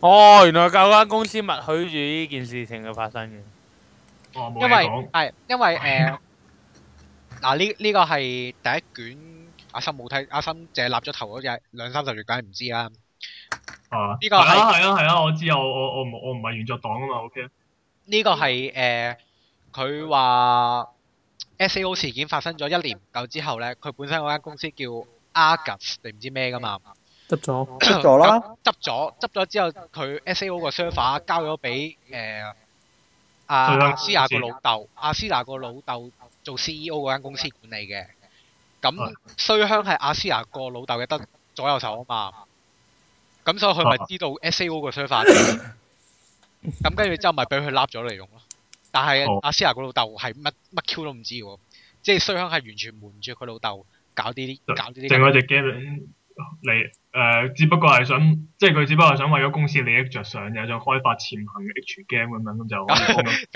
[SPEAKER 3] 哦，原來嗰間公司默許住呢件事情嘅發生嘅。
[SPEAKER 1] 我冇
[SPEAKER 2] 因
[SPEAKER 1] 嘢
[SPEAKER 2] 為
[SPEAKER 1] 講。
[SPEAKER 2] 係因為誒嗱呢呢個係第一卷阿森冇睇，阿森淨係立咗頭嗰日兩三十頁，梗係唔知啦。
[SPEAKER 1] 啊，
[SPEAKER 2] 呢
[SPEAKER 1] 係
[SPEAKER 2] 個係
[SPEAKER 1] 啊係啊係啊，我知啊，我我我唔我唔係原作黨啊嘛，OK 啊。
[SPEAKER 2] 呢個係誒佢話 S.A.O 事件發生咗一年唔夠之後咧，佢本身嗰間公司叫 Argus 定唔知咩噶嘛，
[SPEAKER 6] 執
[SPEAKER 5] 哦
[SPEAKER 6] 咗
[SPEAKER 4] 執 咗啦。
[SPEAKER 2] 執咗執咗之後，佢 S.A.O 個 server 交咗俾誒阿
[SPEAKER 1] 係啊
[SPEAKER 2] 阿斯娜個老豆，阿斯娜個老豆做 C.E.O 嗰間公司管理嘅。咁
[SPEAKER 1] 係
[SPEAKER 2] 衰香係阿斯娜個老豆嘅得左右手啊嘛，咁所以佢咪
[SPEAKER 1] 啊
[SPEAKER 2] 知道 S.A.O 個 server。咁跟住之後咪俾佢笠咗嚟用咯。但係
[SPEAKER 1] 哦
[SPEAKER 2] 阿斯娜個老豆係乜乜 Q 都唔知喎，即係衰香係完全瞞住佢老豆搞啲搞啲
[SPEAKER 1] 淨嗰只 game 嚟誒，只不過係想，即係佢只不過係想為咗公司利益着想，有想開發潛行嘅 H game 咁樣，咁就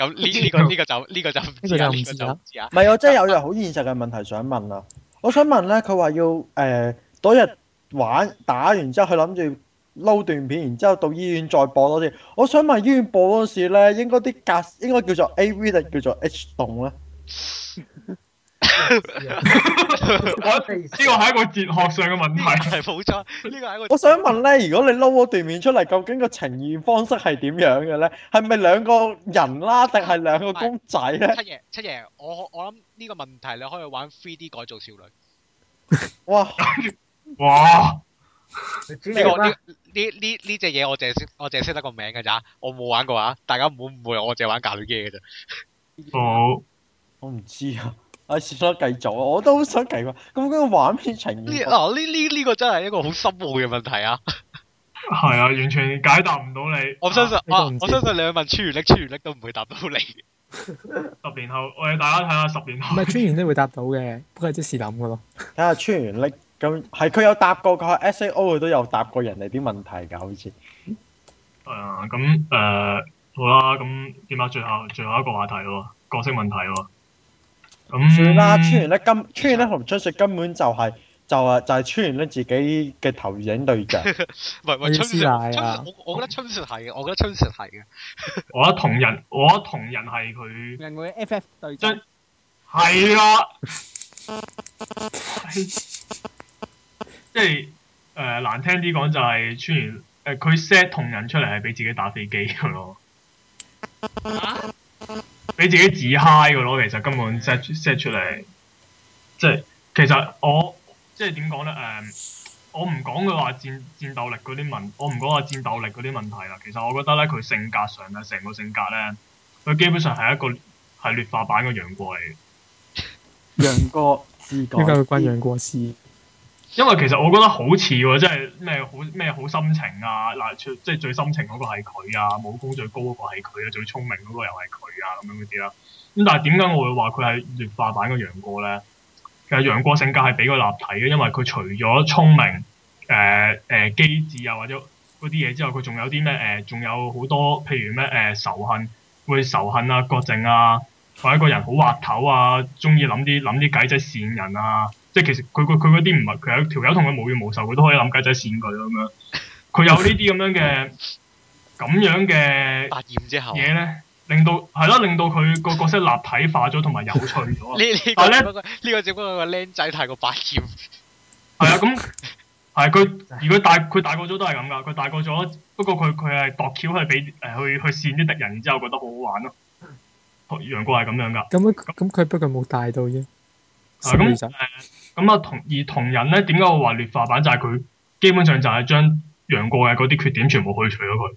[SPEAKER 1] 可以幫佢
[SPEAKER 2] 咁呢呢個呢個 就呢個就唔知啦，
[SPEAKER 6] 呢個就唔
[SPEAKER 2] 呢個
[SPEAKER 6] 知
[SPEAKER 2] 就
[SPEAKER 6] 啦
[SPEAKER 2] 唔知啊。
[SPEAKER 4] 唔係，我真係有樣好現實嘅問題想問啊！我想問咧，佢話要誒嗰、日玩打完之後，佢諗住撈段片，然之後到醫院再播多啲。我想問醫院播嗰時咧，應該啲格應該叫做 A V 定叫做 H 動咧？
[SPEAKER 1] 我呢個係一個哲學上嘅問
[SPEAKER 2] 呢
[SPEAKER 1] 題。
[SPEAKER 2] 個係冇錯，呢個係 一個
[SPEAKER 4] 我想問咧，如果你撈嗰段片出嚟，究竟個呈現方式係點樣嘅咧？係咪兩個人啦，定係兩個公仔咧？
[SPEAKER 2] 七爺七爺，我我諗呢個問題你可以玩 3D 改造少女。
[SPEAKER 4] 哇！
[SPEAKER 1] 哇！
[SPEAKER 5] 你知
[SPEAKER 2] 呢
[SPEAKER 5] 咩
[SPEAKER 6] 啊
[SPEAKER 2] 個呢
[SPEAKER 5] 啦？
[SPEAKER 2] 呢呢呢只嘢我淨係識我淨係識得個名㗎咋，我冇玩過啊！大家唔好誤會，我淨係玩教女機嘅啫。
[SPEAKER 1] 好，
[SPEAKER 4] 我唔知啊，我算啦，繼續啊！我都好想奇怪，咁嗰個畫面呈現
[SPEAKER 2] 呢
[SPEAKER 6] 嗯
[SPEAKER 4] 方式
[SPEAKER 2] 嗱呢呢呢個真係一個好深奧嘅問題 啊！
[SPEAKER 1] 係啊，完全解答唔到你。
[SPEAKER 2] 我相信
[SPEAKER 6] 呢個
[SPEAKER 2] 啊
[SPEAKER 6] 唔，知
[SPEAKER 2] 我相信你去問超原力，超原力都唔會答到你。
[SPEAKER 1] 啊十年後，我哋大家睇下十年
[SPEAKER 6] 唔
[SPEAKER 1] 後
[SPEAKER 6] 係專員都會答到嘅，不過係即時諗嘅咯。
[SPEAKER 4] 睇下穿完力咁，係佢有答過佢 S A O，佢都有答過人哋啲問題㗎，好似
[SPEAKER 1] 係啊，咁誒好啦，咁點啊？最後最後一個話題喎，角色問題喎。咁
[SPEAKER 4] 算啦。穿完力根，穿完力同春雪根本就係、就係就係穿完力自己嘅投影對象，
[SPEAKER 2] 喂喂，
[SPEAKER 6] 我要
[SPEAKER 2] 春雪，
[SPEAKER 6] 師奶啊
[SPEAKER 2] 春雪，我我覺得春雪係嘅，我覺得春雪係嘅。
[SPEAKER 1] 我覺得同人，我覺得同人係佢
[SPEAKER 11] 人會 FF 對
[SPEAKER 1] 將係啦，係 即係誒、呃、難聽啲講就係穿完誒佢 set 同人出嚟係俾自己打飛機嘅咯，俾自己自嗨 i 嘅咯，其實根本 set set 出嚟，即係其實我即係點講咧誒。我唔講佢話戰戰鬥力嗰啲問，我唔講話戰鬥力嗰啲問題啦。其實我覺得咧，佢性格上咧，成個性格咧，佢基本上係一個係劣化版嘅楊過嚟嘅。
[SPEAKER 4] 楊過自改
[SPEAKER 6] 點解會關楊過事？
[SPEAKER 1] 因為其實我覺得好似喎，即係咩好咩好心情啊，嗱，最即係最深情嗰個係佢啊，武功最高嗰個係佢啊，最聰明嗰個又係佢啊，咁樣嗰啲啦。咁但係點解我會話佢係劣化版嘅楊過咧？其實楊過性格係比較立體嘅，因為佢除咗聰明、誒、誒、機智啊或者嗰啲嘢之外，佢仲有啲咩誒？仲、有好多譬如咩誒、呃仇恨，會仇恨啊、郭靖啊，或者個人好滑頭啊，中意諗啲諗啲計仔跣人啊。即係其實佢佢佢嗰啲唔係佢有條友同佢無怨無仇，佢都可以諗計仔跣佢啊咁樣。佢有呢啲咁樣嘅咁樣嘅
[SPEAKER 2] 百厭之後，啊 呢
[SPEAKER 1] 嘢咧，令到係咯，令到佢個角色立體化咗同埋有趣咗啊。
[SPEAKER 2] 呢
[SPEAKER 1] 但係
[SPEAKER 2] 個只不
[SPEAKER 1] 呢
[SPEAKER 2] 過呢個只不過個僆仔太過百厭，
[SPEAKER 1] 係啊，咁係佢如果大佢大個咗都係咁噶，佢大個咗，不過佢佢係度橋去俾誒去去扇啲敵人，然之後覺得好好玩咯。楊過係咁樣噶。
[SPEAKER 6] 咁樣咁佢不過冇帶到啫。
[SPEAKER 1] 啊咁誒咁啊同而同人咧，點解我話劣化版就係佢基本上就係將楊過嘅嗰啲缺點全部去除咗佢，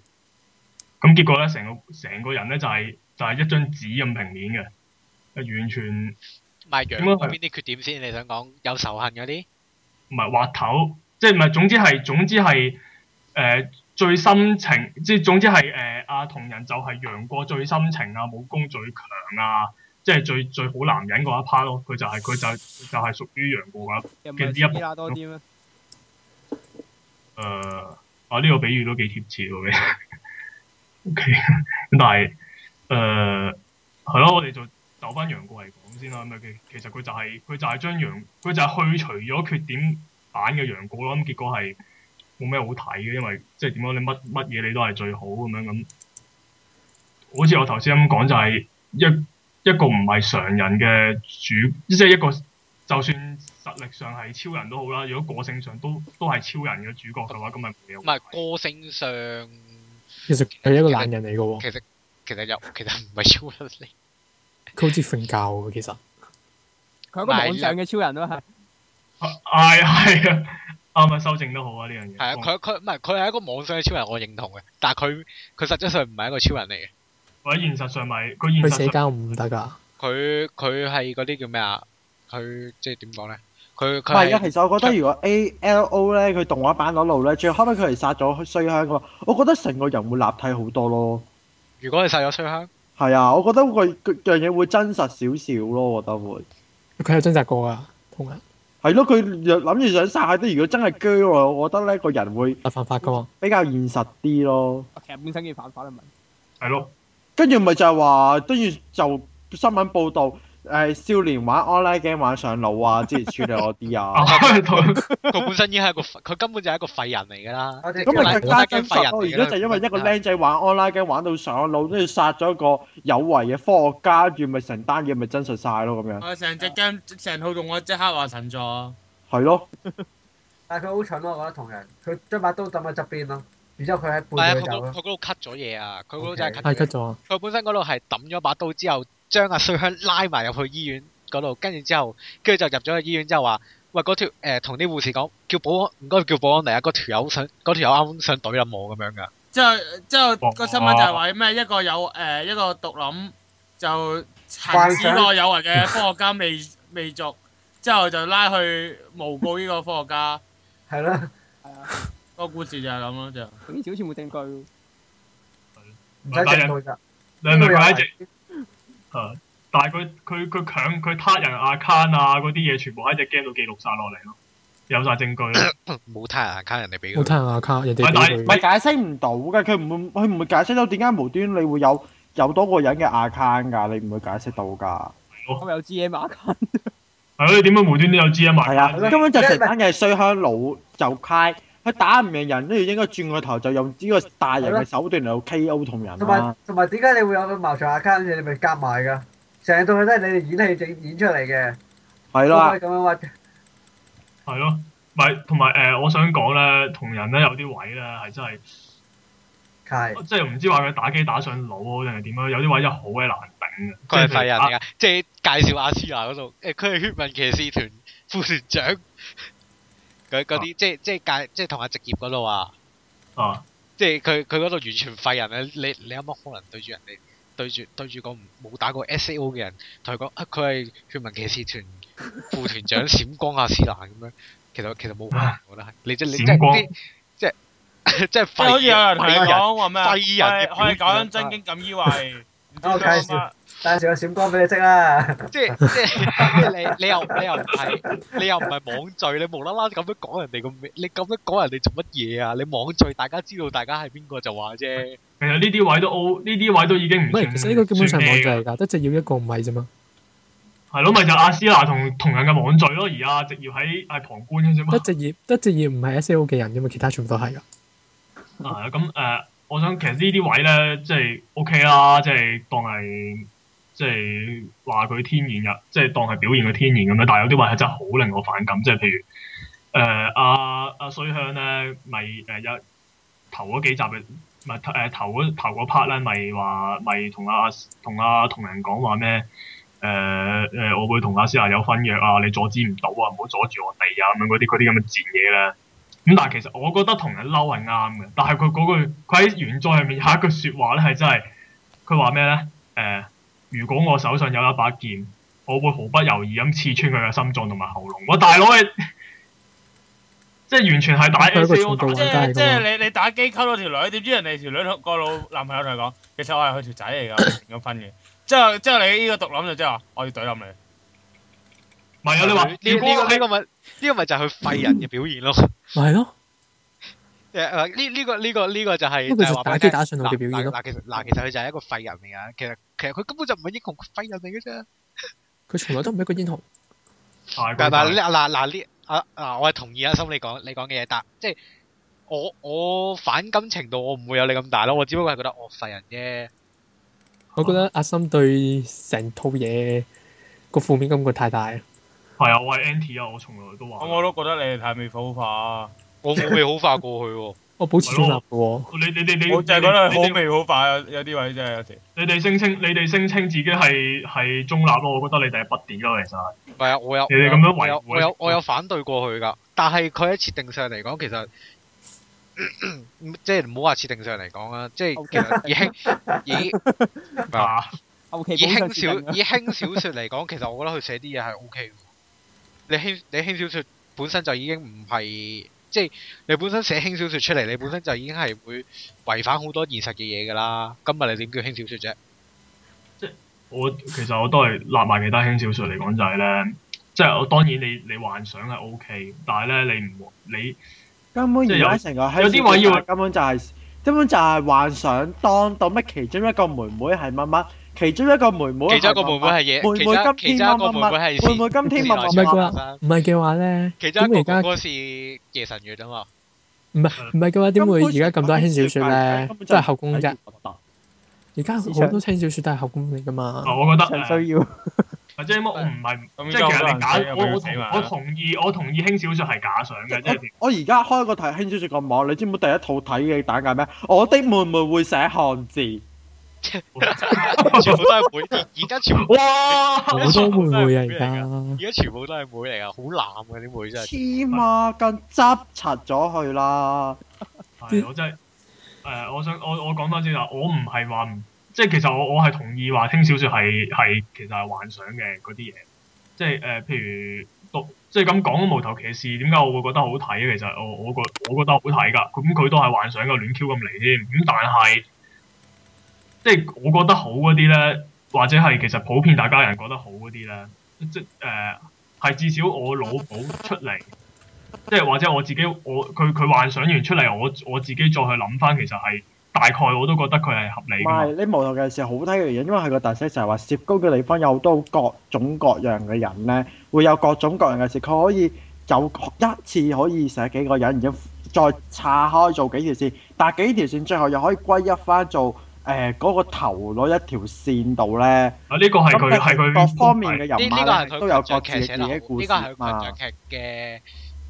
[SPEAKER 1] 咁結果咧成個成個人咧就係、就係、一張紙咁平面嘅，完全
[SPEAKER 2] 唔係楊
[SPEAKER 1] 點解
[SPEAKER 11] 啊
[SPEAKER 2] 嗰啊邊啲缺點先？你想講有仇恨嗰啲？
[SPEAKER 1] 唔係滑頭，即係唔係總之係總之係誒、呃最深情，即係總之係誒阿同人就係楊過最深情啊，武功最強啊，即係最最好男人嗰一 part 咯，佢就係、佢就係就係屬於楊過嗰一
[SPEAKER 11] 人
[SPEAKER 1] 嘅呢
[SPEAKER 11] 咪
[SPEAKER 1] 一
[SPEAKER 11] 希拉多啲
[SPEAKER 1] 誒、
[SPEAKER 11] 咩？
[SPEAKER 1] 啊呢、個比喻都幾貼切喎， O K，咁但係誒係咯，我哋就就翻楊過嚟講先啦。咁啊，其其實佢就係、佢就係將楊佢就係去除咗缺點版嘅楊過啦。咁結果係冇咩好睇嘅，因為即係點講，你乜乜嘢你都係最好咁樣咁。好似我頭先咁講，就係、一一個唔係常人嘅主，即係一個就算實力上係超人都好啦，如果個性上都都係超人嘅主角嘅話，咁咪冇嘢好
[SPEAKER 2] 唔
[SPEAKER 1] 睇
[SPEAKER 2] 係個性上，
[SPEAKER 6] 其實佢係一個懶人嚟嘅喎，
[SPEAKER 2] 其實其實又其實唔係超人嚟，
[SPEAKER 6] 佢好似瞓覺嘅其實。
[SPEAKER 11] 佢一個網上嘅超人咯，係
[SPEAKER 1] 係係啊，啱啊，修正都好啊呢樣嘢。
[SPEAKER 2] 係啊，佢佢唔係佢係一個網上嘅超人，我認同嘅，但係佢佢實質上唔係一個超人嚟嘅，
[SPEAKER 1] 或者現實上咪佢現
[SPEAKER 6] 佢社
[SPEAKER 1] 實上
[SPEAKER 6] 交唔得㗎，
[SPEAKER 2] 佢佢係嗰啲叫咩啊？佢即係點講咧？佢
[SPEAKER 4] 唔係啊，
[SPEAKER 2] 佢
[SPEAKER 4] 其實我覺得如果 A L O 咧，佢動畫版嗰路咧，最後尾佢係殺咗衰香嘅話，我覺得成個人會立體好多咯。
[SPEAKER 2] 如果你殺咗衰香，
[SPEAKER 4] 係啊，我覺得佢佢樣嘢會真實少少咯，我覺得會。
[SPEAKER 6] 佢有掙扎過㗎，同人
[SPEAKER 4] 係咯，佢又諗住想殺啲，如果真係鋸我，我覺得咧個人會
[SPEAKER 6] 係犯法㗎嘛。
[SPEAKER 4] 比較現實啲咯。
[SPEAKER 11] 其實本身嘅反法啦，咪
[SPEAKER 1] 係咯，
[SPEAKER 4] 跟住咪就係話，跟住就新聞報導，誒、少年玩 online game 玩上腦啊，之前處理嗰啲
[SPEAKER 1] 啊
[SPEAKER 4] 啊，
[SPEAKER 1] 佢
[SPEAKER 2] 佢本身已經係一個廢佢根本就係一個啊廢人嚟㗎啦。
[SPEAKER 5] 我哋
[SPEAKER 4] 咁咪
[SPEAKER 2] 係
[SPEAKER 4] 更加真實咯。如果就因為一個僆仔玩 online game 玩到上腦，跟住殺咗個有為嘅科學家，跟住咪成單嘢咪真實晒咯咁樣。
[SPEAKER 3] 我成隻 game 成套動畫即刻話神咗，
[SPEAKER 4] 係咯，
[SPEAKER 5] 但係佢好蠢咯，我覺得同人，佢將把刀抌喺側邊咯，然之後佢喺
[SPEAKER 2] 唔係啊，
[SPEAKER 5] 背
[SPEAKER 2] 佢
[SPEAKER 5] 住佢走
[SPEAKER 2] 嗰
[SPEAKER 5] 咯
[SPEAKER 2] 佢。嗰度 cut 咗嘢啊，佢嗰度真係 cut
[SPEAKER 6] 係
[SPEAKER 2] 咗
[SPEAKER 6] cut
[SPEAKER 2] 嘢。
[SPEAKER 6] 咗啊！
[SPEAKER 2] 佢本身嗰度係抌咗把刀之後，將阿衰香拉埋入去醫院嗰度，跟住之後，跟住就入咗去醫院之後話：，喂，嗰條誒同啲護士講，叫保安，唔該叫保安嚟啊！嗰條友想，嗰條友啱啱想懟冧我咁樣㗎。
[SPEAKER 3] 之後之後
[SPEAKER 1] 哦
[SPEAKER 3] 個新聞就係話咩一個有誒一個毒諗就行之內有為 嘅科學家未未續，之後就拉去诬告呢個科學家。
[SPEAKER 5] 係咯，
[SPEAKER 11] 係啊，
[SPEAKER 3] 個故事就係咁咯，就係
[SPEAKER 11] 嗰啲好似冇證據喎。
[SPEAKER 5] 唔使
[SPEAKER 1] 啊
[SPEAKER 5] 整到㗎。
[SPEAKER 1] 你係咪佢一
[SPEAKER 5] 呢個又係
[SPEAKER 1] 直係但係佢佢佢強佢他人 account 啊嗰啲嘢，全部喺只 game 度記錄晒落嚟咯，有晒證據咯。
[SPEAKER 2] 冇太人坑人哋俾佢。
[SPEAKER 6] 冇睇人阿卡，人哋
[SPEAKER 1] 喂但係
[SPEAKER 6] 俾
[SPEAKER 4] 唔
[SPEAKER 6] 佢
[SPEAKER 4] 係解釋唔到嘅，佢唔會佢唔會解釋到點解無端你會有有多個人嘅 account 㗎，你唔會解釋到㗎。
[SPEAKER 11] 我有 G M 啊，
[SPEAKER 1] 係咯，你點解無端端有知啊？
[SPEAKER 4] 係啊，
[SPEAKER 1] 埋
[SPEAKER 4] 根本就成單嘢係衰香佬就 cry，佢打唔贏人，跟住應該轉個頭就用呢個大人嘅手段嚟到 K.O. 同人啊
[SPEAKER 5] 同埋
[SPEAKER 2] 啊
[SPEAKER 4] 啦。
[SPEAKER 5] 同埋點解你會有個茅場 account 你咪夾埋㗎？成套戲都係你哋演戲整演出嚟嘅，
[SPEAKER 4] 係
[SPEAKER 5] 都
[SPEAKER 4] 啦
[SPEAKER 5] 可以，咁樣話。
[SPEAKER 1] 係咯，咪同埋誒，我想講咧，同人咧有啲位咧係真係，
[SPEAKER 5] 係
[SPEAKER 1] 即係唔知話佢打機打上腦定係點樣，有啲位真係好鬼難頂嘅。啊
[SPEAKER 2] 佢係
[SPEAKER 1] 即係譬
[SPEAKER 2] 廢
[SPEAKER 1] 如
[SPEAKER 2] 人
[SPEAKER 1] 打
[SPEAKER 2] 嚟㗎，即係介紹阿斯娜嗰度，誒佢係血問騎士團副團長，佢嗰啲即係即係介即係同阿直業嗰度啊，
[SPEAKER 1] 啊。
[SPEAKER 2] 即係佢佢嗰度完全廢人啊！你你有乜可能對住人哋對住對住個唔冇打過 S.A.O 嘅人同佢講啊佢係血盟騎士團副團長閃光阿斯蘭咁樣，其實其實冇可能，我覺得係你即係你即
[SPEAKER 1] 閃光
[SPEAKER 2] 係即係即係
[SPEAKER 3] 即係好似有人同你
[SPEAKER 2] 廢人
[SPEAKER 3] 講話咩？
[SPEAKER 2] 廢人嘅
[SPEAKER 3] 我係
[SPEAKER 2] 表
[SPEAKER 3] 講
[SPEAKER 2] 現
[SPEAKER 3] 緊真經咁以為。唔知啊
[SPEAKER 5] 我介紹
[SPEAKER 3] 做乜
[SPEAKER 5] 但係仲有閃光俾你識啦。
[SPEAKER 2] 即係即係你你又你又唔係你又唔係網聚，你無啦啦咁樣講人哋個名，你咁樣講人哋做乜嘢啊？你網聚大家知道大家係邊個就話啫，
[SPEAKER 1] 其實呢啲位都 O，呢啲位都已經唔
[SPEAKER 6] 唔係，
[SPEAKER 1] 算
[SPEAKER 6] 其實呢個基本上
[SPEAKER 1] 算
[SPEAKER 6] 係網
[SPEAKER 1] 咩㗎
[SPEAKER 6] 聚嚟㗎，得隻要一個唔係啫嘛，
[SPEAKER 1] 係咯，咪就係阿斯娜同同人嘅網聚咯，而家直要喺係旁觀嘅啫嘛
[SPEAKER 6] 得。隻要得隻要唔係 S.O 嘅人啫嘛，其他全部都係㗎。
[SPEAKER 1] 啊，咁誒、呃我想其實呢啲位咧，即係 OK 啦，即係當係即係話佢天然嘅，即係當係表現佢天然咁樣。但係有啲位係真係好令我反感，即係譬如誒阿阿水香咧，咪誒有頭嗰幾集嘅，咪誒頭嗰頭嗰 part 咧，咪話咪同阿同阿同人講話咩？誒誒、呃我會同阿思娜有婚約啊！你阻止唔到啊，唔好阻住我哋啊！咁樣嗰啲嗰啲咁嘅賤嘢咧。咁但係其實我覺得同人嬲係啱嘅，但係佢嗰句佢喺原作入面有一句説話咧係真係，佢話咩咧？誒、如果我手上有一把劍，我會毫不猶豫咁刺穿佢嘅心臟同埋喉嚨。我大佬你即係完全係打
[SPEAKER 6] 佢一個啊
[SPEAKER 1] S.O.
[SPEAKER 6] 程度
[SPEAKER 1] 打
[SPEAKER 3] 即
[SPEAKER 6] 玩
[SPEAKER 3] 係
[SPEAKER 6] 家嚟㗎嘛
[SPEAKER 3] 即係你你打機溝到條女，點知人哋條女同個老男朋友同佢講，其實我係佢條仔嚟㗎，我成咗婚嘅。之後之後你呢個毒諗就即係話，我要懟冧你。
[SPEAKER 1] 唔係啊！你話
[SPEAKER 2] 呢
[SPEAKER 1] 如
[SPEAKER 2] 呢
[SPEAKER 1] 果
[SPEAKER 2] 個呢
[SPEAKER 1] 係
[SPEAKER 2] 個咪呢個咪就係佢廢人嘅表現咯。
[SPEAKER 6] 咪係咯，
[SPEAKER 2] 誒呢呢個呢個呢個就係
[SPEAKER 6] 不過
[SPEAKER 2] 就係
[SPEAKER 6] 就
[SPEAKER 2] 話
[SPEAKER 6] 打
[SPEAKER 2] 俾
[SPEAKER 6] 機
[SPEAKER 2] 你聽
[SPEAKER 6] 打上腦嘅
[SPEAKER 2] 嗱
[SPEAKER 6] 表現咯
[SPEAKER 2] 嗱嗱其實嗱其實佢就係一個廢人嚟㗎，其實其實佢根本就唔係英雄，佢廢人嚟嘅啫。
[SPEAKER 6] 佢從來都唔係一個英雄。
[SPEAKER 2] 但但呢嗱嗱呢啊嗱，我係同意阿心你講你講嘅嘢，但即係我我反感程度我唔會有你咁大咯，我只不過係覺得我哦廢人啫。
[SPEAKER 6] 我
[SPEAKER 2] 啊
[SPEAKER 6] 覺得阿森對成套嘢個負面感覺太大。
[SPEAKER 1] 係啊，我係 anti 啊，我從來都話。
[SPEAKER 3] 我都覺得你哋太未好化。
[SPEAKER 2] 我冇未好化過去 喎。
[SPEAKER 6] 我保持中立嘅喎。
[SPEAKER 1] 你你你你，
[SPEAKER 3] 我就係覺得
[SPEAKER 1] 你
[SPEAKER 3] 好
[SPEAKER 1] 你
[SPEAKER 3] 未好化，有有啲位真係有時。
[SPEAKER 1] 你哋聲稱你哋聲稱自己係係中立咯，我覺得你哋係不敵咯，其實係。
[SPEAKER 2] 唔係啊，我有
[SPEAKER 1] 你哋咁樣
[SPEAKER 2] 我
[SPEAKER 1] 維
[SPEAKER 2] 有
[SPEAKER 1] 護
[SPEAKER 2] 我有我有反對過佢㗎，但係佢喺設定上嚟講，其 實即係唔好話設定上嚟講啦，即係其實以 輕以唔係啊以輕小以輕小說嚟講， 其實我覺得佢寫啲嘢係 O K 嘅。你輕你輕小說本身就已經唔係即係你本身寫輕小說出嚟，你本身就已經係會違反好多現實嘅嘢㗎啦。今日你點叫輕小說啫？
[SPEAKER 1] 我其實我都係立埋其他輕小說嚟講就係咧，即係我當然你你幻想係 O K，但係咧你唔你
[SPEAKER 4] 根本而家成個
[SPEAKER 1] 有啲位要
[SPEAKER 4] 根本就係、根本就係幻想當到乜其中一個妹妹係乜乜，其中一個妹妹
[SPEAKER 2] 其中一個
[SPEAKER 4] 係乜
[SPEAKER 2] 妹
[SPEAKER 4] 乜
[SPEAKER 2] 妹係嘢其中
[SPEAKER 4] 妹妹
[SPEAKER 2] 其
[SPEAKER 4] 今
[SPEAKER 2] 中
[SPEAKER 4] 天
[SPEAKER 2] 一個
[SPEAKER 4] 乜
[SPEAKER 2] 妹妹係
[SPEAKER 4] 乜乜，妹妹今天乜乜乜
[SPEAKER 6] 唔係嘅
[SPEAKER 4] 乜。
[SPEAKER 6] 話，唔係嘅話咧，
[SPEAKER 2] 其中
[SPEAKER 6] 點
[SPEAKER 2] 一
[SPEAKER 6] 會而
[SPEAKER 2] 個
[SPEAKER 6] 家
[SPEAKER 2] 哥哥是夜神月啊嘛。
[SPEAKER 6] 唔係唔係嘅話，點會而家咁多輕小說
[SPEAKER 4] 根
[SPEAKER 6] 咧
[SPEAKER 4] 本
[SPEAKER 6] 都
[SPEAKER 4] 就
[SPEAKER 6] 係後宮啫？而家好多輕小說都係後宮嚟噶
[SPEAKER 1] 啊
[SPEAKER 6] 嘛。
[SPEAKER 2] 哦
[SPEAKER 1] 我覺得誒
[SPEAKER 11] 需要。
[SPEAKER 1] 或者乜我唔係
[SPEAKER 3] 咁
[SPEAKER 1] 即係其
[SPEAKER 3] 就
[SPEAKER 1] 實
[SPEAKER 3] 可
[SPEAKER 1] 你
[SPEAKER 3] 能
[SPEAKER 1] 假
[SPEAKER 3] 死啊
[SPEAKER 1] 我
[SPEAKER 3] 咪
[SPEAKER 1] 我
[SPEAKER 3] 要死
[SPEAKER 1] 同
[SPEAKER 3] 埋
[SPEAKER 1] 我同意我同意輕小說係假想嘅，即係
[SPEAKER 4] 我而家開個睇輕小說個網，你知唔知第一套睇嘅打解咩？我的妹妹會寫漢字。
[SPEAKER 2] 全部都係妹，而而家全部
[SPEAKER 1] 哇！
[SPEAKER 6] 好多妹妹啊，而家
[SPEAKER 2] 而家全部都係妹嚟噶，好濫嘅啲妹真係。
[SPEAKER 4] 黐孖筋，執柒咗佢啦！
[SPEAKER 1] 係我真係誒，我想我我講翻先啦，我唔係話唔即係其實我我係同意話輕小說係係其實係幻想嘅嗰啲嘢，即係誒、呃譬如讀即係咁講《無頭騎士》，點解我會覺得好睇？其實我我覺我覺得好睇㗎，咁佢都係幻想嘅亂 Q 咁嚟添，咁但係即係我覺得好嗰啲咧，或者係其實普遍大家人覺得好嗰啲咧，即呃誒係、至少我腦補出嚟。即係或者我自己我佢佢幻想完出嚟，我我自己再去諗翻，其實係大概我都覺得佢係合理
[SPEAKER 4] 唔
[SPEAKER 1] 㗎嘛。
[SPEAKER 4] 係呢無頭嘅事好睇嘅原因，因為佢個特色就係話涉高嘅地方有好多各種各樣嘅人咧，會有各種各樣嘅事，佢可以有一次可以寫幾個人，然之後再岔開做幾條線，但係幾條線最後又可以歸一翻做誒嗰個頭嗰一條線度咧。
[SPEAKER 1] 啊！呢個係佢
[SPEAKER 4] 咁
[SPEAKER 1] 係佢
[SPEAKER 4] 各方面嘅人
[SPEAKER 2] 呢呢個係
[SPEAKER 4] 物
[SPEAKER 2] 佢
[SPEAKER 4] 都有各
[SPEAKER 2] 群像劇寫得
[SPEAKER 4] 自自己
[SPEAKER 2] 好，呢
[SPEAKER 4] 嘅故
[SPEAKER 2] 個
[SPEAKER 4] 事
[SPEAKER 2] 係群。
[SPEAKER 4] 嘛
[SPEAKER 2] 像劇嘅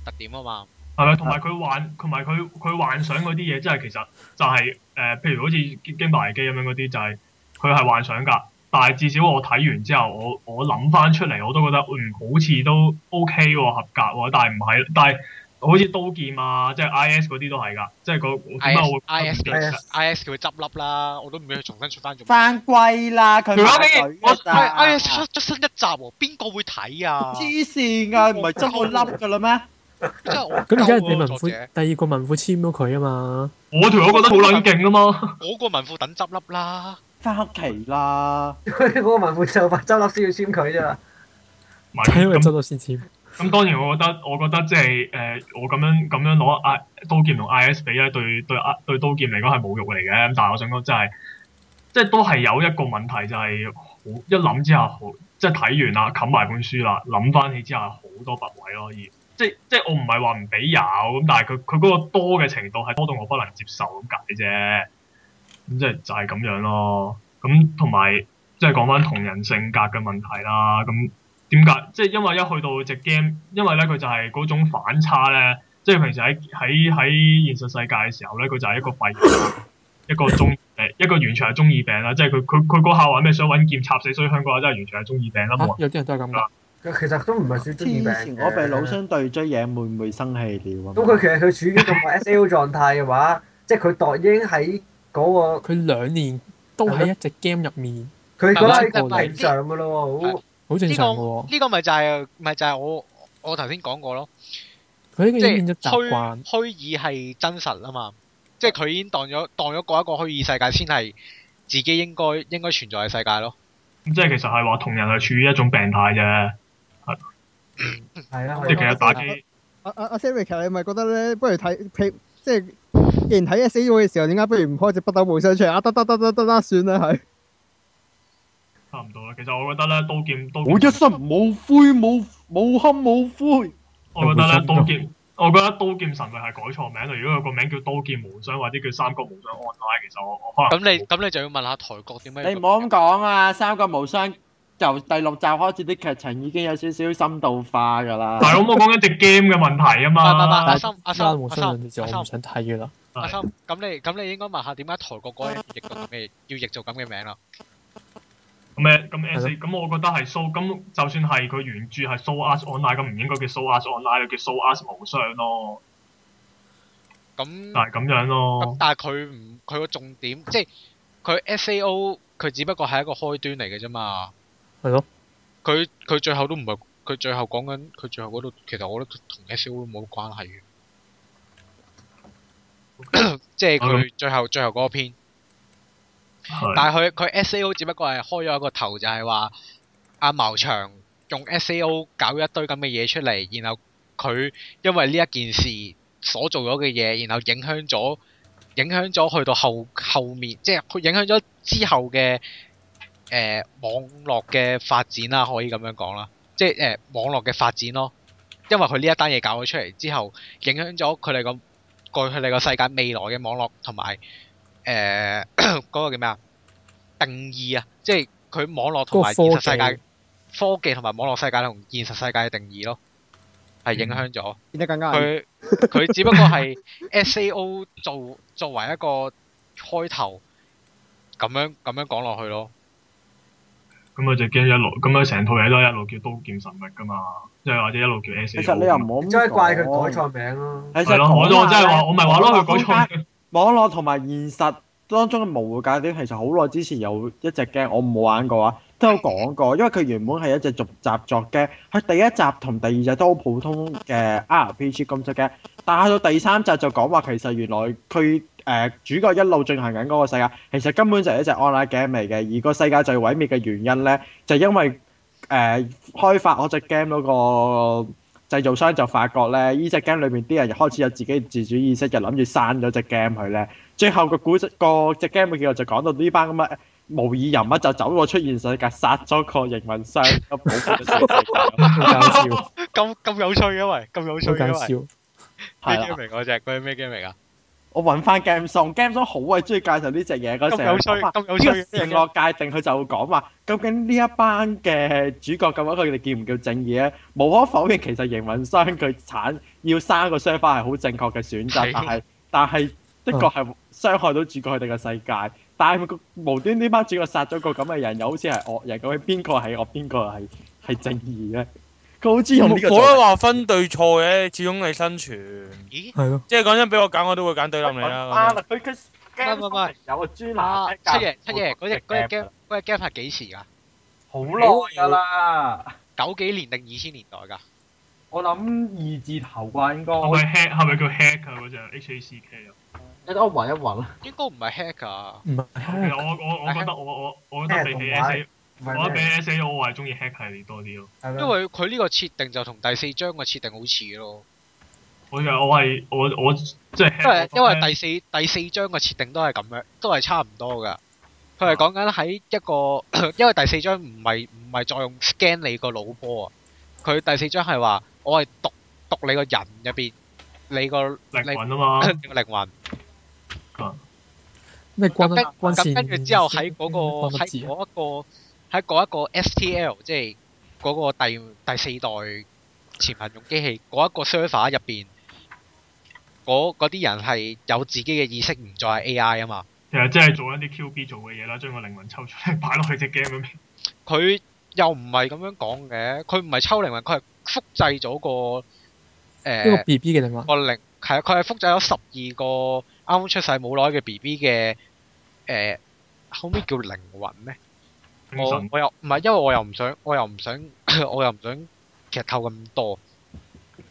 [SPEAKER 2] 特點啊嘛。
[SPEAKER 1] 係咪？同埋佢幻同埋佢佢幻想嗰啲嘢，即係其實就係、誒、譬如好似《驚爆危機》咁樣嗰啲，就係佢係幻想㗎。但係至少我睇完之後，我我諗翻出嚟，我都覺得嗯好似都 OK 喎，合格喎。但係唔係，但係好似刀劍啊，即係 IS 嗰啲都係㗎，即係個點解
[SPEAKER 2] I
[SPEAKER 6] 啊
[SPEAKER 1] 我
[SPEAKER 2] S
[SPEAKER 1] 會
[SPEAKER 2] 啊 I S 啊
[SPEAKER 1] 覺得唔得
[SPEAKER 2] I S 叫佢執笠啦，我都唔俾佢重新出翻做。
[SPEAKER 4] 翻歸啦！佢
[SPEAKER 2] 佢後
[SPEAKER 4] 買
[SPEAKER 2] 尾
[SPEAKER 4] 女
[SPEAKER 2] 我
[SPEAKER 4] 啊咋
[SPEAKER 2] I S 出出新一集喎，邊個會睇啊？
[SPEAKER 4] 黐線㗎，唔係執個粒㗎啦咩？
[SPEAKER 2] 真係我
[SPEAKER 6] 咁而家人
[SPEAKER 2] 鳩
[SPEAKER 6] 哋
[SPEAKER 2] 啊
[SPEAKER 6] 文
[SPEAKER 2] 作
[SPEAKER 6] 庫
[SPEAKER 2] 者，
[SPEAKER 6] 第二個文庫簽咗佢啊嘛。
[SPEAKER 1] 我條友覺得好撚勁啊嘛！
[SPEAKER 2] 我個文庫等執笠啦。
[SPEAKER 4] 翻屋企啦！
[SPEAKER 5] 佢嗰個文匯就話周立先要簽佢啫嘛。
[SPEAKER 1] 唔係
[SPEAKER 6] 係因為
[SPEAKER 1] 咁
[SPEAKER 6] 執到先簽。
[SPEAKER 2] 啊
[SPEAKER 1] 咁當然，我覺得我覺得即係誒，我咁樣咁樣攞 I 刀劍同 IS 比咧，對對啊對刀劍嚟講係侮辱嚟嘅。咁但係我想講真係，即係都係有一個問題就係、好一諗之下好，即係睇完啦，啊冚埋本書啦，諗翻起之下好多筆位咯，而即即係我唔係話唔俾有咁，但係佢佢嗰個多嘅程度係多到我不能接受咁解啫。咁即係就係咁樣咯。咁同埋即係講翻同人性格嘅問題啦。咁點解？即係因為一去到隻 game，因為咧佢就係嗰種反差咧，即係平時喺喺喺現實世界嘅時候咧，佢就係一個廢人，一個中誒一個完全係中二病啦。即係佢佢佢嗰下話咩想揾劍插死衰香嗰下，真係完全係中二病啦。冇
[SPEAKER 6] 嚇
[SPEAKER 1] 人
[SPEAKER 6] 啊有啲人都係咁㗎。
[SPEAKER 5] 其實都唔係算中意
[SPEAKER 4] 黐
[SPEAKER 5] 病
[SPEAKER 4] 線！
[SPEAKER 5] 嘅
[SPEAKER 4] 我被老生對追嘢，會唔會生氣了啊？
[SPEAKER 5] 咁佢其實佢處於咁嘅 S.A.O 狀態嘅話，即係佢度已經喺嗰
[SPEAKER 6] 佢兩年都喺一隻 game 入面，
[SPEAKER 5] 個，佢覺
[SPEAKER 6] 係
[SPEAKER 5] 得
[SPEAKER 6] 咯
[SPEAKER 5] 係平常嘅咯喎，好
[SPEAKER 6] 好正
[SPEAKER 2] 呢
[SPEAKER 6] 常嘅喎
[SPEAKER 2] 個。呢個咪就係咪就係我我頭先講過咯。
[SPEAKER 6] 佢呢個
[SPEAKER 2] 即
[SPEAKER 6] 已經變
[SPEAKER 2] 係
[SPEAKER 6] 咗習慣
[SPEAKER 2] 虛。虛擬係真實啊嘛，即係佢已經當咗當咗嗰一個虛擬世界先係自己應該應該存在嘅世界咯。
[SPEAKER 1] 咁即係其實係話同人係處於一種病態啫。
[SPEAKER 5] 係啦
[SPEAKER 1] 即係其實打機
[SPEAKER 5] 啊
[SPEAKER 11] Ờ, 阿阿阿 Sammy，其實你咪覺得咧，不如睇譬即係
[SPEAKER 15] 既然睇
[SPEAKER 11] E
[SPEAKER 15] S A O 嘅時候，點解不如唔開隻北斗無雙出嚟啊？得得得得得得，算啦，係。
[SPEAKER 1] 差唔多啦。其實我覺得咧，刀劍刀劍
[SPEAKER 4] 我一身冇灰冇冇堪冇灰。
[SPEAKER 1] 我覺得咧，刀劍，我覺得刀劍神域係改錯名啦。如果佢個名叫刀劍無雙或者叫三國無雙 online，其實我我可
[SPEAKER 2] 咁
[SPEAKER 1] 能
[SPEAKER 2] 你咁你就要問下台國點解
[SPEAKER 4] 你唔好咁講啊！三國無雙由第六集開始啲劇情已經有少少深度化㗎啦。
[SPEAKER 1] 大佬，我講緊隻 game 嘅問題啊 嘛。
[SPEAKER 2] 阿森阿森
[SPEAKER 6] 但係無
[SPEAKER 2] 阿森
[SPEAKER 6] 雙兩隻字我唔想睇嘅啦。
[SPEAKER 2] 阿心，咁你咁你應該問下點解台國嗰人譯到咁嘅，要譯做咁嘅名啦。啊
[SPEAKER 1] 咁誒咁 S 咁，我覺得係 so 咁，就算係佢原著係 so us online，咁唔應該叫 so us online，叫 so us 無雙咯。
[SPEAKER 2] 咁
[SPEAKER 1] 就係咁樣咯
[SPEAKER 2] 咁。但係佢唔佢個重點，即係佢 SAO 佢只不過係一個開端嚟嘅啫嘛。
[SPEAKER 6] 係咯。
[SPEAKER 2] 佢佢最後都唔係佢最後講緊佢最後嗰度，其實我覺得同 SAO 都冇乜關係嘅。即係
[SPEAKER 6] 啊
[SPEAKER 2] 佢最後最後嗰個篇。但係佢佢 SAO 只不過係開咗一個頭，就係話阿茅翔用 SAO 搞一堆咁嘅嘢出嚟，然後佢因為呢一件事所做咗嘅嘢，然後影響咗影響咗去到後後面，即係佢影響咗之後嘅誒、呃、網絡嘅發展啦，可以咁樣講啦，即係誒、呃、網絡嘅發展咯。因為佢呢一單嘢搞咗出嚟之後，影響咗佢哋個過去佢哋個世界未來嘅網絡同埋誒嗰個叫咩啊定義啊，即係佢網絡同埋現實世界科技同埋網絡世界同現實世界嘅定義咯，係影響咗。
[SPEAKER 15] 變得更
[SPEAKER 11] 嗯
[SPEAKER 15] 加危險
[SPEAKER 2] 佢佢只不過係 SAO 做作為一個開頭咁樣咁樣講落去咯。
[SPEAKER 1] 咁啊佢就驚一路，咁佢成套嘢都係一路叫刀劍神域噶嘛，即係或者一路叫 S。
[SPEAKER 4] 其實你又唔好咁
[SPEAKER 5] 真係怪佢
[SPEAKER 4] 講
[SPEAKER 5] 改錯名咯。
[SPEAKER 4] 其
[SPEAKER 1] 係
[SPEAKER 4] 實
[SPEAKER 1] 咯我都
[SPEAKER 4] 講
[SPEAKER 1] 真
[SPEAKER 4] 下
[SPEAKER 1] 係話
[SPEAKER 4] 咧
[SPEAKER 1] 我咪話咯
[SPEAKER 4] 網絡
[SPEAKER 1] 佢講錯
[SPEAKER 4] 空間網絡同埋現實當中嘅模糊界點，其實好耐之前有一隻 game 我冇玩過啊，都有講過，因為佢原本係一隻續集作 game，佢第一集同第二集都好普通嘅 RPG 咁式 game，但係到第三集就講話其實原來佢誒、呃主角一路進行緊嗰個世界，其實根本就係一隻 online game 嚟嘅，而個世界最毀滅嘅原因咧，就因為誒、呃、開發嗰只 game 嗰、個。製造商就發覺咧，呢只 game 裏面啲人開始有自己嘅自主意識，就諗住刪咗只 game 佢咧。最後個古個只 game 嘅結果就講到呢班咁嘅模擬人物就走過出現世界，殺咗個營運商，咁保護咗世界。
[SPEAKER 6] 好搞笑，
[SPEAKER 2] 咁咁有趣嘅喂，咁有趣
[SPEAKER 6] 好
[SPEAKER 2] 嘅
[SPEAKER 6] 搞
[SPEAKER 2] 喂。
[SPEAKER 6] 笑。
[SPEAKER 2] 咩
[SPEAKER 4] 係啦
[SPEAKER 2] game 嚟嗰只？嗰只咩啊 game 嚟㗎？
[SPEAKER 4] 我揾翻 Game Song，Game Song 好鬼中意介紹呢只嘢嗰
[SPEAKER 2] 咁有趣
[SPEAKER 4] 陣，
[SPEAKER 2] 咁有
[SPEAKER 4] 呢
[SPEAKER 2] 趣
[SPEAKER 4] 個
[SPEAKER 2] 嘅
[SPEAKER 4] 善惡界定，佢就會講話，究竟呢一班嘅主角咁樣，佢哋叫唔叫正義咧？無可否認，其實營運商佢產要生個 server 係好正確嘅選
[SPEAKER 2] 係，
[SPEAKER 4] 擇但係但係的確係傷害到主角佢哋嘅世界。但係個無端呢班主角殺咗個咁嘅人，又好似係惡人咁，邊個係惡，邊個係係正義咧？佢好中意用呢個
[SPEAKER 16] 冇
[SPEAKER 4] 做
[SPEAKER 16] 得話分對錯嘅，始終你生存。
[SPEAKER 2] 咦？
[SPEAKER 6] 係咯，
[SPEAKER 16] 即係講真，俾我揀，我都會揀對冧你
[SPEAKER 4] 啊！
[SPEAKER 16] 啦。
[SPEAKER 4] 佢佢
[SPEAKER 2] 係唔係
[SPEAKER 4] 有個專
[SPEAKER 2] 啊
[SPEAKER 4] 欄，
[SPEAKER 2] 七爺七爺嗰只嗰只 game 嗰只 game 係幾時㗎？
[SPEAKER 4] 好耐㗎啦。
[SPEAKER 2] 九幾年定二千年代㗎？
[SPEAKER 4] 我諗二字頭啩，應該。
[SPEAKER 1] 係咪 hack？係咪叫 hack 啊？嗰只 H A C K 啊？
[SPEAKER 4] 你等我揾一揾啦。
[SPEAKER 2] 應該唔係 hack 啊㗎。
[SPEAKER 6] 唔係
[SPEAKER 1] 其實我我我覺得我我我覺得比起 S A，
[SPEAKER 5] 唔
[SPEAKER 1] 我覺
[SPEAKER 5] 係
[SPEAKER 1] 得比
[SPEAKER 5] 咩？
[SPEAKER 1] 起 S A O 我係中意 hack 系列多啲咯。
[SPEAKER 6] 嗯
[SPEAKER 5] 係
[SPEAKER 2] 因
[SPEAKER 5] 咩？
[SPEAKER 2] 為佢呢個設定就同第四章嘅設定好似咯，
[SPEAKER 1] 我就我係我我即係
[SPEAKER 2] 因為
[SPEAKER 1] hack
[SPEAKER 2] 因
[SPEAKER 1] 嗰
[SPEAKER 2] 為
[SPEAKER 1] 忽
[SPEAKER 2] 第四第四章嘅設定都係咁樣，都係差唔多噶。佢係講緊喺一個， 因為第四章唔係唔係再用 scan 你個腦波啊，佢第四章係話我係讀讀你個人入邊，你個
[SPEAKER 1] 靈
[SPEAKER 2] 你
[SPEAKER 1] 魂啊嘛，
[SPEAKER 2] 你 個靈魂。
[SPEAKER 6] 咩關
[SPEAKER 2] 咁跟
[SPEAKER 6] 關
[SPEAKER 2] 咁
[SPEAKER 6] 線？
[SPEAKER 2] 跟住之後喺嗰個喺
[SPEAKER 6] 關字啊
[SPEAKER 2] 嗰一個喺嗰一個 STL，即係嗰個第第四代前行用機器嗰一個 server 入邊，嗰嗰啲人係有自己嘅意識，唔再係 AI 啊嘛。
[SPEAKER 1] 其實即係做緊啲 Q B 做嘅嘢啦，將個靈魂抽出嚟擺落去只 game 入面。
[SPEAKER 2] 佢又唔係咁樣講嘅，佢唔係抽靈魂，佢係複製咗個
[SPEAKER 6] 呢個
[SPEAKER 2] 誒
[SPEAKER 6] B B 嘅靈魂
[SPEAKER 2] 個靈，係啊，佢係複製咗十二個啱啱出世冇耐嘅 BB 嘅誒，後尾叫靈魂咩？
[SPEAKER 1] 精
[SPEAKER 2] 我
[SPEAKER 1] 神
[SPEAKER 2] 我又唔係，因為我又唔想，我又唔想， 我又唔想劇透咁多。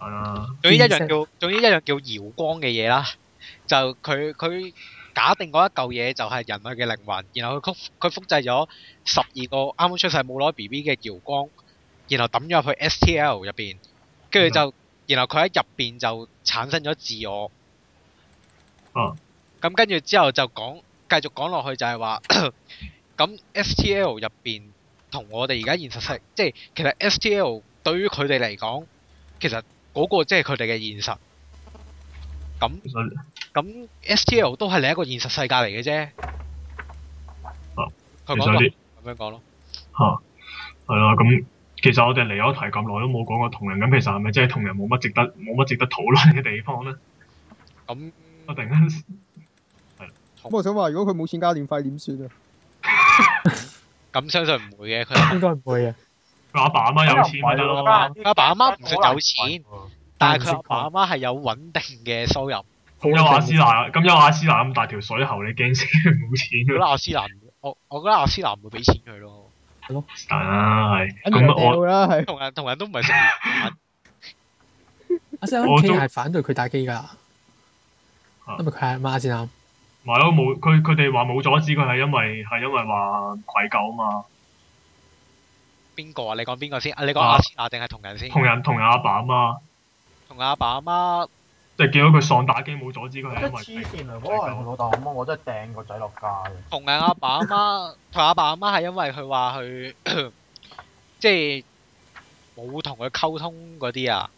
[SPEAKER 1] 係啦，
[SPEAKER 2] 總之一樣
[SPEAKER 6] 知識
[SPEAKER 2] 叫，總之一樣叫搖光嘅嘢啦。就佢佢假定嗰一嚿嘢就係人類嘅靈魂，然後佢複佢複製咗十二個啱啱出世冇耐 B B 嘅搖光，然後抌咗入去 S T L 入邊，跟住就然後佢喺入邊就產生咗自我。
[SPEAKER 1] 哦，
[SPEAKER 2] 咁跟住之後就講繼續講落去就係話， 咁 STL 入邊同我哋而家現實世，即係其實 STL 對於佢哋嚟講，其實嗰個即係佢哋嘅現實。咁
[SPEAKER 1] 其實
[SPEAKER 2] 咁 STL 都係另一個現實世界嚟嘅啫。
[SPEAKER 1] 哦
[SPEAKER 2] 佢
[SPEAKER 1] 其
[SPEAKER 2] 講
[SPEAKER 1] 實
[SPEAKER 2] 到
[SPEAKER 1] 啲
[SPEAKER 2] 咁樣講咯。
[SPEAKER 1] 嚇係啦。咁其實我哋嚟咗題咁耐都冇講過同人，咁其實係咪即係同人冇乜值得冇乜值得討論嘅地方咧？
[SPEAKER 2] 咁
[SPEAKER 1] 我突然間
[SPEAKER 15] 咁我想話，如果佢冇錢交電費點算啊？
[SPEAKER 2] 咁相信唔會嘅， 佢
[SPEAKER 6] 應該唔會啊。
[SPEAKER 1] 佢阿爸阿媽有錢咪得咯。
[SPEAKER 2] 阿爸阿媽唔算有錢，但係佢阿爸阿媽係有穩定嘅收入。
[SPEAKER 1] 咁有阿斯娜，咁有阿斯娜咁大條水喉，你驚死佢冇
[SPEAKER 2] 我覺得
[SPEAKER 1] 錢啊
[SPEAKER 2] 阿斯蘭，我我覺得阿斯蘭會俾錢佢咯。
[SPEAKER 1] 但啦，係
[SPEAKER 15] 肯定
[SPEAKER 1] 咁啊
[SPEAKER 15] 掉
[SPEAKER 1] 我
[SPEAKER 15] 啦，係。
[SPEAKER 2] 同人同人都唔係食麵
[SPEAKER 6] 阿 s e v
[SPEAKER 1] 我
[SPEAKER 6] K
[SPEAKER 1] 都
[SPEAKER 6] 係反對佢打機㗎，因為佢係孖先啱。
[SPEAKER 1] 咪咯冇佢佢哋話冇阻止佢係因為係因為話愧疚啊嘛，
[SPEAKER 2] 邊個啊？你講邊個先？啊，你講阿斯娜定係同啊人先？
[SPEAKER 1] 同人同人阿爸阿媽，
[SPEAKER 2] 同阿爸阿媽
[SPEAKER 1] 即係見到佢喪打機冇阻止佢係因為愧
[SPEAKER 4] 黐線啊！如果我係佢老豆阿媽，我真係掟個仔落街。
[SPEAKER 2] 同人阿爸阿媽，同阿爸阿媽係因為佢話佢 即係冇同佢溝通嗰啲啊。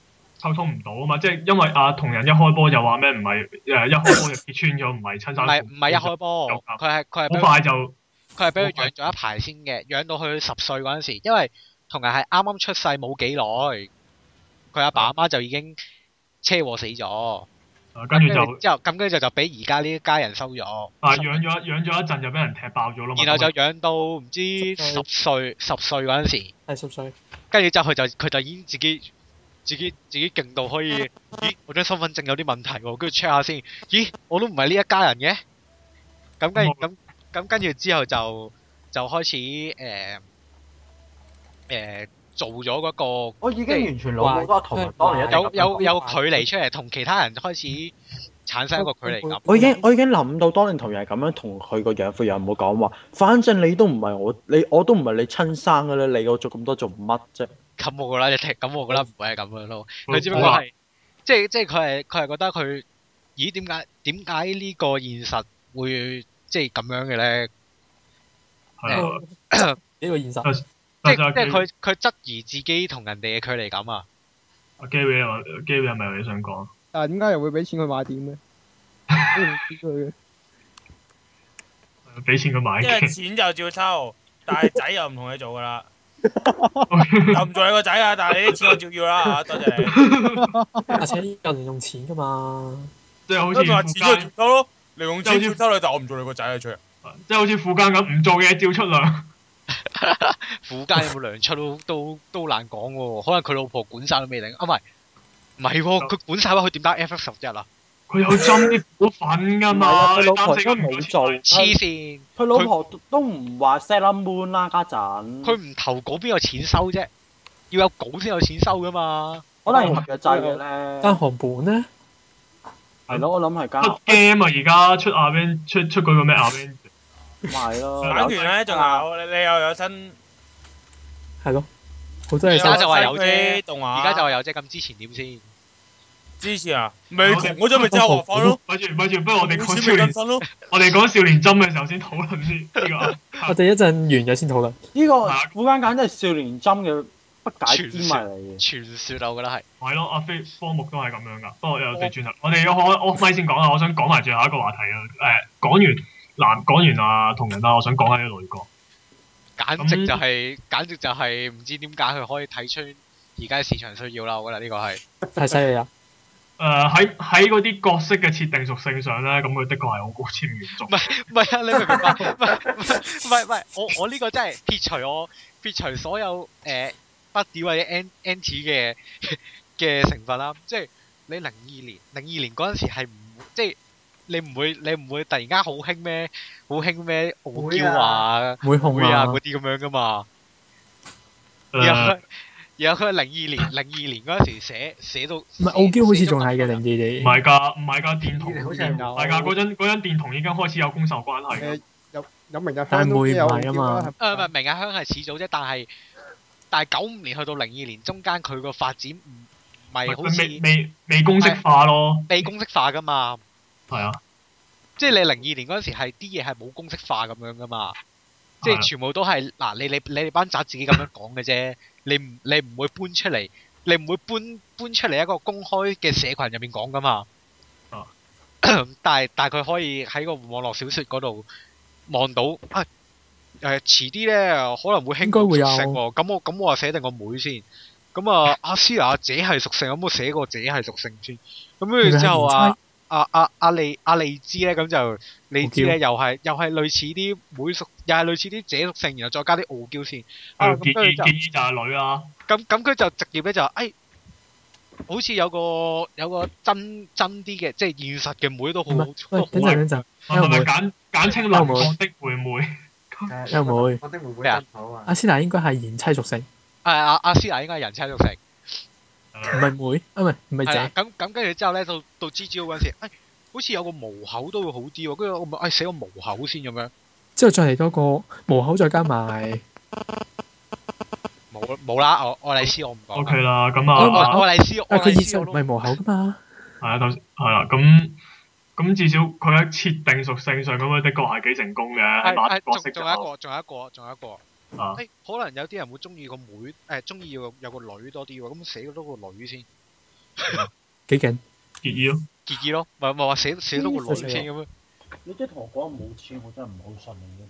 [SPEAKER 1] 溝通唔到啊嘛，即係因為阿同人一開波就話咩唔係誒一開波就揭穿咗唔係親生
[SPEAKER 2] 唔
[SPEAKER 1] 父
[SPEAKER 2] 係唔係一開波
[SPEAKER 1] 有，夾
[SPEAKER 2] 佢係佢係俾
[SPEAKER 1] 好快就
[SPEAKER 2] 佢係俾佢養咗一排先嘅，養到佢十歲嗰陣時，因為同人係啱啱出世冇幾耐，佢阿爸阿媽就已經車禍死咗，
[SPEAKER 1] 啊跟住就
[SPEAKER 2] 之後咁跟住就俾而家呢一家人收咗，
[SPEAKER 1] 啊養咗養咗一陣就俾人踢爆咗啦嘛，
[SPEAKER 2] 然後就養到唔知十歲十歲嗰陣時，
[SPEAKER 6] 係十歲。
[SPEAKER 2] 跟住之後佢就佢就已經自己自己自己勁到可以，咦我張身份證有啲問題喎，跟住 check 下先，咦我都唔係呢一家人嘅，咁跟住
[SPEAKER 4] 嗯
[SPEAKER 2] 咁咁跟住之後就就開始誒誒、做咗嗰、個
[SPEAKER 4] 我已經完全老母都同埋當年一定
[SPEAKER 2] 有有有距離出嚟，同其他人開始產生一個距離感。
[SPEAKER 4] 我已經我已經諗到當年同人係咁樣同佢個養父養母講話，反正你都唔係我，你我都唔係你親生嘅啦，你我做咁多做乜啫？
[SPEAKER 2] 咁我覺得你踢，咁我覺得唔會係咁樣咯。
[SPEAKER 1] 嗯
[SPEAKER 2] 佢只不過係，即係即係佢係佢係覺得佢，咦點解點解呢個現實會即係咁樣嘅咧？
[SPEAKER 1] 係啊
[SPEAKER 6] 呢個現實。
[SPEAKER 2] 即
[SPEAKER 1] 就
[SPEAKER 2] 係即係
[SPEAKER 1] 係
[SPEAKER 2] 佢佢質疑自己同人哋嘅距離感啊！
[SPEAKER 1] 阿 Gary 啊 Gary 係咪有嘢想講？
[SPEAKER 15] 但
[SPEAKER 11] 啊
[SPEAKER 15] 係點解又會俾錢佢買點 嘅？
[SPEAKER 2] 哎
[SPEAKER 15] 我唔知佢嘅。
[SPEAKER 1] 俾錢佢買
[SPEAKER 16] 因為
[SPEAKER 1] 機，
[SPEAKER 16] 錢就照抽，但係仔又唔同你做噶 啦。又唔做你個仔啊，但係你啲錢我照要 啦嚇，多謝你。
[SPEAKER 6] 而且有人用錢㗎嘛，
[SPEAKER 1] 即係好似
[SPEAKER 16] 跟住話
[SPEAKER 1] 富
[SPEAKER 16] 錢就照
[SPEAKER 1] 奸，
[SPEAKER 16] 抽咯，你用錢照抽你，但我唔做你個仔啊，出嚟。
[SPEAKER 1] 即係好似富奸咁唔做嘢照出糧。
[SPEAKER 2] 苦家有冇糧出都都都難講喎，可能佢老婆管晒都未定啊！唔係唔係喎，佢管晒喎，佢點打 F F 十一啊？
[SPEAKER 1] 佢有針啲股份㗎
[SPEAKER 4] 唔係啊，
[SPEAKER 1] 嘛，
[SPEAKER 4] 佢
[SPEAKER 1] 你
[SPEAKER 4] 老
[SPEAKER 1] 擔
[SPEAKER 4] 婆都
[SPEAKER 1] 心佢
[SPEAKER 4] 冇做，
[SPEAKER 2] 黐
[SPEAKER 4] 佢
[SPEAKER 2] 線！
[SPEAKER 4] 佢老婆都唔話 set up moon 啦家
[SPEAKER 2] 佢
[SPEAKER 4] 陣，
[SPEAKER 2] 唔投稿邊有錢收啫？要有稿先有錢收噶嘛？
[SPEAKER 4] 可能係合約制嘅
[SPEAKER 6] 間
[SPEAKER 4] 咧，
[SPEAKER 6] 韓本咧，
[SPEAKER 4] 係咯，我諗係間
[SPEAKER 1] 出 game 啊！而家出阿 Van 出出嗰個咩阿 Van
[SPEAKER 4] 賣咯。
[SPEAKER 16] 版權咧仲有，你你又有新，
[SPEAKER 6] 係咯，好真係
[SPEAKER 2] 而家
[SPEAKER 6] 收
[SPEAKER 2] 就話有啫
[SPEAKER 16] 新區動
[SPEAKER 3] 啊
[SPEAKER 16] 畫，
[SPEAKER 2] 而家就話有啫，咁之前點先？
[SPEAKER 16] 支持啊，咪窮嗰陣咪之後何況咯，
[SPEAKER 1] 咪住咪住，不如 我哋
[SPEAKER 16] 冇
[SPEAKER 1] 講
[SPEAKER 16] 錢
[SPEAKER 1] 少
[SPEAKER 16] 咪更
[SPEAKER 1] 年，
[SPEAKER 16] 新咯。
[SPEAKER 1] 我哋講少年針嘅時候先討論先呢
[SPEAKER 6] 我哋一陣完咗先討論。
[SPEAKER 4] 呢個古間簡直係少年針嘅不解之謎嚟嘅。
[SPEAKER 2] 傳說啊，我覺得係。
[SPEAKER 1] 個。 係咯，阿飛科目都係咁樣㗎。不過我哋轉頭，我哋我我咪先講啊！我想講埋最後一個話題啊。誒，講完嗱，講完啊同人啦，我想講下啲女角。
[SPEAKER 2] 簡直就係、簡直就係唔知點解佢可以睇穿而家市場需要啦，我覺得呢個係
[SPEAKER 6] 太犀利啊啦！
[SPEAKER 1] 誒喺喺嗰啲角色嘅設定屬性上咧，咁佢的確係好高瞻遠矚。
[SPEAKER 2] 唔係啊？你明唔明白？唔係唔係唔係唔係， 我我呢個真係撇除我撇除所有誒筆屌或者 N N 字嘅嘅成分啦，即係你零二年零二年嗰陣時係唔即係你唔會你唔會突然間好興咩好興咩傲嬌啊
[SPEAKER 6] 會控
[SPEAKER 2] 會啊
[SPEAKER 6] 啊，嗯
[SPEAKER 2] 嗰啲咁樣噶嘛。然後
[SPEAKER 1] 誒
[SPEAKER 2] 佢，然後佢係零二年，零二年嗰陣時寫寫到，唔
[SPEAKER 6] 唔係傲嬌好似仲係嘅零
[SPEAKER 1] 唔
[SPEAKER 6] 二你。
[SPEAKER 1] 係㗎，唔係㗎，電筒
[SPEAKER 5] 好似
[SPEAKER 1] 唔
[SPEAKER 5] 係
[SPEAKER 15] 有
[SPEAKER 1] 係㗎，嗰陣嗰陣電筒已經開始有供售關係㗎。
[SPEAKER 15] 誒有有明日
[SPEAKER 6] 但
[SPEAKER 15] 香
[SPEAKER 6] 係
[SPEAKER 15] 都
[SPEAKER 6] 妹
[SPEAKER 15] 有
[SPEAKER 6] 唔係啊嘛
[SPEAKER 15] 叫啦
[SPEAKER 2] 呃誒唔係明日香係始祖啫，但係但係九五年去到零二年中間佢個發展唔唔係好
[SPEAKER 1] 佢未
[SPEAKER 2] 似
[SPEAKER 1] 未未公式化咯，
[SPEAKER 2] 被公式化噶嘛，
[SPEAKER 1] 係啊，
[SPEAKER 2] 即係你零二年嗰陣時係啲嘢係冇公式化咁樣噶嘛，即
[SPEAKER 1] 係啊
[SPEAKER 2] 係全部都係嗱你你你哋班仔自己咁樣講嘅啫， 你唔你唔會搬出嚟，你唔會搬搬出嚟一個公開嘅社群入面講噶嘛。
[SPEAKER 1] 啊
[SPEAKER 2] 但係但係佢可以喺個網絡小説嗰度望到啊誒遲啲咧可能會興
[SPEAKER 6] 應該會有
[SPEAKER 2] 屬性喎，咁我咁我啊寫定個妹先。咁啊，阿思娜姐係屬性，咁我寫個姐係屬性先。咁跟住之後啊，阿阿阿利阿利枝咧，咁就利枝咧又係又係類似啲妹屬，又係類似啲姐屬性，然後再加啲傲嬌先。啊，
[SPEAKER 1] 佢
[SPEAKER 2] 咁
[SPEAKER 1] 建
[SPEAKER 2] 跟住
[SPEAKER 1] 議
[SPEAKER 2] 就
[SPEAKER 1] 建議就係女啊啦，
[SPEAKER 2] 咁咁佢就直接咧就話，哎，好似有個有個真真啲嘅，即係現實嘅妹都好
[SPEAKER 6] 唔係，喂，
[SPEAKER 2] 都
[SPEAKER 6] 等
[SPEAKER 2] 好啊。
[SPEAKER 6] 陣等陣，
[SPEAKER 1] 係咪
[SPEAKER 6] 因為
[SPEAKER 1] 咪簡簡稱
[SPEAKER 6] 因為
[SPEAKER 1] 林
[SPEAKER 6] 我
[SPEAKER 1] 放的妹妹？
[SPEAKER 5] 誒
[SPEAKER 6] 有冇
[SPEAKER 5] 我的妹妹
[SPEAKER 2] 咩啊
[SPEAKER 5] 真好啊
[SPEAKER 6] 阿！斯娜應該係賢妻屬性，
[SPEAKER 2] 誒阿阿思娜應該係人妻屬性。
[SPEAKER 6] 唔係妹，啊唔係唔係
[SPEAKER 2] 係啦
[SPEAKER 6] 姐，，
[SPEAKER 2] 咁咁跟住之後咧，到到 G G 嗰陣時，哎，好似有個無口都會好啲喎。跟住我咪哎寫個無口先咁樣，
[SPEAKER 6] 之後再嚟多個無口，再加埋
[SPEAKER 2] 冇冇啦，我我麗斯我唔講
[SPEAKER 1] O
[SPEAKER 2] 啦。
[SPEAKER 1] K 啦，咁
[SPEAKER 2] 我我
[SPEAKER 1] 啊，
[SPEAKER 2] 我麗斯我
[SPEAKER 6] 啊佢
[SPEAKER 2] 麗
[SPEAKER 6] 現
[SPEAKER 2] 斯
[SPEAKER 6] 實
[SPEAKER 2] 哦我
[SPEAKER 6] 唔
[SPEAKER 2] 都
[SPEAKER 6] 係無口噶嘛，
[SPEAKER 1] 係啊，頭先係啦，咁咁至少佢喺設定屬性上咁樣，的確係幾成功嘅，喺
[SPEAKER 2] 係
[SPEAKER 1] 哪
[SPEAKER 2] 係
[SPEAKER 1] 角色
[SPEAKER 2] 仲
[SPEAKER 1] 就
[SPEAKER 2] 仲有一個，仲有一個，仲有一個。
[SPEAKER 1] 啊
[SPEAKER 2] 誒，可能有啲人會中意個妹，誒中意有有個女多啲喎，咁寫多個女先，
[SPEAKER 6] 幾勁。
[SPEAKER 1] 結衣咯。
[SPEAKER 2] 結意咯，咪咪話寫寫多個女先咁樣。
[SPEAKER 13] 你即係同我講冇錢，我真係唔好信你呢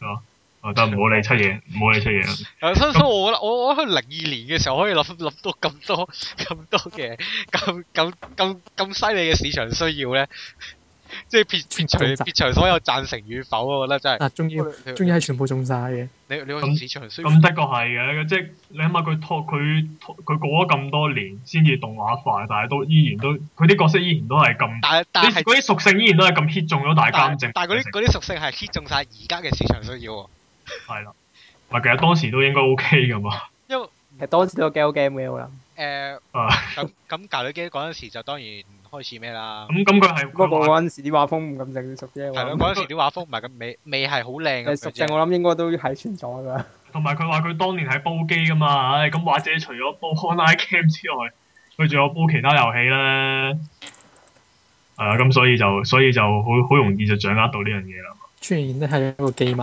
[SPEAKER 13] 個。
[SPEAKER 1] 啊，得唔好理七嘢，唔好理七嘢啦。
[SPEAKER 2] 係所以所以我覺得我我喺零二年嘅時候可以諗諗到咁多 咁多嘅咁咁咁咁犀利嘅市場需要咧，即係撇撇除
[SPEAKER 6] 全部
[SPEAKER 2] 撇除所有贊成與否，我覺得真係。
[SPEAKER 6] 啊，仲要仲要係全部中晒嘅，
[SPEAKER 2] 你你個
[SPEAKER 1] 咁
[SPEAKER 2] 市場需要
[SPEAKER 1] 咁的確係嘅，即係你諗下佢拖佢拖佢過咗咁多年先至動畫化，但係都依然都佢啲角色依然都係咁，
[SPEAKER 2] 但係但
[SPEAKER 1] 啲
[SPEAKER 2] 係
[SPEAKER 1] 嗰啲屬性依然都係咁 hit 中咗大
[SPEAKER 2] 但
[SPEAKER 1] 監
[SPEAKER 2] 係
[SPEAKER 1] 正。嗯
[SPEAKER 2] 但係嗰啲嗰啲屬性係 hit 中晒而家嘅市場需要喎，
[SPEAKER 1] 係啦，唔係其實當時都應該 OK 噶嘛。
[SPEAKER 2] 因為
[SPEAKER 11] 其實當時都有 g a game 嘅我諗。
[SPEAKER 2] 誒
[SPEAKER 1] 啊
[SPEAKER 2] 咁咁教女機嗰陣時就當然開始咩啦，
[SPEAKER 1] 咁咁佢係
[SPEAKER 11] 不過
[SPEAKER 1] 佢話
[SPEAKER 11] 嗰陣時啲畫風唔咁成熟啫。
[SPEAKER 2] 係
[SPEAKER 11] 我
[SPEAKER 2] 咯
[SPEAKER 11] 諗
[SPEAKER 2] 嗰陣時啲畫風唔係咁美美係好靚
[SPEAKER 11] 誒
[SPEAKER 2] 咁
[SPEAKER 11] 嗯屬
[SPEAKER 2] 樣
[SPEAKER 11] 性
[SPEAKER 2] 啫，
[SPEAKER 11] 我諗應該都係存 在㗎。
[SPEAKER 1] 同埋佢話佢當年係煲機噶嘛，唉咁或者除咗煲 online game 之外，佢仲有煲其他遊戲咧。係啊，咁所以就所以就好好容易就掌握到呢樣嘢啦。
[SPEAKER 6] 出現得係一個機迷。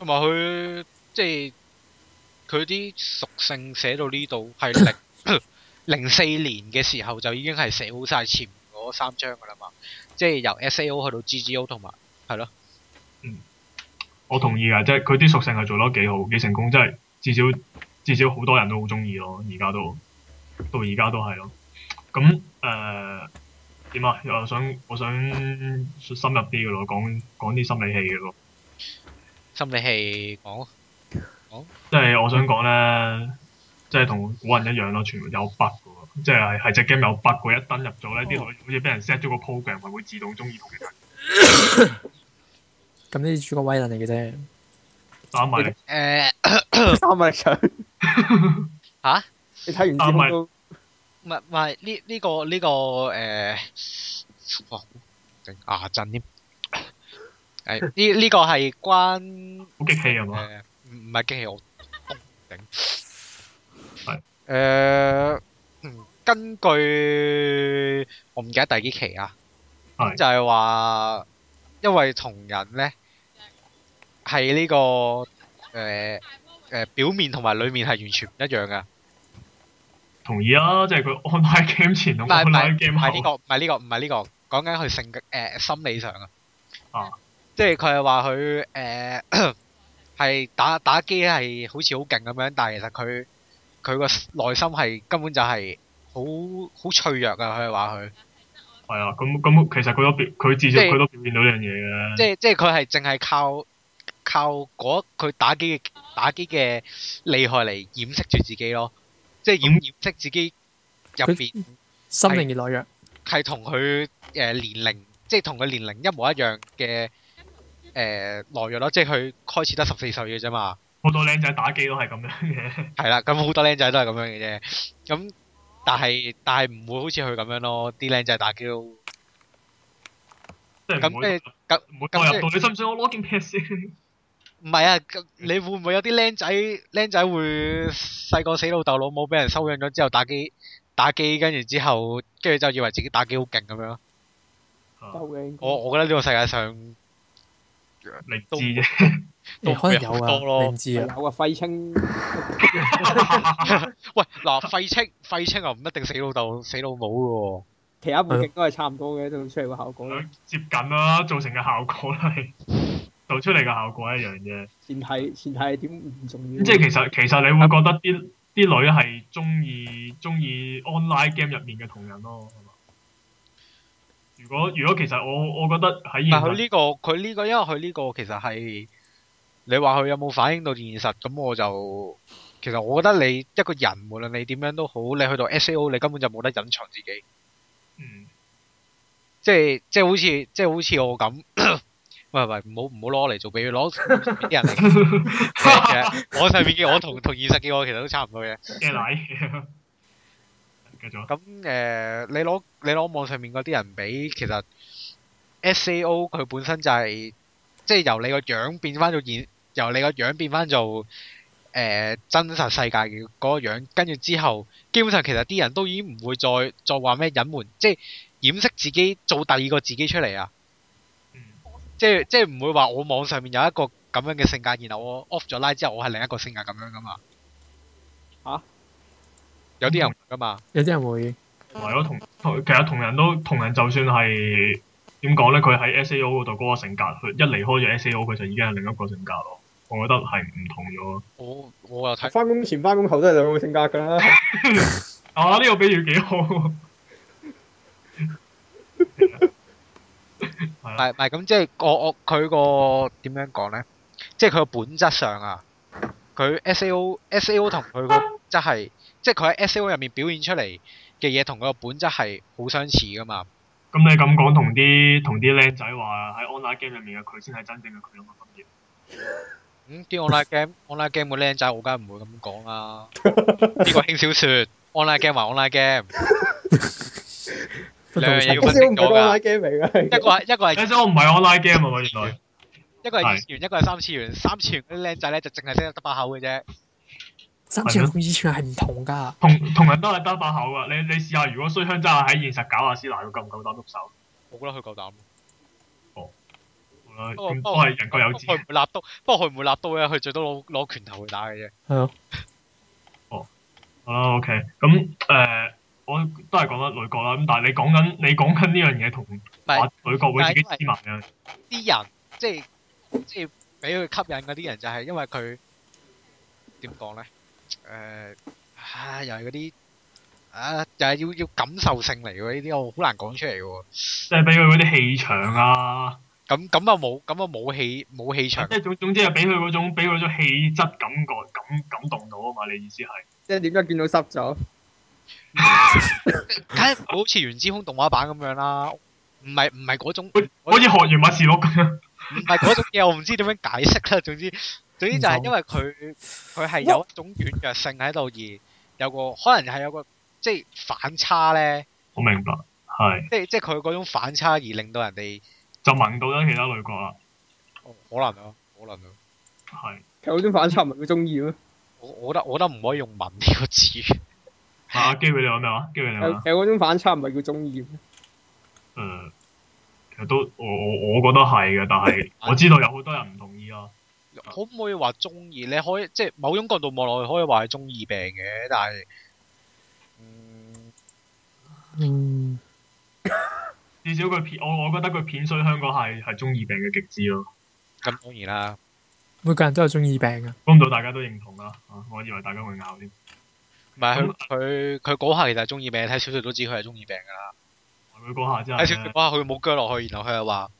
[SPEAKER 2] 同埋佢即係佢啲屬性寫到呢度係 零零四年嘅時候就已經係寫好晒前面嗰三張㗎啦嘛，即係由 SAO 去到 GGO 同埋係咯。
[SPEAKER 1] 我同意啊㗎，即係佢啲屬性係做得幾好，幾成功，即係至少至少好多人都好中意咯，而家都到而家都係咯。咁誒點啊？又想我想深入啲嘅咯，講講啲心理戲嘅咯，
[SPEAKER 2] 心理戲講
[SPEAKER 1] 即係我想講咧，即係同古人一樣咯，全部有 bug 嘅喎，即係係隻 game 有 bug 嘅，一登入咗咧，啲女好似俾人 set 咗個 program，係會自動中意同人
[SPEAKER 6] 咁呢啲主角威能嚟嘅啫，
[SPEAKER 1] 打埋嚟。
[SPEAKER 2] 誒，
[SPEAKER 11] 三個力場
[SPEAKER 2] 嚇
[SPEAKER 11] 你睇完之後都
[SPEAKER 2] 唔係唔係呢呢個呢個呃誒，哇整牙震 添。誒呢呢個係關
[SPEAKER 1] 好激氣係嘛？
[SPEAKER 2] 誒唔唔係機器我頂。
[SPEAKER 1] 係
[SPEAKER 2] 誒，嗯根據我唔記得第幾期啊，
[SPEAKER 1] 係
[SPEAKER 2] 就係話因為同人咧係呢個誒誒表面同埋裡面係完全唔一樣噶。
[SPEAKER 1] 同意啊，即係佢 online game 前
[SPEAKER 2] 唔係唔係
[SPEAKER 1] 同 online
[SPEAKER 2] 唔
[SPEAKER 1] game
[SPEAKER 2] 係呢
[SPEAKER 1] 後
[SPEAKER 2] 個，唔係呢個，唔係呢個，講緊佢性格誒心理上啊。
[SPEAKER 1] 啊
[SPEAKER 2] 即係佢係話佢誒 係打打機係好似好勁咁樣，但係其實佢佢個內心係根本就係好好脆弱啊！佢係話佢，
[SPEAKER 1] 係啊，咁咁其實佢都表佢至少
[SPEAKER 2] 即係
[SPEAKER 1] 佢都表現到呢樣嘢嘅。
[SPEAKER 2] 即係即係佢係淨係靠靠嗰佢打機嘅打機嘅厲害嚟掩飾住自己咯，即係掩掩飾自己入
[SPEAKER 6] 佢
[SPEAKER 2] 邊。
[SPEAKER 6] 心靈嘅內弱。
[SPEAKER 2] 係同佢誒年齡，即係同佢年齡一模一樣嘅誒內弱咯，即係佢開始得十四歲嘅啫嘛。
[SPEAKER 1] 好多僆仔打機都係咁樣嘅，
[SPEAKER 2] 係啦，咁好多僆仔都係咁樣嘅啫。咁但係但係唔會好似佢咁樣咯，啲僆仔打機都
[SPEAKER 1] 即係唔
[SPEAKER 2] 咁
[SPEAKER 1] 會
[SPEAKER 2] 咩咁
[SPEAKER 1] 唔會代入到。你信唔信我攞件劈 先？
[SPEAKER 2] 唔係啊，咁你會唔會有啲僆仔僆仔會細個死老豆老母俾人收養咗之後打機打機，跟住之後跟住就以為自己打機好勁咁樣？
[SPEAKER 11] 有嘅應該
[SPEAKER 2] 我我覺得呢個世界上你
[SPEAKER 1] 知啫，
[SPEAKER 2] 都
[SPEAKER 6] 可能有
[SPEAKER 2] 好
[SPEAKER 6] 啊
[SPEAKER 2] 多咯，
[SPEAKER 6] 你唔知啊
[SPEAKER 11] 有啊，廢青
[SPEAKER 2] 喂嗱，廢青廢青又唔一定死老豆死老母
[SPEAKER 11] 其他背景
[SPEAKER 2] 嗯
[SPEAKER 11] 都係差唔多嘅，都出嚟個效果咯。
[SPEAKER 1] 接近啦，造成嘅效果啦，係 做出嚟嘅效果一樣啫。
[SPEAKER 11] 前提前提係點唔重要。
[SPEAKER 1] 咁即係其實其實你會覺得啲啲女係中意中意 online game 入面嘅同人咯，係嘛？如果如果其實我我覺得喺
[SPEAKER 2] 喎。
[SPEAKER 1] 現
[SPEAKER 2] 但佢
[SPEAKER 1] 實
[SPEAKER 2] 呢個佢呢個，因為佢呢個其實係你話佢有冇反映到現實，咁我就其實我覺得你一個人無論你點樣都好，你去到 S.A.O. 你根本就冇得隱藏自己。
[SPEAKER 1] 嗯
[SPEAKER 2] 即係即係好似即係好似我咁， 喂喂，唔好唔好攞嚟做比喻，攞啲人嚟嘅。我上面嘅我同同現實嘅我其實都差唔多嘅。
[SPEAKER 1] 嘅禮， 繼續啊。
[SPEAKER 2] 咁誒、呃你攞你攞網上面嗰啲人比，其實 SAO 佢本身就係、即係由你個樣變翻做現，由你個樣變翻做誒、呃真實世界嘅嗰個樣，跟住之後，基本上其實啲人都已經唔會再再話咩隱瞞，即係掩飾自己做第二個自己出嚟啊！即係即係唔會話我網上面有一個咁樣嘅性格，然後我 off 咗拉之後，我係另一個性格咁樣噶嘛？
[SPEAKER 11] 嚇
[SPEAKER 2] 有啲人唔噶嘛？
[SPEAKER 6] 有啲人會
[SPEAKER 1] 同埋咯，同同其實同人都同人，就算係點講咧，佢喺 S.A.O 嗰度嗰個性格，佢一離開咗 S.A.O，佢就已經係另一個性格咯。我覺得係唔同咗。
[SPEAKER 2] 我我又睇
[SPEAKER 11] 翻工前翻工後都係兩個性格㗎啦。
[SPEAKER 1] 啊，呢、個比喻幾好。
[SPEAKER 2] 唔係唔係咁，即係我我佢個點樣講咧？即係佢個本質上啊，佢 S.A.O. S.A.O. 同佢個質係，即係佢喺 S.A.O. 入面表現出嚟嘅嘢，同佢個本質係好相似噶嘛。
[SPEAKER 1] 咁你咁講，同啲同啲僆仔話喺 online game 入面嘅佢先係真正嘅佢有乜分別？
[SPEAKER 2] 咁啲 online game online game 嘅僆仔，我梗係唔會咁講 啦。呢個輕小説，online game 還 online game，
[SPEAKER 6] 都
[SPEAKER 2] 兩樣啊嘢要分
[SPEAKER 11] S.O.
[SPEAKER 2] 清
[SPEAKER 11] 唔
[SPEAKER 2] 楚
[SPEAKER 11] 係講拉
[SPEAKER 2] 㗎。
[SPEAKER 11] game 嚟㗎，
[SPEAKER 2] 一個係一個係
[SPEAKER 1] 僆仔我唔係 online game 啊嘛，原來。
[SPEAKER 2] 一個係二次元，一個係三次元。三次元嗰啲僆仔咧就淨係識得得把口嘅啫。
[SPEAKER 6] 三次元同二次元係唔同㗎。
[SPEAKER 1] 同同人都係得把口啊！你你試下，如果衰香真係喺現實搞阿斯娜，佢夠唔夠膽喐手？
[SPEAKER 2] 我覺得佢夠膽。
[SPEAKER 1] 好啦
[SPEAKER 2] 不過
[SPEAKER 1] 咁
[SPEAKER 2] 不
[SPEAKER 1] 都
[SPEAKER 2] 過
[SPEAKER 1] 係人各有志
[SPEAKER 2] 不過。佢唔會立刀，不過佢唔會立刀嘅，佢最多攞攞拳頭去打嘅啫。
[SPEAKER 6] 係咯，
[SPEAKER 1] 好啦，OK，咁啊誒、呃我都係講得女角啦。咁但係你講緊你講緊呢樣嘢同
[SPEAKER 2] 係
[SPEAKER 1] 話女角會自己黐埋嘅，
[SPEAKER 2] 啲人即係即係俾佢吸引嗰啲人，就係因為佢點講咧？誒、唉，又係嗰啲啊，又係要要感受性嚟嘅呢啲，我好難講出嚟嘅喎。
[SPEAKER 1] 即係俾佢嗰啲氣場啊，
[SPEAKER 2] 咁咁啊冇，咁啊冇氣冇氣場
[SPEAKER 1] 即。係總總之係俾佢嗰種俾佢嗰種氣質感覺感感動到啊嘛！你意思係？
[SPEAKER 11] 即係點解見到濕咗？
[SPEAKER 2] 梗係唔會好似原之空動畫版咁樣啦，唔係唔係嗰種，
[SPEAKER 1] 好似學完馬士錄咁樣。
[SPEAKER 2] 唔係嗰種嘢，我唔知點樣解釋啦。總之總之就係因為佢佢係有一種軟弱性喺度，而有個可能係有個即係反差咧，
[SPEAKER 1] 我明白，係
[SPEAKER 2] 即係即係佢嗰種反差而令到人哋
[SPEAKER 1] 就萌到咗其他女角啦，
[SPEAKER 2] 哦可能啊，可能啊，
[SPEAKER 1] 係。
[SPEAKER 11] 其實嗰種反差咪佢中意咯。
[SPEAKER 2] 我我覺得我覺得唔可以用文呢個字，
[SPEAKER 1] 啊，機會你話咩話？機會你
[SPEAKER 11] 其
[SPEAKER 1] 話咩話
[SPEAKER 11] 實？嗰種反差唔係佢中意。
[SPEAKER 1] 誒、其實都我我我覺得係嘅，但 係我知道有好多人唔同意啊。
[SPEAKER 2] 可唔可以話中意？你可以即係某種角度望落去可以話係中二病嘅，但係嗯。
[SPEAKER 6] 嗯，
[SPEAKER 1] 至少佢片我我覺得佢片水香港係係中二病嘅極致咯。
[SPEAKER 2] 咁當然啦，
[SPEAKER 6] 每個人都有中意病啊㗎。
[SPEAKER 1] 估唔到大家都認同啦、啊我以為大家會拗添。
[SPEAKER 2] 唔係佢佢佢嗰下其實係中二病，睇小説都知佢係中二病㗎啦。
[SPEAKER 1] 佢嗰下真
[SPEAKER 2] 睇小説
[SPEAKER 1] 係，
[SPEAKER 2] 嗰下佢冇腳落去，然後佢又話：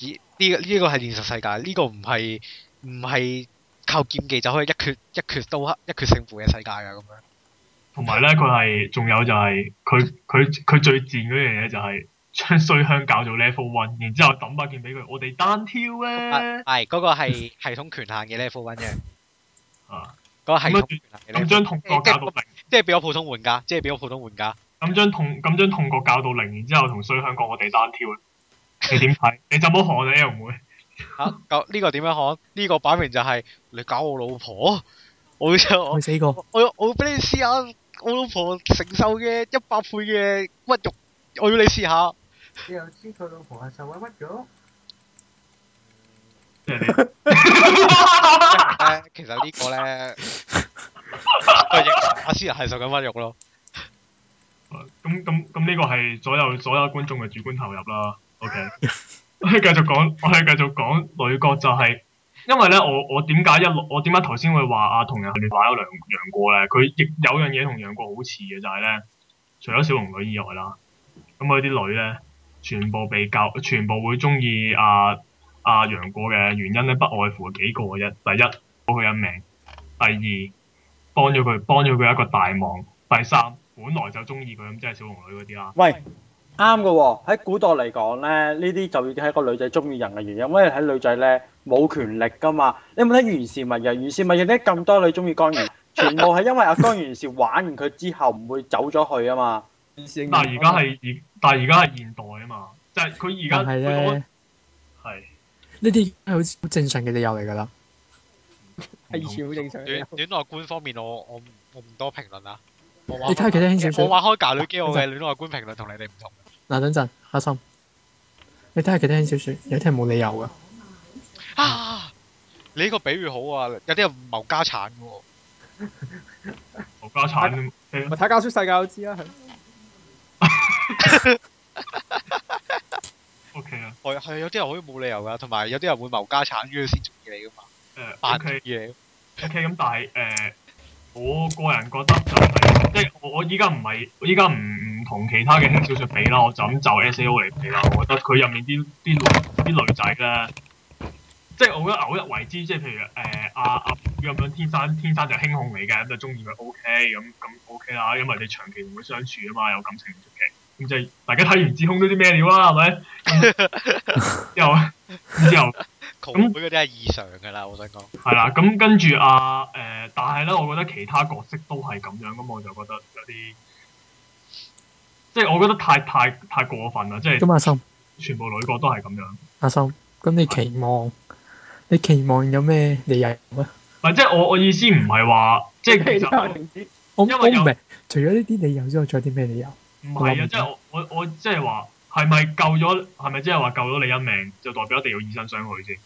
[SPEAKER 2] 咦呢個呢個係現實世界，呢、個唔係唔係靠劍技就可以一決一決都一決勝負嘅世界㗎咁樣。
[SPEAKER 1] 同埋咧佢係仲有就係佢佢佢最賤嗰樣嘢就係 將水香教做 level one，然之後抌把劍俾佢，我哋單挑咧
[SPEAKER 2] 係啊係嗰個係 系統權限嘅 level one 嘅，
[SPEAKER 1] 啊！
[SPEAKER 2] 嗰個系統權限嘅
[SPEAKER 1] 咁
[SPEAKER 2] level one，
[SPEAKER 1] 將痛覺教到零，
[SPEAKER 2] 即係俾咗普通玩家，即係俾咗普通玩家。
[SPEAKER 1] 咁將痛咁將痛覺教到零，然之後同水香講我哋單挑，你點睇？你怎麼看啊？L 妹？
[SPEAKER 2] 嚇、咁啊呢個點樣看？呢、個擺明就係、你搞我老婆，我就我
[SPEAKER 6] 害死過。
[SPEAKER 2] 我我俾你試下，我老婆承受嘅一百倍嘅屈辱，我要你試下，
[SPEAKER 5] 你又知佢老婆係受委屈咗？
[SPEAKER 2] 咧，其實呢個咧，我認為阿斯蘭係受緊屈辱咯。
[SPEAKER 1] 咁咁咁呢個係所有所有觀眾嘅主觀投入啦。OK，我哋繼續講，我哋繼續講女角就係、因為咧，我我點解一路我點解頭先會話啊同人係亂畫有梁楊過咧？佢亦有樣嘢同楊過好似嘅就係、咧，除咗小龍女以外啦，咁佢啲女咧全部被教，全部會中意啊啊楊過嘅原因咧，不外乎幾個嘅啫。第一，保佢一命；第二，幫咗佢幫咗佢一個大忙；第三，本來就中意佢咁，即係小龍女嗰啲啦。
[SPEAKER 13] 喂，啱嘅喎。喺古代嚟講咧，呢啲就已經係一個女仔中意人嘅原因，因為喺女仔咧冇權力噶嘛。你有冇睇袁氏物嘅？袁氏物嘅咧咁多女中意 江源，全部係因為阿江源氏玩完佢之後唔會走咗去啊嘛。
[SPEAKER 1] 但係而家
[SPEAKER 11] 哦
[SPEAKER 1] 係而但係而家係現代啊嘛，即係佢而家
[SPEAKER 6] 但係
[SPEAKER 1] 佢
[SPEAKER 6] 咧
[SPEAKER 1] 攞，係
[SPEAKER 6] 呢啲係好似好正常嘅理由嚟㗎啦。
[SPEAKER 11] 係以前好
[SPEAKER 6] 啊
[SPEAKER 11] 正常嘅
[SPEAKER 2] 戀戀愛觀方面，我我唔我唔多評論啦。我玩
[SPEAKER 6] 你睇下其他兄弟
[SPEAKER 2] 我玩開咖女機，我嘅戀愛觀評論同你哋唔同。
[SPEAKER 6] 嗱，等陣，阿心，你睇下其他輕小說，有啲係冇理由㗎。
[SPEAKER 2] 啊！你呢個比喻好啊，有啲人謀家產嘅喎。
[SPEAKER 1] 謀家產
[SPEAKER 11] 咪睇教書世界都知啦。係
[SPEAKER 1] O K 啊，
[SPEAKER 2] 係係有啲人可以冇理由噶，同埋有啲人會謀家產，跟住先中意你噶嘛，
[SPEAKER 1] 誒
[SPEAKER 2] 扮
[SPEAKER 1] O
[SPEAKER 2] 中
[SPEAKER 1] K
[SPEAKER 2] 意。你。
[SPEAKER 1] O K，咁但係誒、呃我個人覺得就係、即係我我依家唔係，我依家唔唔同其他嘅輕小說比啦，我就咁就 S A O 嚟比啦。我覺得佢入面啲啲女啲女仔咧，即係我覺得偶一為之，即係譬如誒阿阿咁樣天生天生就輕控你嘅，咁就中意佢 O K，咁咁 O K 啦，因為你長期同佢相處啊嘛，有感情唔出奇。咁即係大家睇完志空都知咩料啦，係咪？咁之後之後。
[SPEAKER 2] 窮妹嗰啲係異常噶啦，我想講。
[SPEAKER 1] 係啦，咁跟住啊誒、但係咧，我覺得其他角色都係咁樣，咁我就覺得有啲，即係我覺得太太太過分啦，即
[SPEAKER 6] 咁阿
[SPEAKER 1] 係
[SPEAKER 6] 心，
[SPEAKER 1] 全部女角都係咁樣。
[SPEAKER 6] 阿心，咁你期望，你期望有咩理由啊？
[SPEAKER 1] 唔係即係我我意思唔係話，即係其實
[SPEAKER 6] 我
[SPEAKER 1] 因為
[SPEAKER 6] 我唔
[SPEAKER 1] 有
[SPEAKER 6] 明，除咗呢啲理由之外，仲有啲咩理由？
[SPEAKER 1] 唔係啊，即係我我我即係話係咪救咗係咪即係話救咗你一命，就代表一定要以身相許先？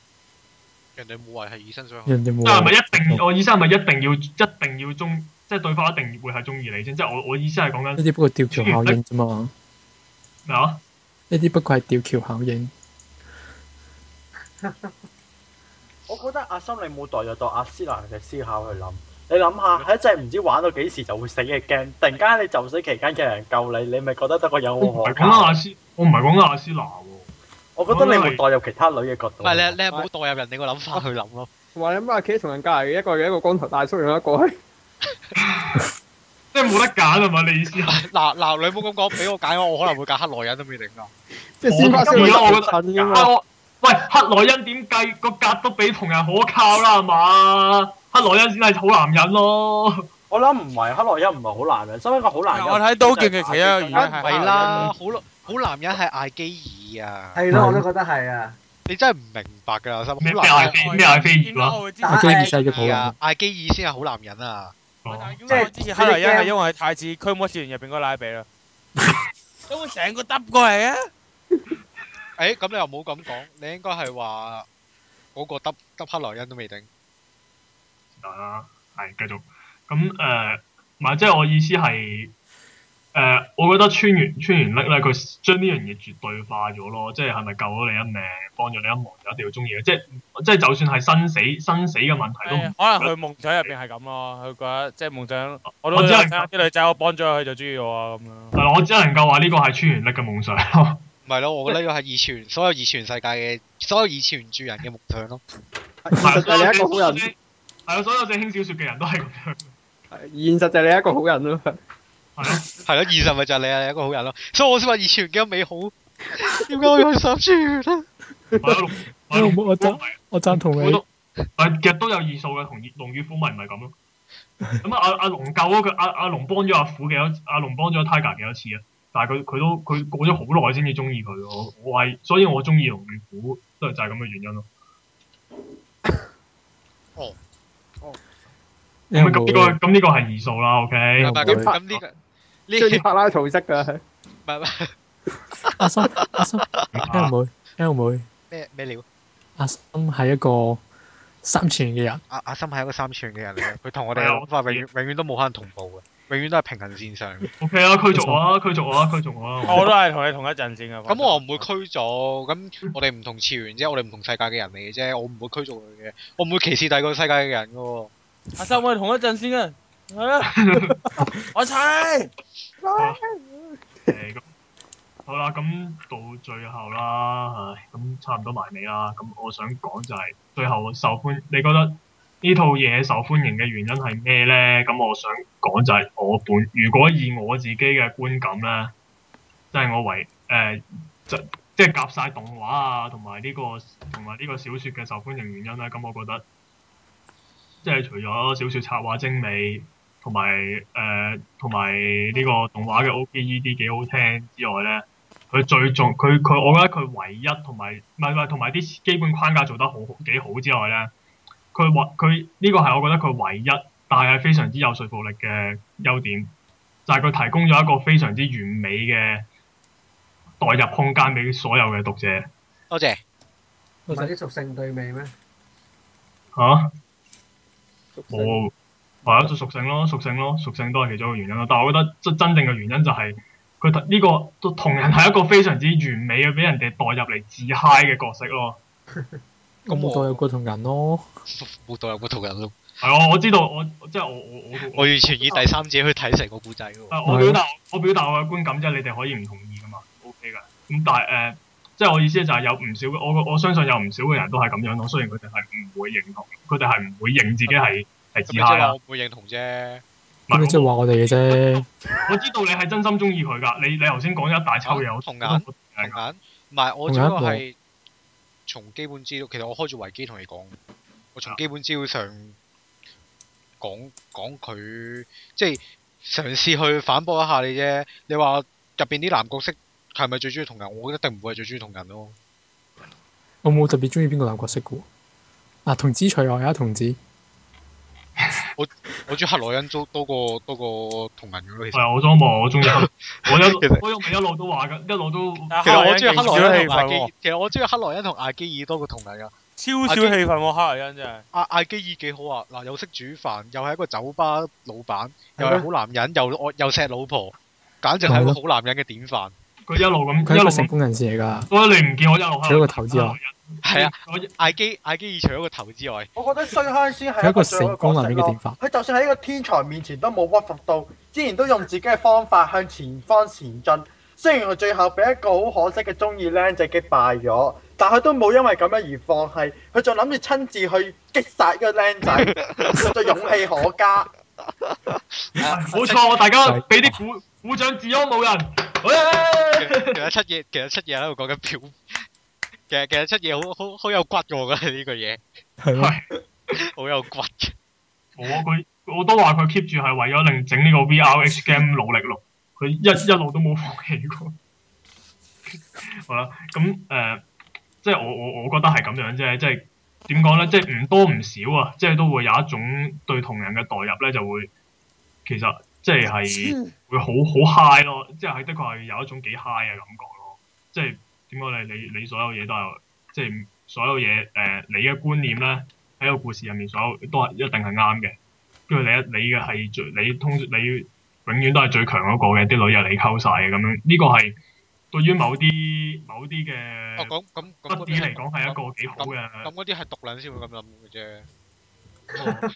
[SPEAKER 2] 人哋冇謂係以身相許。
[SPEAKER 6] 人哋
[SPEAKER 1] 即
[SPEAKER 6] 冇啊
[SPEAKER 1] 係啊咪
[SPEAKER 6] 話。
[SPEAKER 1] 一定我意思係咪一定要一定要中，即係對方一定會係中意你先？即係我我意思係講緊
[SPEAKER 6] 呢啲不過吊橋效應啫嘛，
[SPEAKER 1] 咩啊？
[SPEAKER 6] 呢啲不過係吊橋效應。
[SPEAKER 4] 我覺得阿心你冇代入到阿斯蘭嘅思考去諗，你諗下喺一隻唔知玩到幾時就會死嘅 game，突然間你就死期間嘅人救你，你咪覺得得個有
[SPEAKER 1] 我
[SPEAKER 4] 好
[SPEAKER 1] 唔係
[SPEAKER 4] 可
[SPEAKER 1] 講緊
[SPEAKER 4] 靠
[SPEAKER 1] 阿。斯，我唔係講緊阿斯拿喎。
[SPEAKER 4] 我覺得你冇代入其他女嘅角度。
[SPEAKER 2] 唔係你你係冇代入人哋個諗法去諗咯。
[SPEAKER 11] 同埋你諗下，企喺同人隔離嘅一個嘅一個光頭大叔，另一個係
[SPEAKER 1] 即係冇得揀係咪？你意思係？
[SPEAKER 2] 嗱嗱，你冇咁講，俾我揀，我可能會揀黑內人都未定㗎。
[SPEAKER 11] 即係先發先會
[SPEAKER 1] 我
[SPEAKER 11] 得
[SPEAKER 1] 而家
[SPEAKER 11] 人
[SPEAKER 1] 我
[SPEAKER 11] 襯㗎
[SPEAKER 1] 啊
[SPEAKER 11] 嘛。
[SPEAKER 1] 我喂，克萊恩點計個格都比同人可靠啦，係嘛？克萊恩先係好男人咯。
[SPEAKER 4] 我諗唔係克洛恩唔係好難啊嘅，身為一個好難嘅。
[SPEAKER 16] 我睇刀劍嘅其中一
[SPEAKER 4] 啊
[SPEAKER 16] 個原因
[SPEAKER 2] 梗唔
[SPEAKER 16] 係
[SPEAKER 2] 啊係啦，好好男人係艾基爾啊！
[SPEAKER 5] 係咯，我都覺得係啊。
[SPEAKER 2] 你真係唔明白㗎啦，心
[SPEAKER 1] 咩
[SPEAKER 2] 好
[SPEAKER 1] 咩
[SPEAKER 2] 男
[SPEAKER 1] 係
[SPEAKER 2] 人
[SPEAKER 1] 飛咩係飛
[SPEAKER 16] 點
[SPEAKER 1] 兒
[SPEAKER 16] 解
[SPEAKER 1] 咯？
[SPEAKER 16] 我會知？
[SPEAKER 5] 打
[SPEAKER 6] 阿基爾西嘅普
[SPEAKER 2] 啊
[SPEAKER 6] 人，，
[SPEAKER 2] 艾基爾先係好男人啊！
[SPEAKER 1] 哦
[SPEAKER 16] 即係之前克萊因係因為太子驅魔士團入邊嗰個拉比 啦，都會成個揼過嚟啊！
[SPEAKER 2] 誒，咁你又冇咁講，你應該係話嗰個得得黑萊恩都未定。
[SPEAKER 1] 得啦，係繼續。咁誒，唔係即係我意思係誒，我覺得穿越穿越力咧，佢將呢樣嘢絕對化咗咯。即係係咪救咗你一命，幫咗你一忙，就一定要中意嘅？即係即係，就算係生死生死嘅問題都唔
[SPEAKER 3] 啊
[SPEAKER 16] 誒啊可能佢夢想入邊係咁咯，佢覺得即係夢想，我都
[SPEAKER 1] 我
[SPEAKER 16] 有
[SPEAKER 1] 知
[SPEAKER 3] 啊
[SPEAKER 1] 係
[SPEAKER 16] 睇下啲女仔，我幫咗佢佢就中意我啊咁樣。
[SPEAKER 1] 係啦我只能夠話呢個係穿越力嘅夢想咯。
[SPEAKER 2] 唔係咯，我覺得呢個係二次元所有二次元世界嘅所有二次元住人嘅夢想咯。
[SPEAKER 11] 現實就係你一個好人，
[SPEAKER 1] 係啊，所有寫輕小說嘅人都係咁樣。
[SPEAKER 11] 現實就係你一個好人咯。
[SPEAKER 2] 係咯，現實咪就係你係一個好人咯。所以我先話二次元幾咁美好，點解我要去三次元啊咧？
[SPEAKER 1] 係咯，
[SPEAKER 6] 哎我
[SPEAKER 1] 龍
[SPEAKER 6] 我贊我贊同
[SPEAKER 1] 我
[SPEAKER 6] 你
[SPEAKER 1] 都，係其實都有二數嘅，同葉龍與虎咪唔係咁咯。咁啊，阿阿龍救咗佢，阿阿龍幫咗阿虎幾多？阿龍幫咗 Tiger 幾多次啊？但係佢佢都佢過咗好耐先至中意佢喎。我我係，所以我中意龍與虎都係就係咁嘅原因咯。
[SPEAKER 6] 你有
[SPEAKER 1] 咁咁呢
[SPEAKER 6] 冇？
[SPEAKER 1] 個咁呢個係二數啦，OK。
[SPEAKER 2] 唔係咁
[SPEAKER 6] 會
[SPEAKER 2] 咁呢個
[SPEAKER 11] 即係
[SPEAKER 2] 呢
[SPEAKER 11] 啲柏拉圖式㗎，係
[SPEAKER 2] 唔係唔係
[SPEAKER 6] 阿心阿 心 L 妹 L 妹
[SPEAKER 2] 咩咩料？啊
[SPEAKER 6] 阿心係一個三次元嘅人，
[SPEAKER 2] 阿阿森係一個三次元嘅人嚟 嘅，佢同我哋
[SPEAKER 1] 係啊
[SPEAKER 2] 嘅諗法永遠永遠都冇可能同步嘅，永遠都係平行線上嘅。
[SPEAKER 1] O K 啦，驅逐我啊，驅逐我啊，驅逐我啊！
[SPEAKER 3] 我都係同你同一陣線嘅。
[SPEAKER 2] 咁我唔會驅逐，咁我哋唔同次元啫，我哋唔同世界嘅人嚟嘅啫，我唔會驅逐佢嘅，我唔會歧視第二個世界嘅人嘅喎。
[SPEAKER 17] 阿生，我哋同一陣先啊，係啊， 我踩。
[SPEAKER 1] 誒咁好啦，咁到最後啦，唉，咁差唔多埋尾啦。咁我想講就係、最後受歡，你覺得呢套嘢受歡迎嘅原因係咩咧？咁我想講就係我本，如果以我自己嘅觀感咧，即係我為誒、呃即即係夾晒動畫啊，同埋呢個同埋呢個小説嘅受歡迎原因咧，咁我覺得即係除咗小説插畫精美，同埋誒同埋呢個動畫嘅 OPED 幾好聽之外咧，佢最重佢佢我覺得佢唯一同埋唔係唔係同埋啲基本框架做得好幾好之外咧，佢唯佢呢個係我覺得佢唯一但係非常之有說服力嘅優點，就係、佢提供咗一個非常之完美嘅代入空間俾所有嘅讀者
[SPEAKER 2] 多謝。
[SPEAKER 5] 唔係啲屬性對味咩？
[SPEAKER 1] 嚇。啊冇，係啊，就屬性咯，屬性咯，屬性都係其中一個原因咯。但係我覺得真真正嘅原因就係佢特呢個同人係一個非常之完美嘅俾人哋代入嚟自嗨嘅角色咯。
[SPEAKER 6] 咁冇代有個同人咯。
[SPEAKER 2] 冇代入個同人咯。
[SPEAKER 1] 係啊，我知道我即係我我我
[SPEAKER 2] 我完全以第三者去睇成個故仔喎。
[SPEAKER 6] 哦
[SPEAKER 1] 啊我表達我表達我嘅觀感啫，你哋可以唔同意噶嘛，OK 噶。咁但係誒、呃即係我意思就係有唔少嘅，我我相信有唔少嘅人都係咁樣咯。雖然佢哋係唔會認同，佢哋係唔會認自己係係
[SPEAKER 2] 咁你即
[SPEAKER 1] 自嗨啊
[SPEAKER 2] 係話
[SPEAKER 1] 啦
[SPEAKER 2] 我。唔會認同啫。
[SPEAKER 6] 咁你即係話我哋嘅啫。
[SPEAKER 1] 我知道你係真心中意佢㗎，你你頭先講咗一大抽嘢，我
[SPEAKER 2] 同眼同眼，唔係我只不過係從基本資料，其實我開住維基同你講，我從基本資料上講講佢，即係嘗試去反駁一下你啫。你話入邊啲男角色係咪最中意同人？我一定唔會係最中意同人咯。
[SPEAKER 6] 我冇特別中意邊個男角色嘅喎。啊，童子除外啊，童子。
[SPEAKER 2] 我我中意克萊恩多多過多過同人嘅咯，其
[SPEAKER 1] 係
[SPEAKER 2] 實。
[SPEAKER 1] 我都冇，我中意黑，我一
[SPEAKER 2] 其實
[SPEAKER 1] 我一路都話㗎，一路都
[SPEAKER 2] 其實我中啊意克萊恩同
[SPEAKER 1] 同
[SPEAKER 2] 阿
[SPEAKER 1] 埋
[SPEAKER 2] 基爾，其實我中意克萊恩同阿基爾多過同人噶。
[SPEAKER 3] 超少氣氛喎，哈萊恩真係。
[SPEAKER 2] 阿阿基爾幾好啊！嗱，又識煮飯，又係一個酒吧老闆，又
[SPEAKER 1] 係咩
[SPEAKER 2] 係好男人，又愛又錫老婆，簡直係一個好男人嘅典範。
[SPEAKER 1] 佢一路
[SPEAKER 6] 佢
[SPEAKER 1] 咁
[SPEAKER 6] 係
[SPEAKER 1] 一
[SPEAKER 6] 一
[SPEAKER 1] 路
[SPEAKER 6] 個成
[SPEAKER 1] 咁，
[SPEAKER 6] 功人士嚟㗎。
[SPEAKER 1] 所以你唔見我一路
[SPEAKER 6] 除咗個頭之外，
[SPEAKER 2] 係啊，艾基艾基爾除咗個頭之外，
[SPEAKER 4] 我覺得衰香先係
[SPEAKER 6] 佢係
[SPEAKER 4] 一個
[SPEAKER 6] 一個
[SPEAKER 4] 最好
[SPEAKER 6] 成
[SPEAKER 4] 嘅
[SPEAKER 6] 功
[SPEAKER 4] 角
[SPEAKER 6] 男
[SPEAKER 4] 色
[SPEAKER 6] 人嘅典
[SPEAKER 4] 咯。
[SPEAKER 6] 範。
[SPEAKER 4] 佢就算喺一個天才面前都冇屈服到，之前都用自己嘅方法向前方前進。雖然佢最後俾一個好可惜嘅中意僆仔擊敗咗，但佢都冇因為咁樣而放棄，佢仲諗住親自去擊殺呢個僆仔， 實在勇氣可嘉。
[SPEAKER 1] 哎冇錯，大家俾啲鼓鼓掌治安冇人。
[SPEAKER 2] 其實七夜其實七夜喺度講緊表，其實其實七夜好好好有骨嘅，我覺得呢句嘢
[SPEAKER 1] 係
[SPEAKER 2] 好有骨嘅。
[SPEAKER 1] 我佢我都話佢 keep 住係為咗令整呢個 VRX game 努力咯，佢一一路都冇放棄過。 好啦，咁誒、呃即係我我我覺得係咁樣啫，即係點講咧？即係唔多唔少啊，即係都會有一種對同人嘅代入咧，就會其實即係係會好好 high 咯，即係的確係有一種幾 high 嘅感覺咯。即係點講咧？你你所有嘢都係即係所有嘢誒、呃你嘅觀念咧喺個故事入面，所有都係一定係啱嘅。跟住你一你嘅係最你通你永遠都係最強嗰個嘅，啲女又你溝晒嘅咁樣，呢、個係對於某啲某啲嘅
[SPEAKER 2] 哦，咁咁咁
[SPEAKER 1] 筆啲嚟講係一個幾好嘅。
[SPEAKER 2] 咁嗰啲係毒撚先會咁諗嘅啫。嗰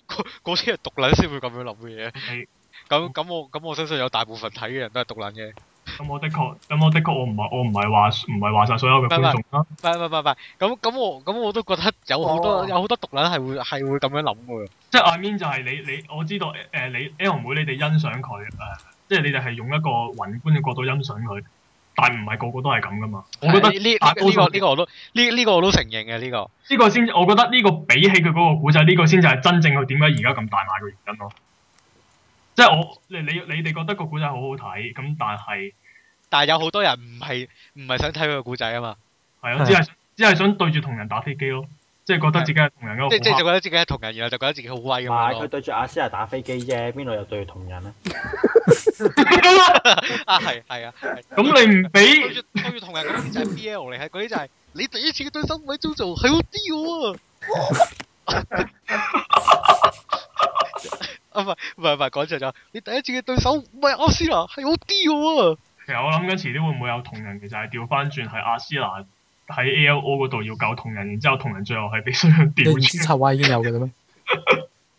[SPEAKER 2] 嗰啲係毒撚先會咁樣諗嘅嘢。咁咁我咁我相信有大部分睇嘅人都係毒撚嘅。
[SPEAKER 1] 咁我的確，咁我的確我唔係我唔係話唔係話晒所有嘅觀眾啦。
[SPEAKER 2] 唔係唔係唔係唔係，咁咁我咁我都覺得有好多有好多毒撚係會係會咁樣諗嘅。
[SPEAKER 1] 哦 即係 I mean 就係你你我知道誒、呃你 L 妹你哋欣賞佢誒、呃即係你哋係用一個宏觀嘅角度欣賞佢，但唔係個個都係咁噶嘛。我覺得
[SPEAKER 2] 呢呢
[SPEAKER 1] 大
[SPEAKER 2] 呢
[SPEAKER 1] 多數
[SPEAKER 2] 個呢個我都呢呢個我都承認嘅呢個。
[SPEAKER 1] 呢個先，我覺得呢個比起佢嗰個古仔，呢、個先就係真正佢點解而家咁大賣嘅原因咯。即係我你你你哋覺得個古仔好好睇，咁但係
[SPEAKER 2] 但係有好多人唔係唔係想睇佢個故仔啊嘛。
[SPEAKER 1] 係啊，只係只係想對住同人打飛機咯。即係覺得自己係同人嗰
[SPEAKER 2] 即即就覺
[SPEAKER 1] 個
[SPEAKER 2] 得自己係同人，然後就覺得自己好威咁樣
[SPEAKER 4] 唔係
[SPEAKER 2] 咯
[SPEAKER 4] 佢對住阿斯亞打飛機啫，邊度有對同人啊？
[SPEAKER 2] 啊，係係啊。係
[SPEAKER 1] 咁你唔俾
[SPEAKER 2] 對住對住同人嗰啲就係 BL 嚟，係嗰啲就係你第一次嘅對手位 JoJo 係好啲喎。啊唔係唔係唔係講錯咗，你第一次嘅對手唔係阿斯娜，係好啲喎。
[SPEAKER 1] 其實我諗緊遲啲會唔會有同人，其實係調翻轉係阿斯娜喺 A L O 嗰度要救同人，然之後同人最後係被衰人調
[SPEAKER 6] 你 唔 知
[SPEAKER 1] 轉
[SPEAKER 6] 插畫已經有嘅啦咩？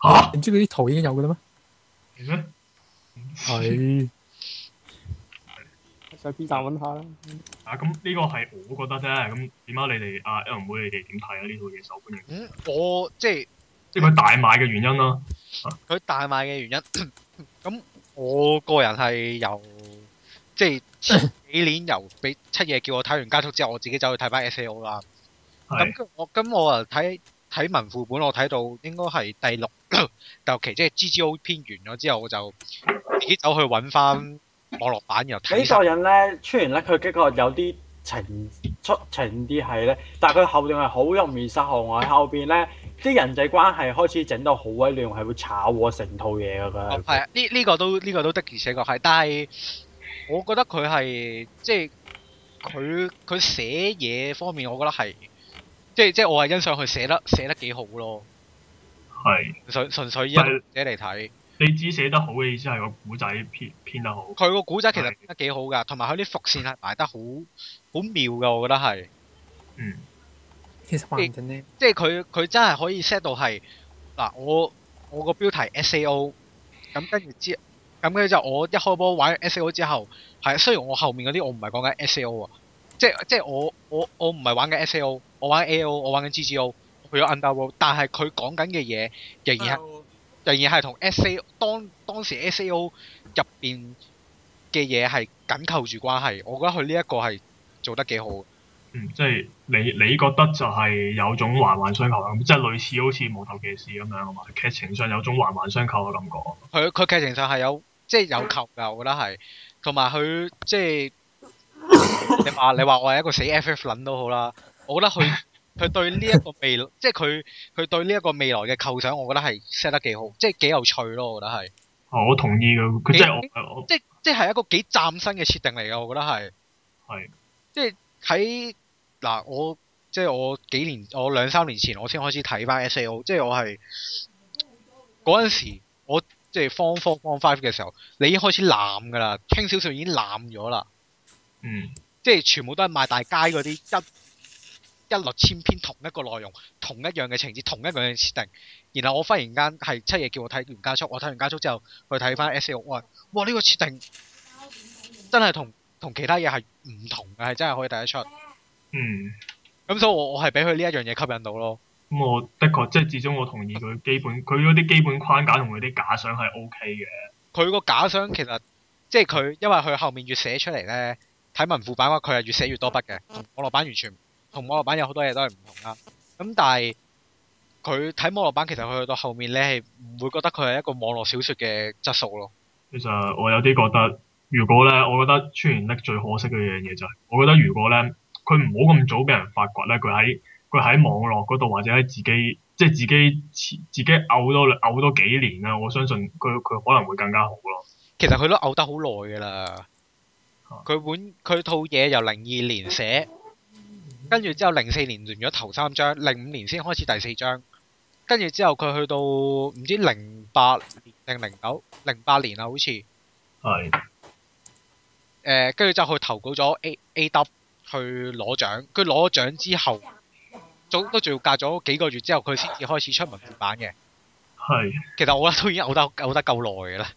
[SPEAKER 1] 嚇
[SPEAKER 6] 你唔知嗰啲圖已經有嘅啦咩？
[SPEAKER 1] 係咩？
[SPEAKER 6] 係
[SPEAKER 11] 上 B 站揾下啦。
[SPEAKER 1] 啊，咁呢個係我覺得啫。咁點解你哋啊 L 妹你哋點睇啊？呢套嘢受歡迎，
[SPEAKER 2] 嗯，我即係。
[SPEAKER 1] 即係佢大賣嘅原因啦。
[SPEAKER 2] 佢大賣嘅原因， 咁我個人係由即係前幾年由俾七夜叫我睇完加速之後，我自己走去睇翻 S A O 啦。
[SPEAKER 1] 係
[SPEAKER 2] 咁我咁我啊睇睇文庫本，我睇到應該係第六 第六期，即係 G G O 篇完咗之後，我就自己走去揾翻網絡版，然後睇
[SPEAKER 4] 呢
[SPEAKER 2] 晒
[SPEAKER 4] 個。人咧，雖然咧佢的確有啲情出情啲係咧，但係佢後段係好容易失控喎。喺後邊咧啲人際關係開始整到好鬼亂，係會炒我成套嘢㗎佢係。
[SPEAKER 2] 係啊，呢呢個都呢個都的而且確係，但係我覺得佢係即係佢佢寫嘢方面，我覺得係即係即係我係欣賞佢寫得寫得幾好咯。
[SPEAKER 1] 係
[SPEAKER 2] 純純粹一路寫嚟睇，
[SPEAKER 1] 你只寫得好嘅意思係個古仔編編得好。
[SPEAKER 2] 佢個古仔其實編得幾好噶，同埋佢啲伏線係埋得好好妙噶，我覺得係，
[SPEAKER 1] 嗯，
[SPEAKER 6] 其實話唔定咧，
[SPEAKER 2] 即係佢佢真係可以 set 到係嗱，我我個標題 S A O，咁跟住之咁跟住就我一開波玩 S A O 之後，係雖然我後面嗰啲我唔係講緊 S A O 啊，即係即係我我我唔係玩緊 S A O，我玩 A O，我玩緊 G G O，去咗 Underworld，但係佢講緊嘅嘢仍然係。
[SPEAKER 3] 嗯
[SPEAKER 2] 仍然係同 S.A. 當當時 S.A.O. 入邊嘅嘢係緊扣住關係，我覺得佢呢一個係做得幾好。
[SPEAKER 1] 嗯，即係你你覺得就係有種環環相扣咁，即係類似好似無頭騎士咁樣啊嘛，劇情上有種環環相扣嘅感覺。
[SPEAKER 2] 佢佢劇情上係有即係有扣㗎，我覺得係，同埋佢即係你話你話我係一個死 F.F. 撚都好啦，我覺得佢佢對呢一個未來，即係佢佢對呢一個未來嘅構想，我覺得係 set 得幾好，即係幾有趣咯，我覺得係，
[SPEAKER 1] 哦我同意嘅，佢即係我我
[SPEAKER 2] 即即係一個幾嶄新嘅設定嚟㗎，我覺得係。
[SPEAKER 1] 係
[SPEAKER 2] 即係喺嗱，我即係我幾年，我兩三年前我先開始睇翻 S.A.O，即係我係嗰陣時，我即係 form four、form five 嘅時候，你已經開始濫㗎啦，輕小說已經濫咗啦，
[SPEAKER 1] 嗯
[SPEAKER 2] 即係全部都係賣大街嗰啲一一律千篇同一個內容、同一樣嘅情節、同一樣嘅設定。然後我忽然間係七夜叫我睇完加速，我睇完加速之後去睇翻 S.A.O，我話：哇！呢、個設定真係同同其他嘢係唔同嘅，係真係可以睇得出。
[SPEAKER 1] 嗯。
[SPEAKER 2] 咁所以我我係俾佢呢一樣嘢吸引到咯。
[SPEAKER 1] 咁我的確即係始終我同意佢基本佢嗰啲基本框架同佢啲假想係 O K 嘅，
[SPEAKER 2] 佢個假想其實即係佢，因為佢後面越寫出嚟咧，睇文庫版嘅話，佢係越寫越多筆嘅，同網絡版完全同網絡版有好多嘢都係唔同啦。咁但係佢睇網絡版，其實佢去到後面你係唔會覺得佢係一個網絡小說嘅質素咯。
[SPEAKER 1] 其實我有啲覺得，如果咧，我覺得川原礫最可惜嘅一樣嘢就係、我覺得如果咧，佢唔好咁早俾人發掘咧，佢喺佢喺網絡嗰度或者喺自己即係自己自己嘔多嘔多幾年啦，我相信佢佢可能會更加好咯。
[SPEAKER 2] 其實佢都嘔得好耐㗎啦。佢本佢套嘢由零二年寫，跟住之後零四年完咗頭三章，零五年先開始第四章，跟住之後佢去到唔知零八定零九零八年啊，好似
[SPEAKER 1] 係
[SPEAKER 2] 誒，跟住就去投稿咗 A A W 去攞獎，佢攞咗獎之後，早都仲要隔咗幾個月之後，佢先至開始出文字版嘅。
[SPEAKER 1] 係
[SPEAKER 2] 其實我覺得都已經嘔得嘔得夠耐㗎啦。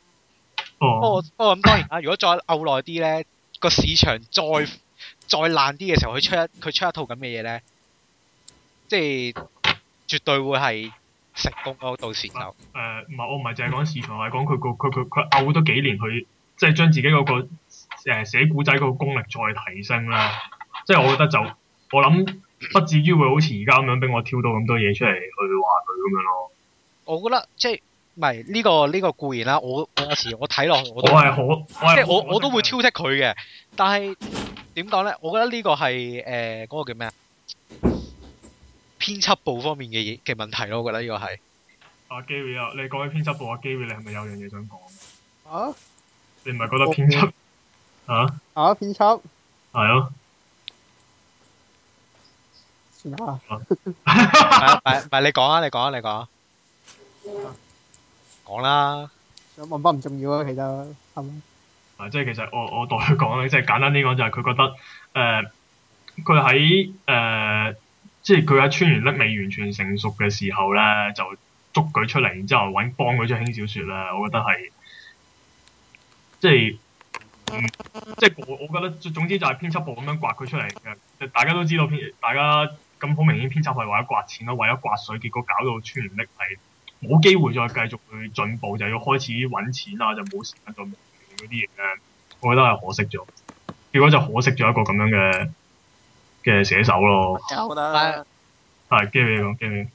[SPEAKER 2] 不過
[SPEAKER 1] 哦，
[SPEAKER 2] 不過咁當然啦，如果再漚耐啲咧，個市場再再爛啲嘅時候，佢出一佢出一套咁嘅嘢咧，即係絕對會係成功咯。到時
[SPEAKER 1] 啊
[SPEAKER 2] 就
[SPEAKER 1] 誒呃唔係我唔係淨係講市場，我係講佢個佢佢佢嘔多幾年去，即係將自己嗰、個、誒寫古仔嗰個功力再提升啦。即係我覺得就我諗不至於會好似而家咁樣俾我挑到咁多嘢出嚟去話佢咁樣咯。
[SPEAKER 2] 我覺得即係唔係呢個呢個固然啦，我我有時我睇落去我
[SPEAKER 1] 我
[SPEAKER 2] 都
[SPEAKER 1] 係可，我
[SPEAKER 2] 即
[SPEAKER 1] 係
[SPEAKER 2] 係我我都會挑剔佢嘅，但係點講咧？我覺得呢個係誒嗰個叫咩啊？編輯部方面嘅嘢嘅問題咯，我覺得呢個係。
[SPEAKER 1] 阿 Gary 啊，你講起編輯部，阿 Gary 你係咪有樣嘢想講？
[SPEAKER 11] 啊
[SPEAKER 1] 你唔係覺得編輯啊
[SPEAKER 11] 啊編輯，
[SPEAKER 1] 係咯？
[SPEAKER 11] 算啦。
[SPEAKER 2] 唔係唔係，你講啊，你講啊，你講啊，講啦。
[SPEAKER 11] 想問翻唔重要啊，其實係咪？
[SPEAKER 1] 啊，即係其實我我代佢講咧，即係簡單啲講就係佢覺得誒，佢喺誒，即係佢喺川原礫未完全成熟嘅時候咧，就捉佢出嚟，然之後揾幫佢出輕小說咧，我覺得係即係。嗯，即係我我覺得總之就係編輯部咁樣刮佢出嚟嘅，大家都知道編，大家咁好明顯編輯係為咗刮錢啦，為咗刮水，結果搞到川原礫係冇機會再繼續去進步，就要開始揾錢啊，就冇時間做嗰啲嘢咧，我覺得係可惜咗。結果就可惜咗一個咁樣嘅嘅寫手咯。
[SPEAKER 11] 我覺得，
[SPEAKER 1] 係機會講機會，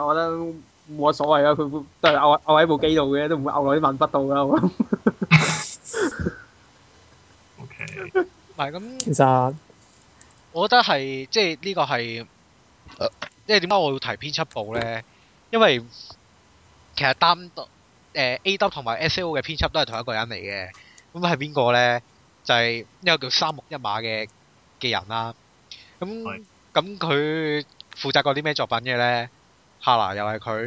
[SPEAKER 11] 我覺得冇乜所謂啊，佢會都係漚漚喺部機度嘅，都唔會漚落啲文筆度噶。我諗
[SPEAKER 1] O K，
[SPEAKER 2] 唔係咁，
[SPEAKER 6] 其實
[SPEAKER 2] 我覺得係即係呢個係，呃即係點解我要提編輯部咧？因為其實擔當誒 A W 同埋 S O 嘅編輯都係同一個人嚟嘅。咁係邊個咧？就係、一個叫三木一馬嘅嘅人啦。咁咁佢負責過啲咩作品嘅咧？哈拿又係佢，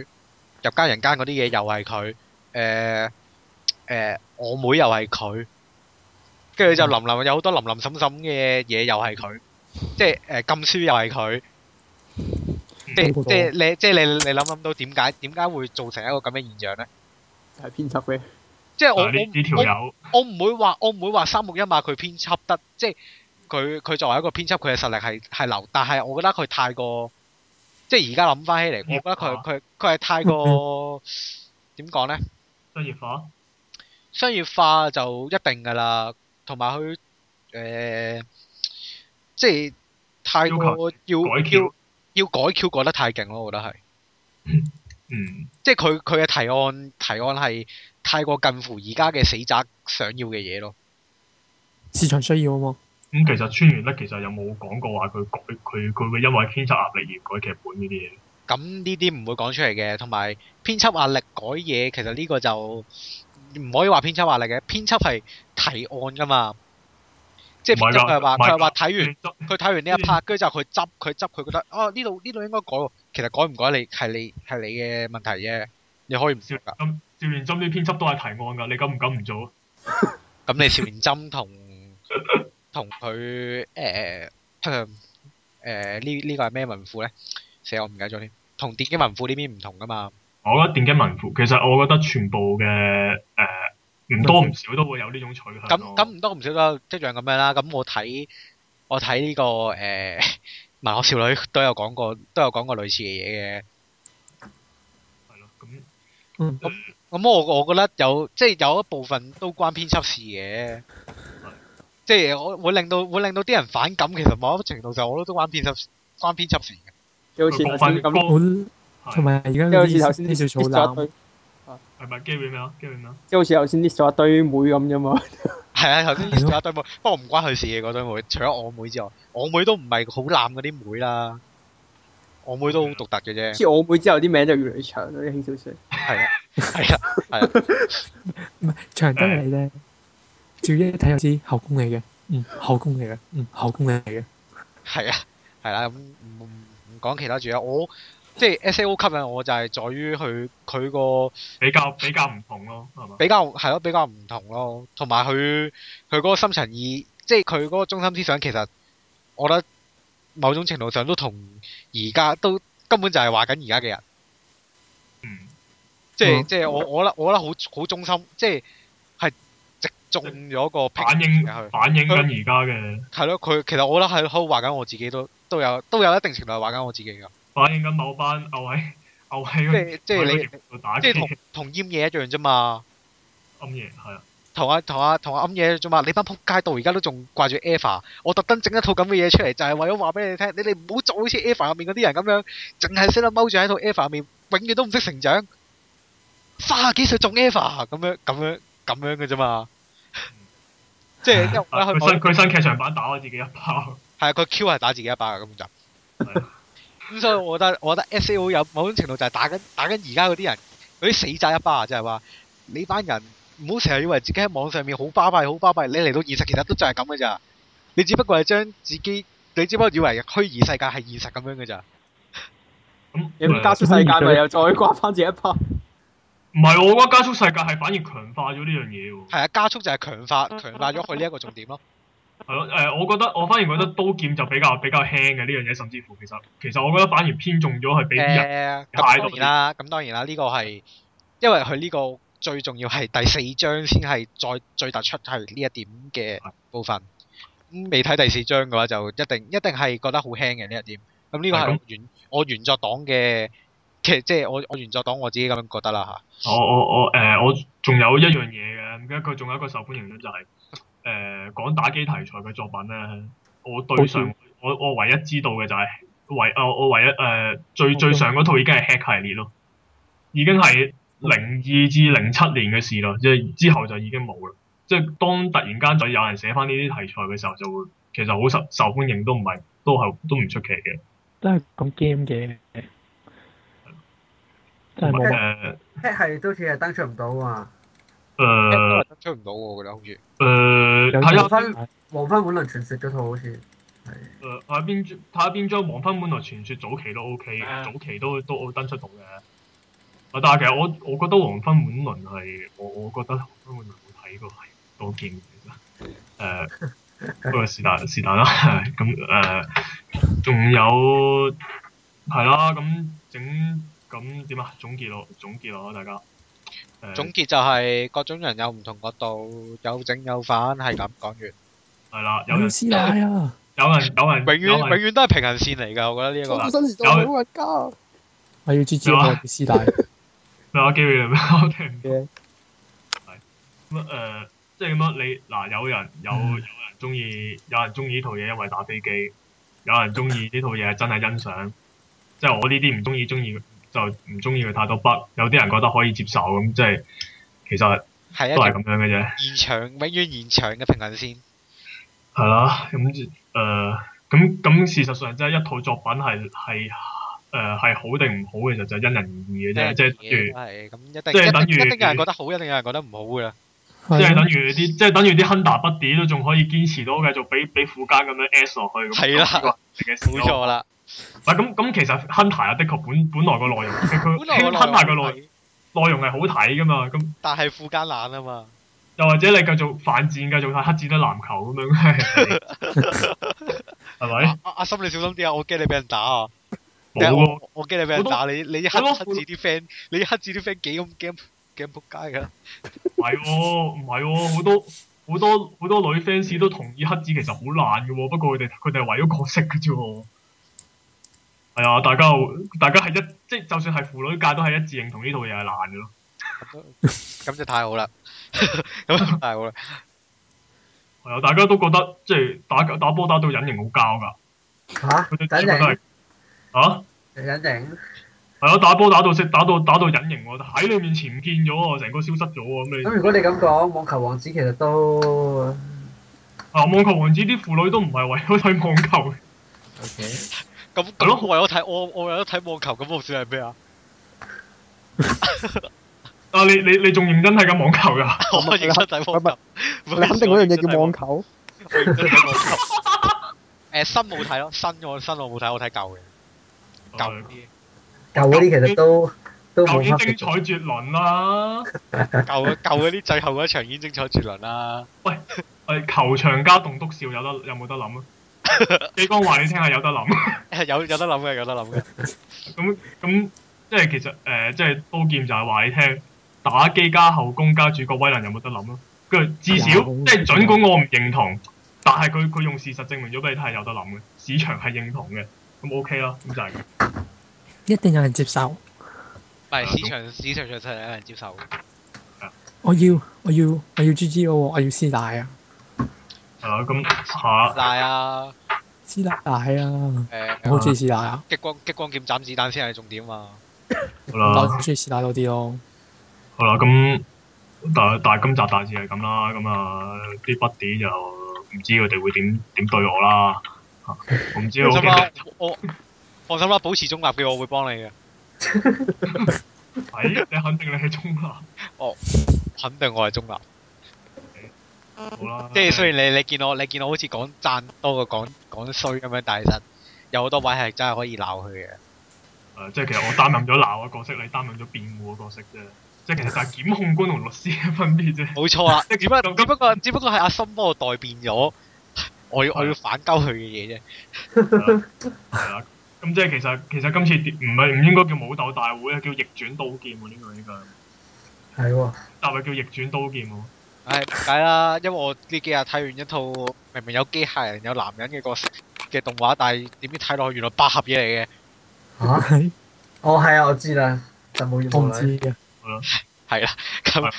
[SPEAKER 2] 入間人間嗰啲嘢又係佢，誒、誒、我妹又係佢，跟住就林林有好多林林沈沈嘅嘢又係佢，即係誒、禁書又係佢。即係即係你即係你你諗諗到點解點解會造成一個咁嘅現象咧？
[SPEAKER 11] 係編輯嘅。
[SPEAKER 2] 即係我
[SPEAKER 1] 啊呢呢條
[SPEAKER 2] 我
[SPEAKER 1] 友
[SPEAKER 2] 我我唔會話我唔會話三木一馬佢編輯得，即係佢佢作為一個編輯，佢嘅實力係係流，但係我覺得佢太過，即係而家諗翻起嚟，我覺得
[SPEAKER 1] 啊
[SPEAKER 2] 佢佢佢係太 過點講咧？
[SPEAKER 1] 商業化，
[SPEAKER 2] 商業化就一定㗎啦，同埋佢誒，即係太過要
[SPEAKER 1] 改橋
[SPEAKER 2] 要要改 Q 改得太勁咯，我覺得係。
[SPEAKER 1] 嗯，
[SPEAKER 2] 即係佢佢嘅提案提案係太過近乎而家嘅死宅想要嘅嘢咯。
[SPEAKER 6] 市場需要啊嘛。
[SPEAKER 1] 咁其實川原咧，其實有冇講過話佢改佢佢會因為編輯壓力而改劇本呢啲嘢？
[SPEAKER 2] 咁呢啲唔會講出嚟嘅，同埋編輯壓力改嘢，其實呢個就唔可以話編輯壓力嘅，編輯係提案噶嘛。即係
[SPEAKER 1] 唔
[SPEAKER 2] 編
[SPEAKER 1] 係
[SPEAKER 2] 輯
[SPEAKER 1] 㗎
[SPEAKER 2] 佢係話
[SPEAKER 1] 唔係嗯
[SPEAKER 2] 佢係
[SPEAKER 1] 㗎
[SPEAKER 2] 話睇完
[SPEAKER 1] 執
[SPEAKER 2] 佢睇完呢一 part，跟住就佢執佢執佢覺得哦呢度呢度應該改喎，其實改唔改你係你係你嘅問題啫，你可以唔
[SPEAKER 1] 少 咁少年針啲編輯都係提案㗎，你敢唔敢唔做啊？
[SPEAKER 2] 咁你少年針同同佢誒誒呢呢個係咩文庫咧？寫我唔記得咗添。同電擊文庫呢邊唔同噶嘛。
[SPEAKER 1] 我覺得電擊文庫其實我覺得全部嘅誒唔多唔少都會有呢種取
[SPEAKER 2] 嗯咁
[SPEAKER 1] 向咯。
[SPEAKER 2] 咁唔多唔少都一樣咁樣啦。咁我睇 我睇呢、個誒、 呃文學少女都有講過，都有講過類似嘅嘢嘅。
[SPEAKER 1] 咁
[SPEAKER 6] 嗯
[SPEAKER 2] 咁咁我我覺得有即係有一部分都關編輯事嘅。即係我會令到會令到啲人反感，其實某一程度上我都都關編輯關編輯事嘅。
[SPEAKER 11] 就好似頭先
[SPEAKER 1] 哦
[SPEAKER 11] 咁，
[SPEAKER 6] 好同埋而家
[SPEAKER 11] 即係好
[SPEAKER 6] 嗰
[SPEAKER 11] 似頭
[SPEAKER 6] 啲
[SPEAKER 11] 先
[SPEAKER 6] 啲小草
[SPEAKER 11] list 咗一
[SPEAKER 6] 籃
[SPEAKER 11] 堆，
[SPEAKER 1] 係咪機會咩啊？機會咩啊？
[SPEAKER 11] 即係好似頭先 list 咗一堆妹咁啫嘛。
[SPEAKER 2] 係啊，頭先 list 咗一堆妹，不過唔關佢事嘅嗰堆妹，除咗我妹之外，我妹都唔係好濫嗰啲妹啦，我妹都好獨特嘅啫。
[SPEAKER 11] 似我妹之後啲名就越嚟越長啦，啲輕小説。
[SPEAKER 2] 係啊，係啊，係啊，
[SPEAKER 6] 唔係長得嚟咧，照一睇就知後宮嚟嘅，嗯，後宮嚟嘅，嗯，後宮嚟嘅。
[SPEAKER 2] 係啊，係啦，咁唔唔唔講其他住啊，我即係 S A O 吸引我就係在於佢佢個
[SPEAKER 1] 比較比較唔同咯，係嘛？
[SPEAKER 2] 比較係咯，比較唔同咯，同埋佢佢嗰個深層意，即係佢嗰個中心思想，其實我覺得某種程度上都同而家都根本就係話緊而家嘅人。
[SPEAKER 1] 嗯，
[SPEAKER 2] 即係
[SPEAKER 6] 嗯
[SPEAKER 2] 即係我我覺得我覺得好好中心，即係係直中咗個
[SPEAKER 1] 反
[SPEAKER 2] 應
[SPEAKER 1] 映反映緊而家嘅
[SPEAKER 2] 係咯，佢其實我覺得係好話緊我自己都都有都有一定程度係話緊我自己㗎，
[SPEAKER 1] 反映緊某班牛喺 牛喺
[SPEAKER 2] 即係即係你
[SPEAKER 1] 度打
[SPEAKER 2] 即係
[SPEAKER 1] 機
[SPEAKER 2] 同同閹嘢一樣啫嘛。
[SPEAKER 1] 暗夜係啊，
[SPEAKER 2] 同啊同啊同啊噏嘢啫嘛，你班仆街到而家都仲掛住 Eva，我特登整一套咁嘅嘢出嚟，就係為咗話俾你聽，你哋唔好做好似 Eva 入面嗰啲人咁樣，淨係識得踎住喺套 Eva 入面，永遠都唔識成長，三十幾歲仲 Eva 咁樣咁樣咁樣嘅啫嘛，即係因為我覺得佢
[SPEAKER 1] 佢
[SPEAKER 2] 冇
[SPEAKER 1] 新佢新劇場版打我自己一炮，
[SPEAKER 2] 係啊，佢 Q 係打自己一巴嘅根本就。咁所以我覺得，我覺得 S.A.O 有某種程度就係打緊打緊而家嗰啲人嗰啲死宅一巴，就係話你班人唔好成日以為自己喺網上面好巴閉好巴閉，你嚟到現實其實都就係咁嘅咋。你只不過係將自己，你只不過以為虛擬世界係現實咁樣嘅咋。
[SPEAKER 11] 你咁加速世界咪又再掛翻自己一拍？
[SPEAKER 1] 唔係，我覺得加速世界係反而強化咗呢樣嘢喎。
[SPEAKER 2] 係啊，加速就係強化強化咗佢呢一個重點咯。
[SPEAKER 1] 係咯，誒、我覺得我反而覺得刀劍就比較比較輕嘅呢樣嘢，甚至乎其實其實我覺得反而偏重咗係俾啲
[SPEAKER 2] 誒，
[SPEAKER 1] 人嘅態
[SPEAKER 2] 咁當
[SPEAKER 1] 度
[SPEAKER 2] 然啦，咁當然啦，呢個係因為佢呢個最重要係第四章先係再最突出係呢一點嘅部分。咁未睇第四章嘅話，就一定一定係覺得好輕嘅呢一點。咁呢個
[SPEAKER 1] 係
[SPEAKER 2] 係
[SPEAKER 1] 咁
[SPEAKER 2] 我原我原作黨嘅，其實即係我我原作黨我自己咁樣覺得啦嚇。
[SPEAKER 1] 我我我誒、我仲有一樣嘢嘅，唔記得佢仲有一個受歡迎率就係、誒、講打機題材嘅作品咧，我對上我我唯一知道嘅就係、唯啊我唯一誒、最最上嗰套已經係 Hack 系列咯，已經係零二至零七年嘅事啦，即係之後就已經冇啦。即係當突然間再有人寫翻呢啲題材嘅時候，就會其實好受受歡迎都唔係都係都唔出奇嘅。
[SPEAKER 6] 都係講 game 嘅，真
[SPEAKER 1] 同
[SPEAKER 6] 係冇乜。
[SPEAKER 1] 埋誒
[SPEAKER 5] Hack 係都似係登出唔到啊
[SPEAKER 1] 誒
[SPEAKER 2] 出唔到喎，我覺得好似。
[SPEAKER 1] 誒
[SPEAKER 6] 有
[SPEAKER 1] 睇
[SPEAKER 5] 嘛，黃
[SPEAKER 1] 下。
[SPEAKER 5] 昏黃昏碗輪傳説嗰套好似
[SPEAKER 1] 誒呃睇下邊張睇下邊張《黃昏本來傳説》早期都 O K
[SPEAKER 2] 啊
[SPEAKER 1] 嘅，早期都都登出到嘅。啊，但係其實我我覺得《黃昏本輪》係我我覺得《黃昏本輪》好睇過係刀劍嘅其實。誒、不過是但是但啦， 咁誒仲有係啦，咁整咁點啊？總結咯，總結咯，大家。誒、呃
[SPEAKER 2] 總結就係各種人有唔同角度，有整有反，係咁講完。
[SPEAKER 1] 係啦，有人
[SPEAKER 6] 有師奶啊！
[SPEAKER 1] 有人有
[SPEAKER 2] 永
[SPEAKER 1] 人
[SPEAKER 2] 遠
[SPEAKER 1] 有人
[SPEAKER 2] 永遠都係平行線嚟㗎，我覺得呢一個。
[SPEAKER 1] 好
[SPEAKER 15] 我
[SPEAKER 1] 新
[SPEAKER 15] 新
[SPEAKER 1] 時
[SPEAKER 15] 時
[SPEAKER 1] 代
[SPEAKER 15] 代
[SPEAKER 1] 好
[SPEAKER 15] 好核家，
[SPEAKER 6] 我要支持我嘅師 奶。
[SPEAKER 1] 咩話機會嚟咩？ 我聽唔到。係咁誒，即係咁樣你嗱，有人有有人中意，有人中意呢套嘢，因為打飛機；有人中意呢套嘢係真係欣賞。即係我呢啲唔中意，中意就唔中意佢太多筆。有啲人覺得可以接受咁，即係其實
[SPEAKER 2] 係一
[SPEAKER 1] 都係
[SPEAKER 2] 條
[SPEAKER 1] 咁樣嘅啫。
[SPEAKER 2] 現場永遠現場嘅平行線。
[SPEAKER 1] 係啦，咁誒，呃咁咁事實上即係一套作品係係誒係好定唔好，其實就因人而異嘅啫。即係等於
[SPEAKER 2] 係咁，一
[SPEAKER 1] 即
[SPEAKER 2] 定
[SPEAKER 1] 係等
[SPEAKER 2] 一
[SPEAKER 1] 於
[SPEAKER 2] 定一定有人覺得好，一定有人覺得唔好㗎啦。
[SPEAKER 1] 即係
[SPEAKER 6] 係
[SPEAKER 1] 等
[SPEAKER 6] 啊
[SPEAKER 1] 於啲，即係等於啲 Hunter 筆碟都仲可以堅持到，繼續俾俾副監咁樣 S 落去。咁
[SPEAKER 2] 係啦
[SPEAKER 1] 呢個係嘅事
[SPEAKER 2] 冇
[SPEAKER 1] 咯。
[SPEAKER 2] 錯啦，
[SPEAKER 1] 唔係咁咁，其實 Hunter 又的確本本來個內容，佢佢
[SPEAKER 2] 本來個
[SPEAKER 1] Hunter 個
[SPEAKER 2] 內
[SPEAKER 1] 內
[SPEAKER 2] 容係，
[SPEAKER 1] 內容係好睇噶嘛。咁
[SPEAKER 2] 但係副間懶啊嘛。
[SPEAKER 1] 又或者你繼續犯戰，繼續睇黑戰得籃球咁樣， 係咪
[SPEAKER 2] 阿？阿阿心你小心啲啊！我驚你俾人打啊！
[SPEAKER 1] 冇喎
[SPEAKER 2] 我我驚你俾人打，你你黑
[SPEAKER 1] 好多
[SPEAKER 2] 黑字啲 friend，你黑字啲 friend 幾咁驚驚仆街㗎？
[SPEAKER 1] 唔係喎，唔係喎，好多好多好多女 fans 都同意黑子其實好爛嘅喎，不過佢哋佢哋係為咗角色嘅啫喎。係啊，大家好大家係一即係就算係腐女界都係一致認同呢套嘢係爛嘅咯。
[SPEAKER 2] 咁就太好啦， 咁就太好啦。
[SPEAKER 1] 係啊，大家都覺得即係打打波打到隱形好膠㗎，
[SPEAKER 5] 嚇
[SPEAKER 1] 佢哋全
[SPEAKER 5] 隱
[SPEAKER 1] 部都係
[SPEAKER 5] 形
[SPEAKER 1] 啊
[SPEAKER 5] 隱形
[SPEAKER 1] 係啊，打波打到識打到打到隱形喎，喺你面前唔見咗喎，成個消失咗喎咁你
[SPEAKER 5] 咁。如果你咁講，網球王子其實都
[SPEAKER 1] 啊，網球王子啲腐女都唔係為咗睇網球。
[SPEAKER 5] OK
[SPEAKER 2] 咁
[SPEAKER 1] 係咯
[SPEAKER 2] 咁我有睇我我有得睇網球，咁我算係咩啊？
[SPEAKER 1] 啊！你你你仲認真睇緊網球㗎？
[SPEAKER 2] 我認真睇網球，
[SPEAKER 1] 啊
[SPEAKER 2] 啊
[SPEAKER 15] 你肯定嗰樣嘢叫網球。
[SPEAKER 2] 我認真睇網球。 誒新冇睇咯，新我新我冇睇，我睇
[SPEAKER 1] 哦
[SPEAKER 2] 舊嘅舊啲
[SPEAKER 5] 舊嗰啲其實都都
[SPEAKER 1] 舊
[SPEAKER 5] 冇
[SPEAKER 1] 年
[SPEAKER 5] 乜
[SPEAKER 1] 精
[SPEAKER 5] 嘅
[SPEAKER 1] 彩絕倫啦！
[SPEAKER 2] 舊嘅 舊嗰啲最後嗰一場已經精彩絕倫啦。
[SPEAKER 1] 誒球場加棟篤笑有得有冇得諗啊？幾光話你聽下有得諗，
[SPEAKER 2] 有有得諗嘅，有得諗嘅。
[SPEAKER 1] 咁咁即係其實誒、即係刀劍就係話你聽打機加後宮加主角威能有冇得諗咯？跟住至少即
[SPEAKER 6] 有
[SPEAKER 1] 係儘管我唔認同，但係佢佢用事實證明咗俾你睇係有得諗嘅，市場係認同嘅，咁 OK 啦，咁就係咁。
[SPEAKER 6] 一定有人接受。
[SPEAKER 2] 唔係市場市場上係有人接受嘅。
[SPEAKER 6] 我要我要我要 G G 嗰個，我要師奶啊！
[SPEAKER 1] 係啦，咁下
[SPEAKER 2] 但係啊，
[SPEAKER 6] 師奶啊！我好
[SPEAKER 2] 誒
[SPEAKER 6] 中意師奶啊！
[SPEAKER 2] 激光激光劍斬子彈先係重點啊！
[SPEAKER 1] 好
[SPEAKER 6] 但我
[SPEAKER 1] 啦，
[SPEAKER 6] 中意師奶多啲咯。
[SPEAKER 1] 好啦，咁但但係今集大致係咁啦，咁啊啲筆碟就啊唔知佢哋會點點對我啦，嚇我唔知
[SPEAKER 2] 你
[SPEAKER 1] 我
[SPEAKER 2] 諗
[SPEAKER 1] 驚。
[SPEAKER 2] 下，我放心啦，保持中立嘅我會幫你嘅。
[SPEAKER 1] 係哎你肯定你係中立。
[SPEAKER 2] 哦，肯定我係中立。
[SPEAKER 1] 好啦，
[SPEAKER 2] 即係雖然你你見我你見我好似講讚多過講講衰咁樣，但係其實有好多位係真係可以鬧佢嘅。
[SPEAKER 1] 誒，啊即係其實我擔任咗鬧嘅角色，你擔任咗辯護嘅角色啫。即係其實就係檢控官同律師嘅分 別啫。
[SPEAKER 2] 冇錯啦，只不過只不過只不過係阿森幫我代辯咗，我要我要反鳩佢嘅嘢啫。
[SPEAKER 1] 係啦啊係啦，咁即係其實其實今次唔係唔應該叫武鬥大會啊，叫逆轉刀劍喎呢個應該。
[SPEAKER 5] 係喎。
[SPEAKER 1] 但係叫逆轉刀劍喎。
[SPEAKER 2] 唉，唔解啦，因為我呢幾日睇完一套明明有機械人有男人嘅角色嘅動畫，但係點知睇落去原來百合嘢嚟嘅。
[SPEAKER 5] 嚇？哦，係啊，我知啦，就冇
[SPEAKER 6] 我
[SPEAKER 5] 要
[SPEAKER 6] 唔
[SPEAKER 5] 無女。
[SPEAKER 6] 知啊嘅。
[SPEAKER 1] 係咯。
[SPEAKER 2] 係啦，咁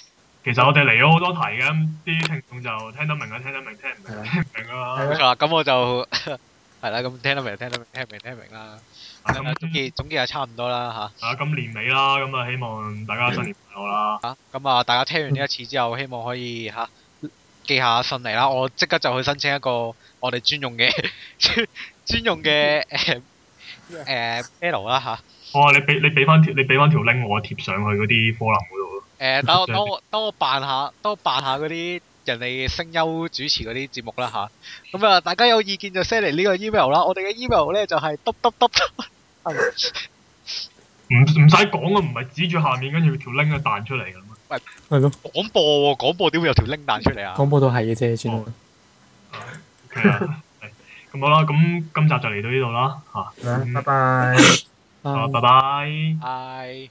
[SPEAKER 1] 其實我哋嚟咗好多題嘅，咁啲聽眾就聽得明啊，聽得明，聽唔明聽唔明啊。
[SPEAKER 2] 冇錯啦，咁我就 係啦，咁聽得明，聽得明，聽明，聽明啦。
[SPEAKER 1] 啊
[SPEAKER 2] 咁啊總
[SPEAKER 1] 咁
[SPEAKER 2] 結總結係差唔多啦
[SPEAKER 1] 啊，咁年尾啦，咁啊希望大家新年快樂啦。
[SPEAKER 2] 嚇。嚇咁啊，大家聽完呢一次之後，希望可以嚇記下信嚟啦。我即刻就去申請一個我哋專用嘅 專專用嘅誒誒 mail 啦嚇。
[SPEAKER 1] 我話你俾你俾翻條你俾翻條 link 我貼上去嗰啲科林嗰度咯。
[SPEAKER 2] 誒，等我等我等我扮下，等我扮下嗰啲人哋聲優主持嗰啲節目啦吓，咁啊，大家有意見就 send 嚟呢個 email 啦。我哋嘅 email 咧就係 d d d
[SPEAKER 1] 唔唔使講啊，唔係指住下面跟住條 link 啊彈出嚟咁啊。
[SPEAKER 6] 係咯，
[SPEAKER 2] 廣播喎，廣播點會有條 link 彈出嚟啊？
[SPEAKER 6] 廣播都係嘅啫，算啦。
[SPEAKER 1] OK 啦，係咁好啦，咁今集就嚟到呢度啦嚇。
[SPEAKER 5] 好啦
[SPEAKER 1] 嗯
[SPEAKER 5] 拜拜。
[SPEAKER 1] 好拜拜。
[SPEAKER 2] 係。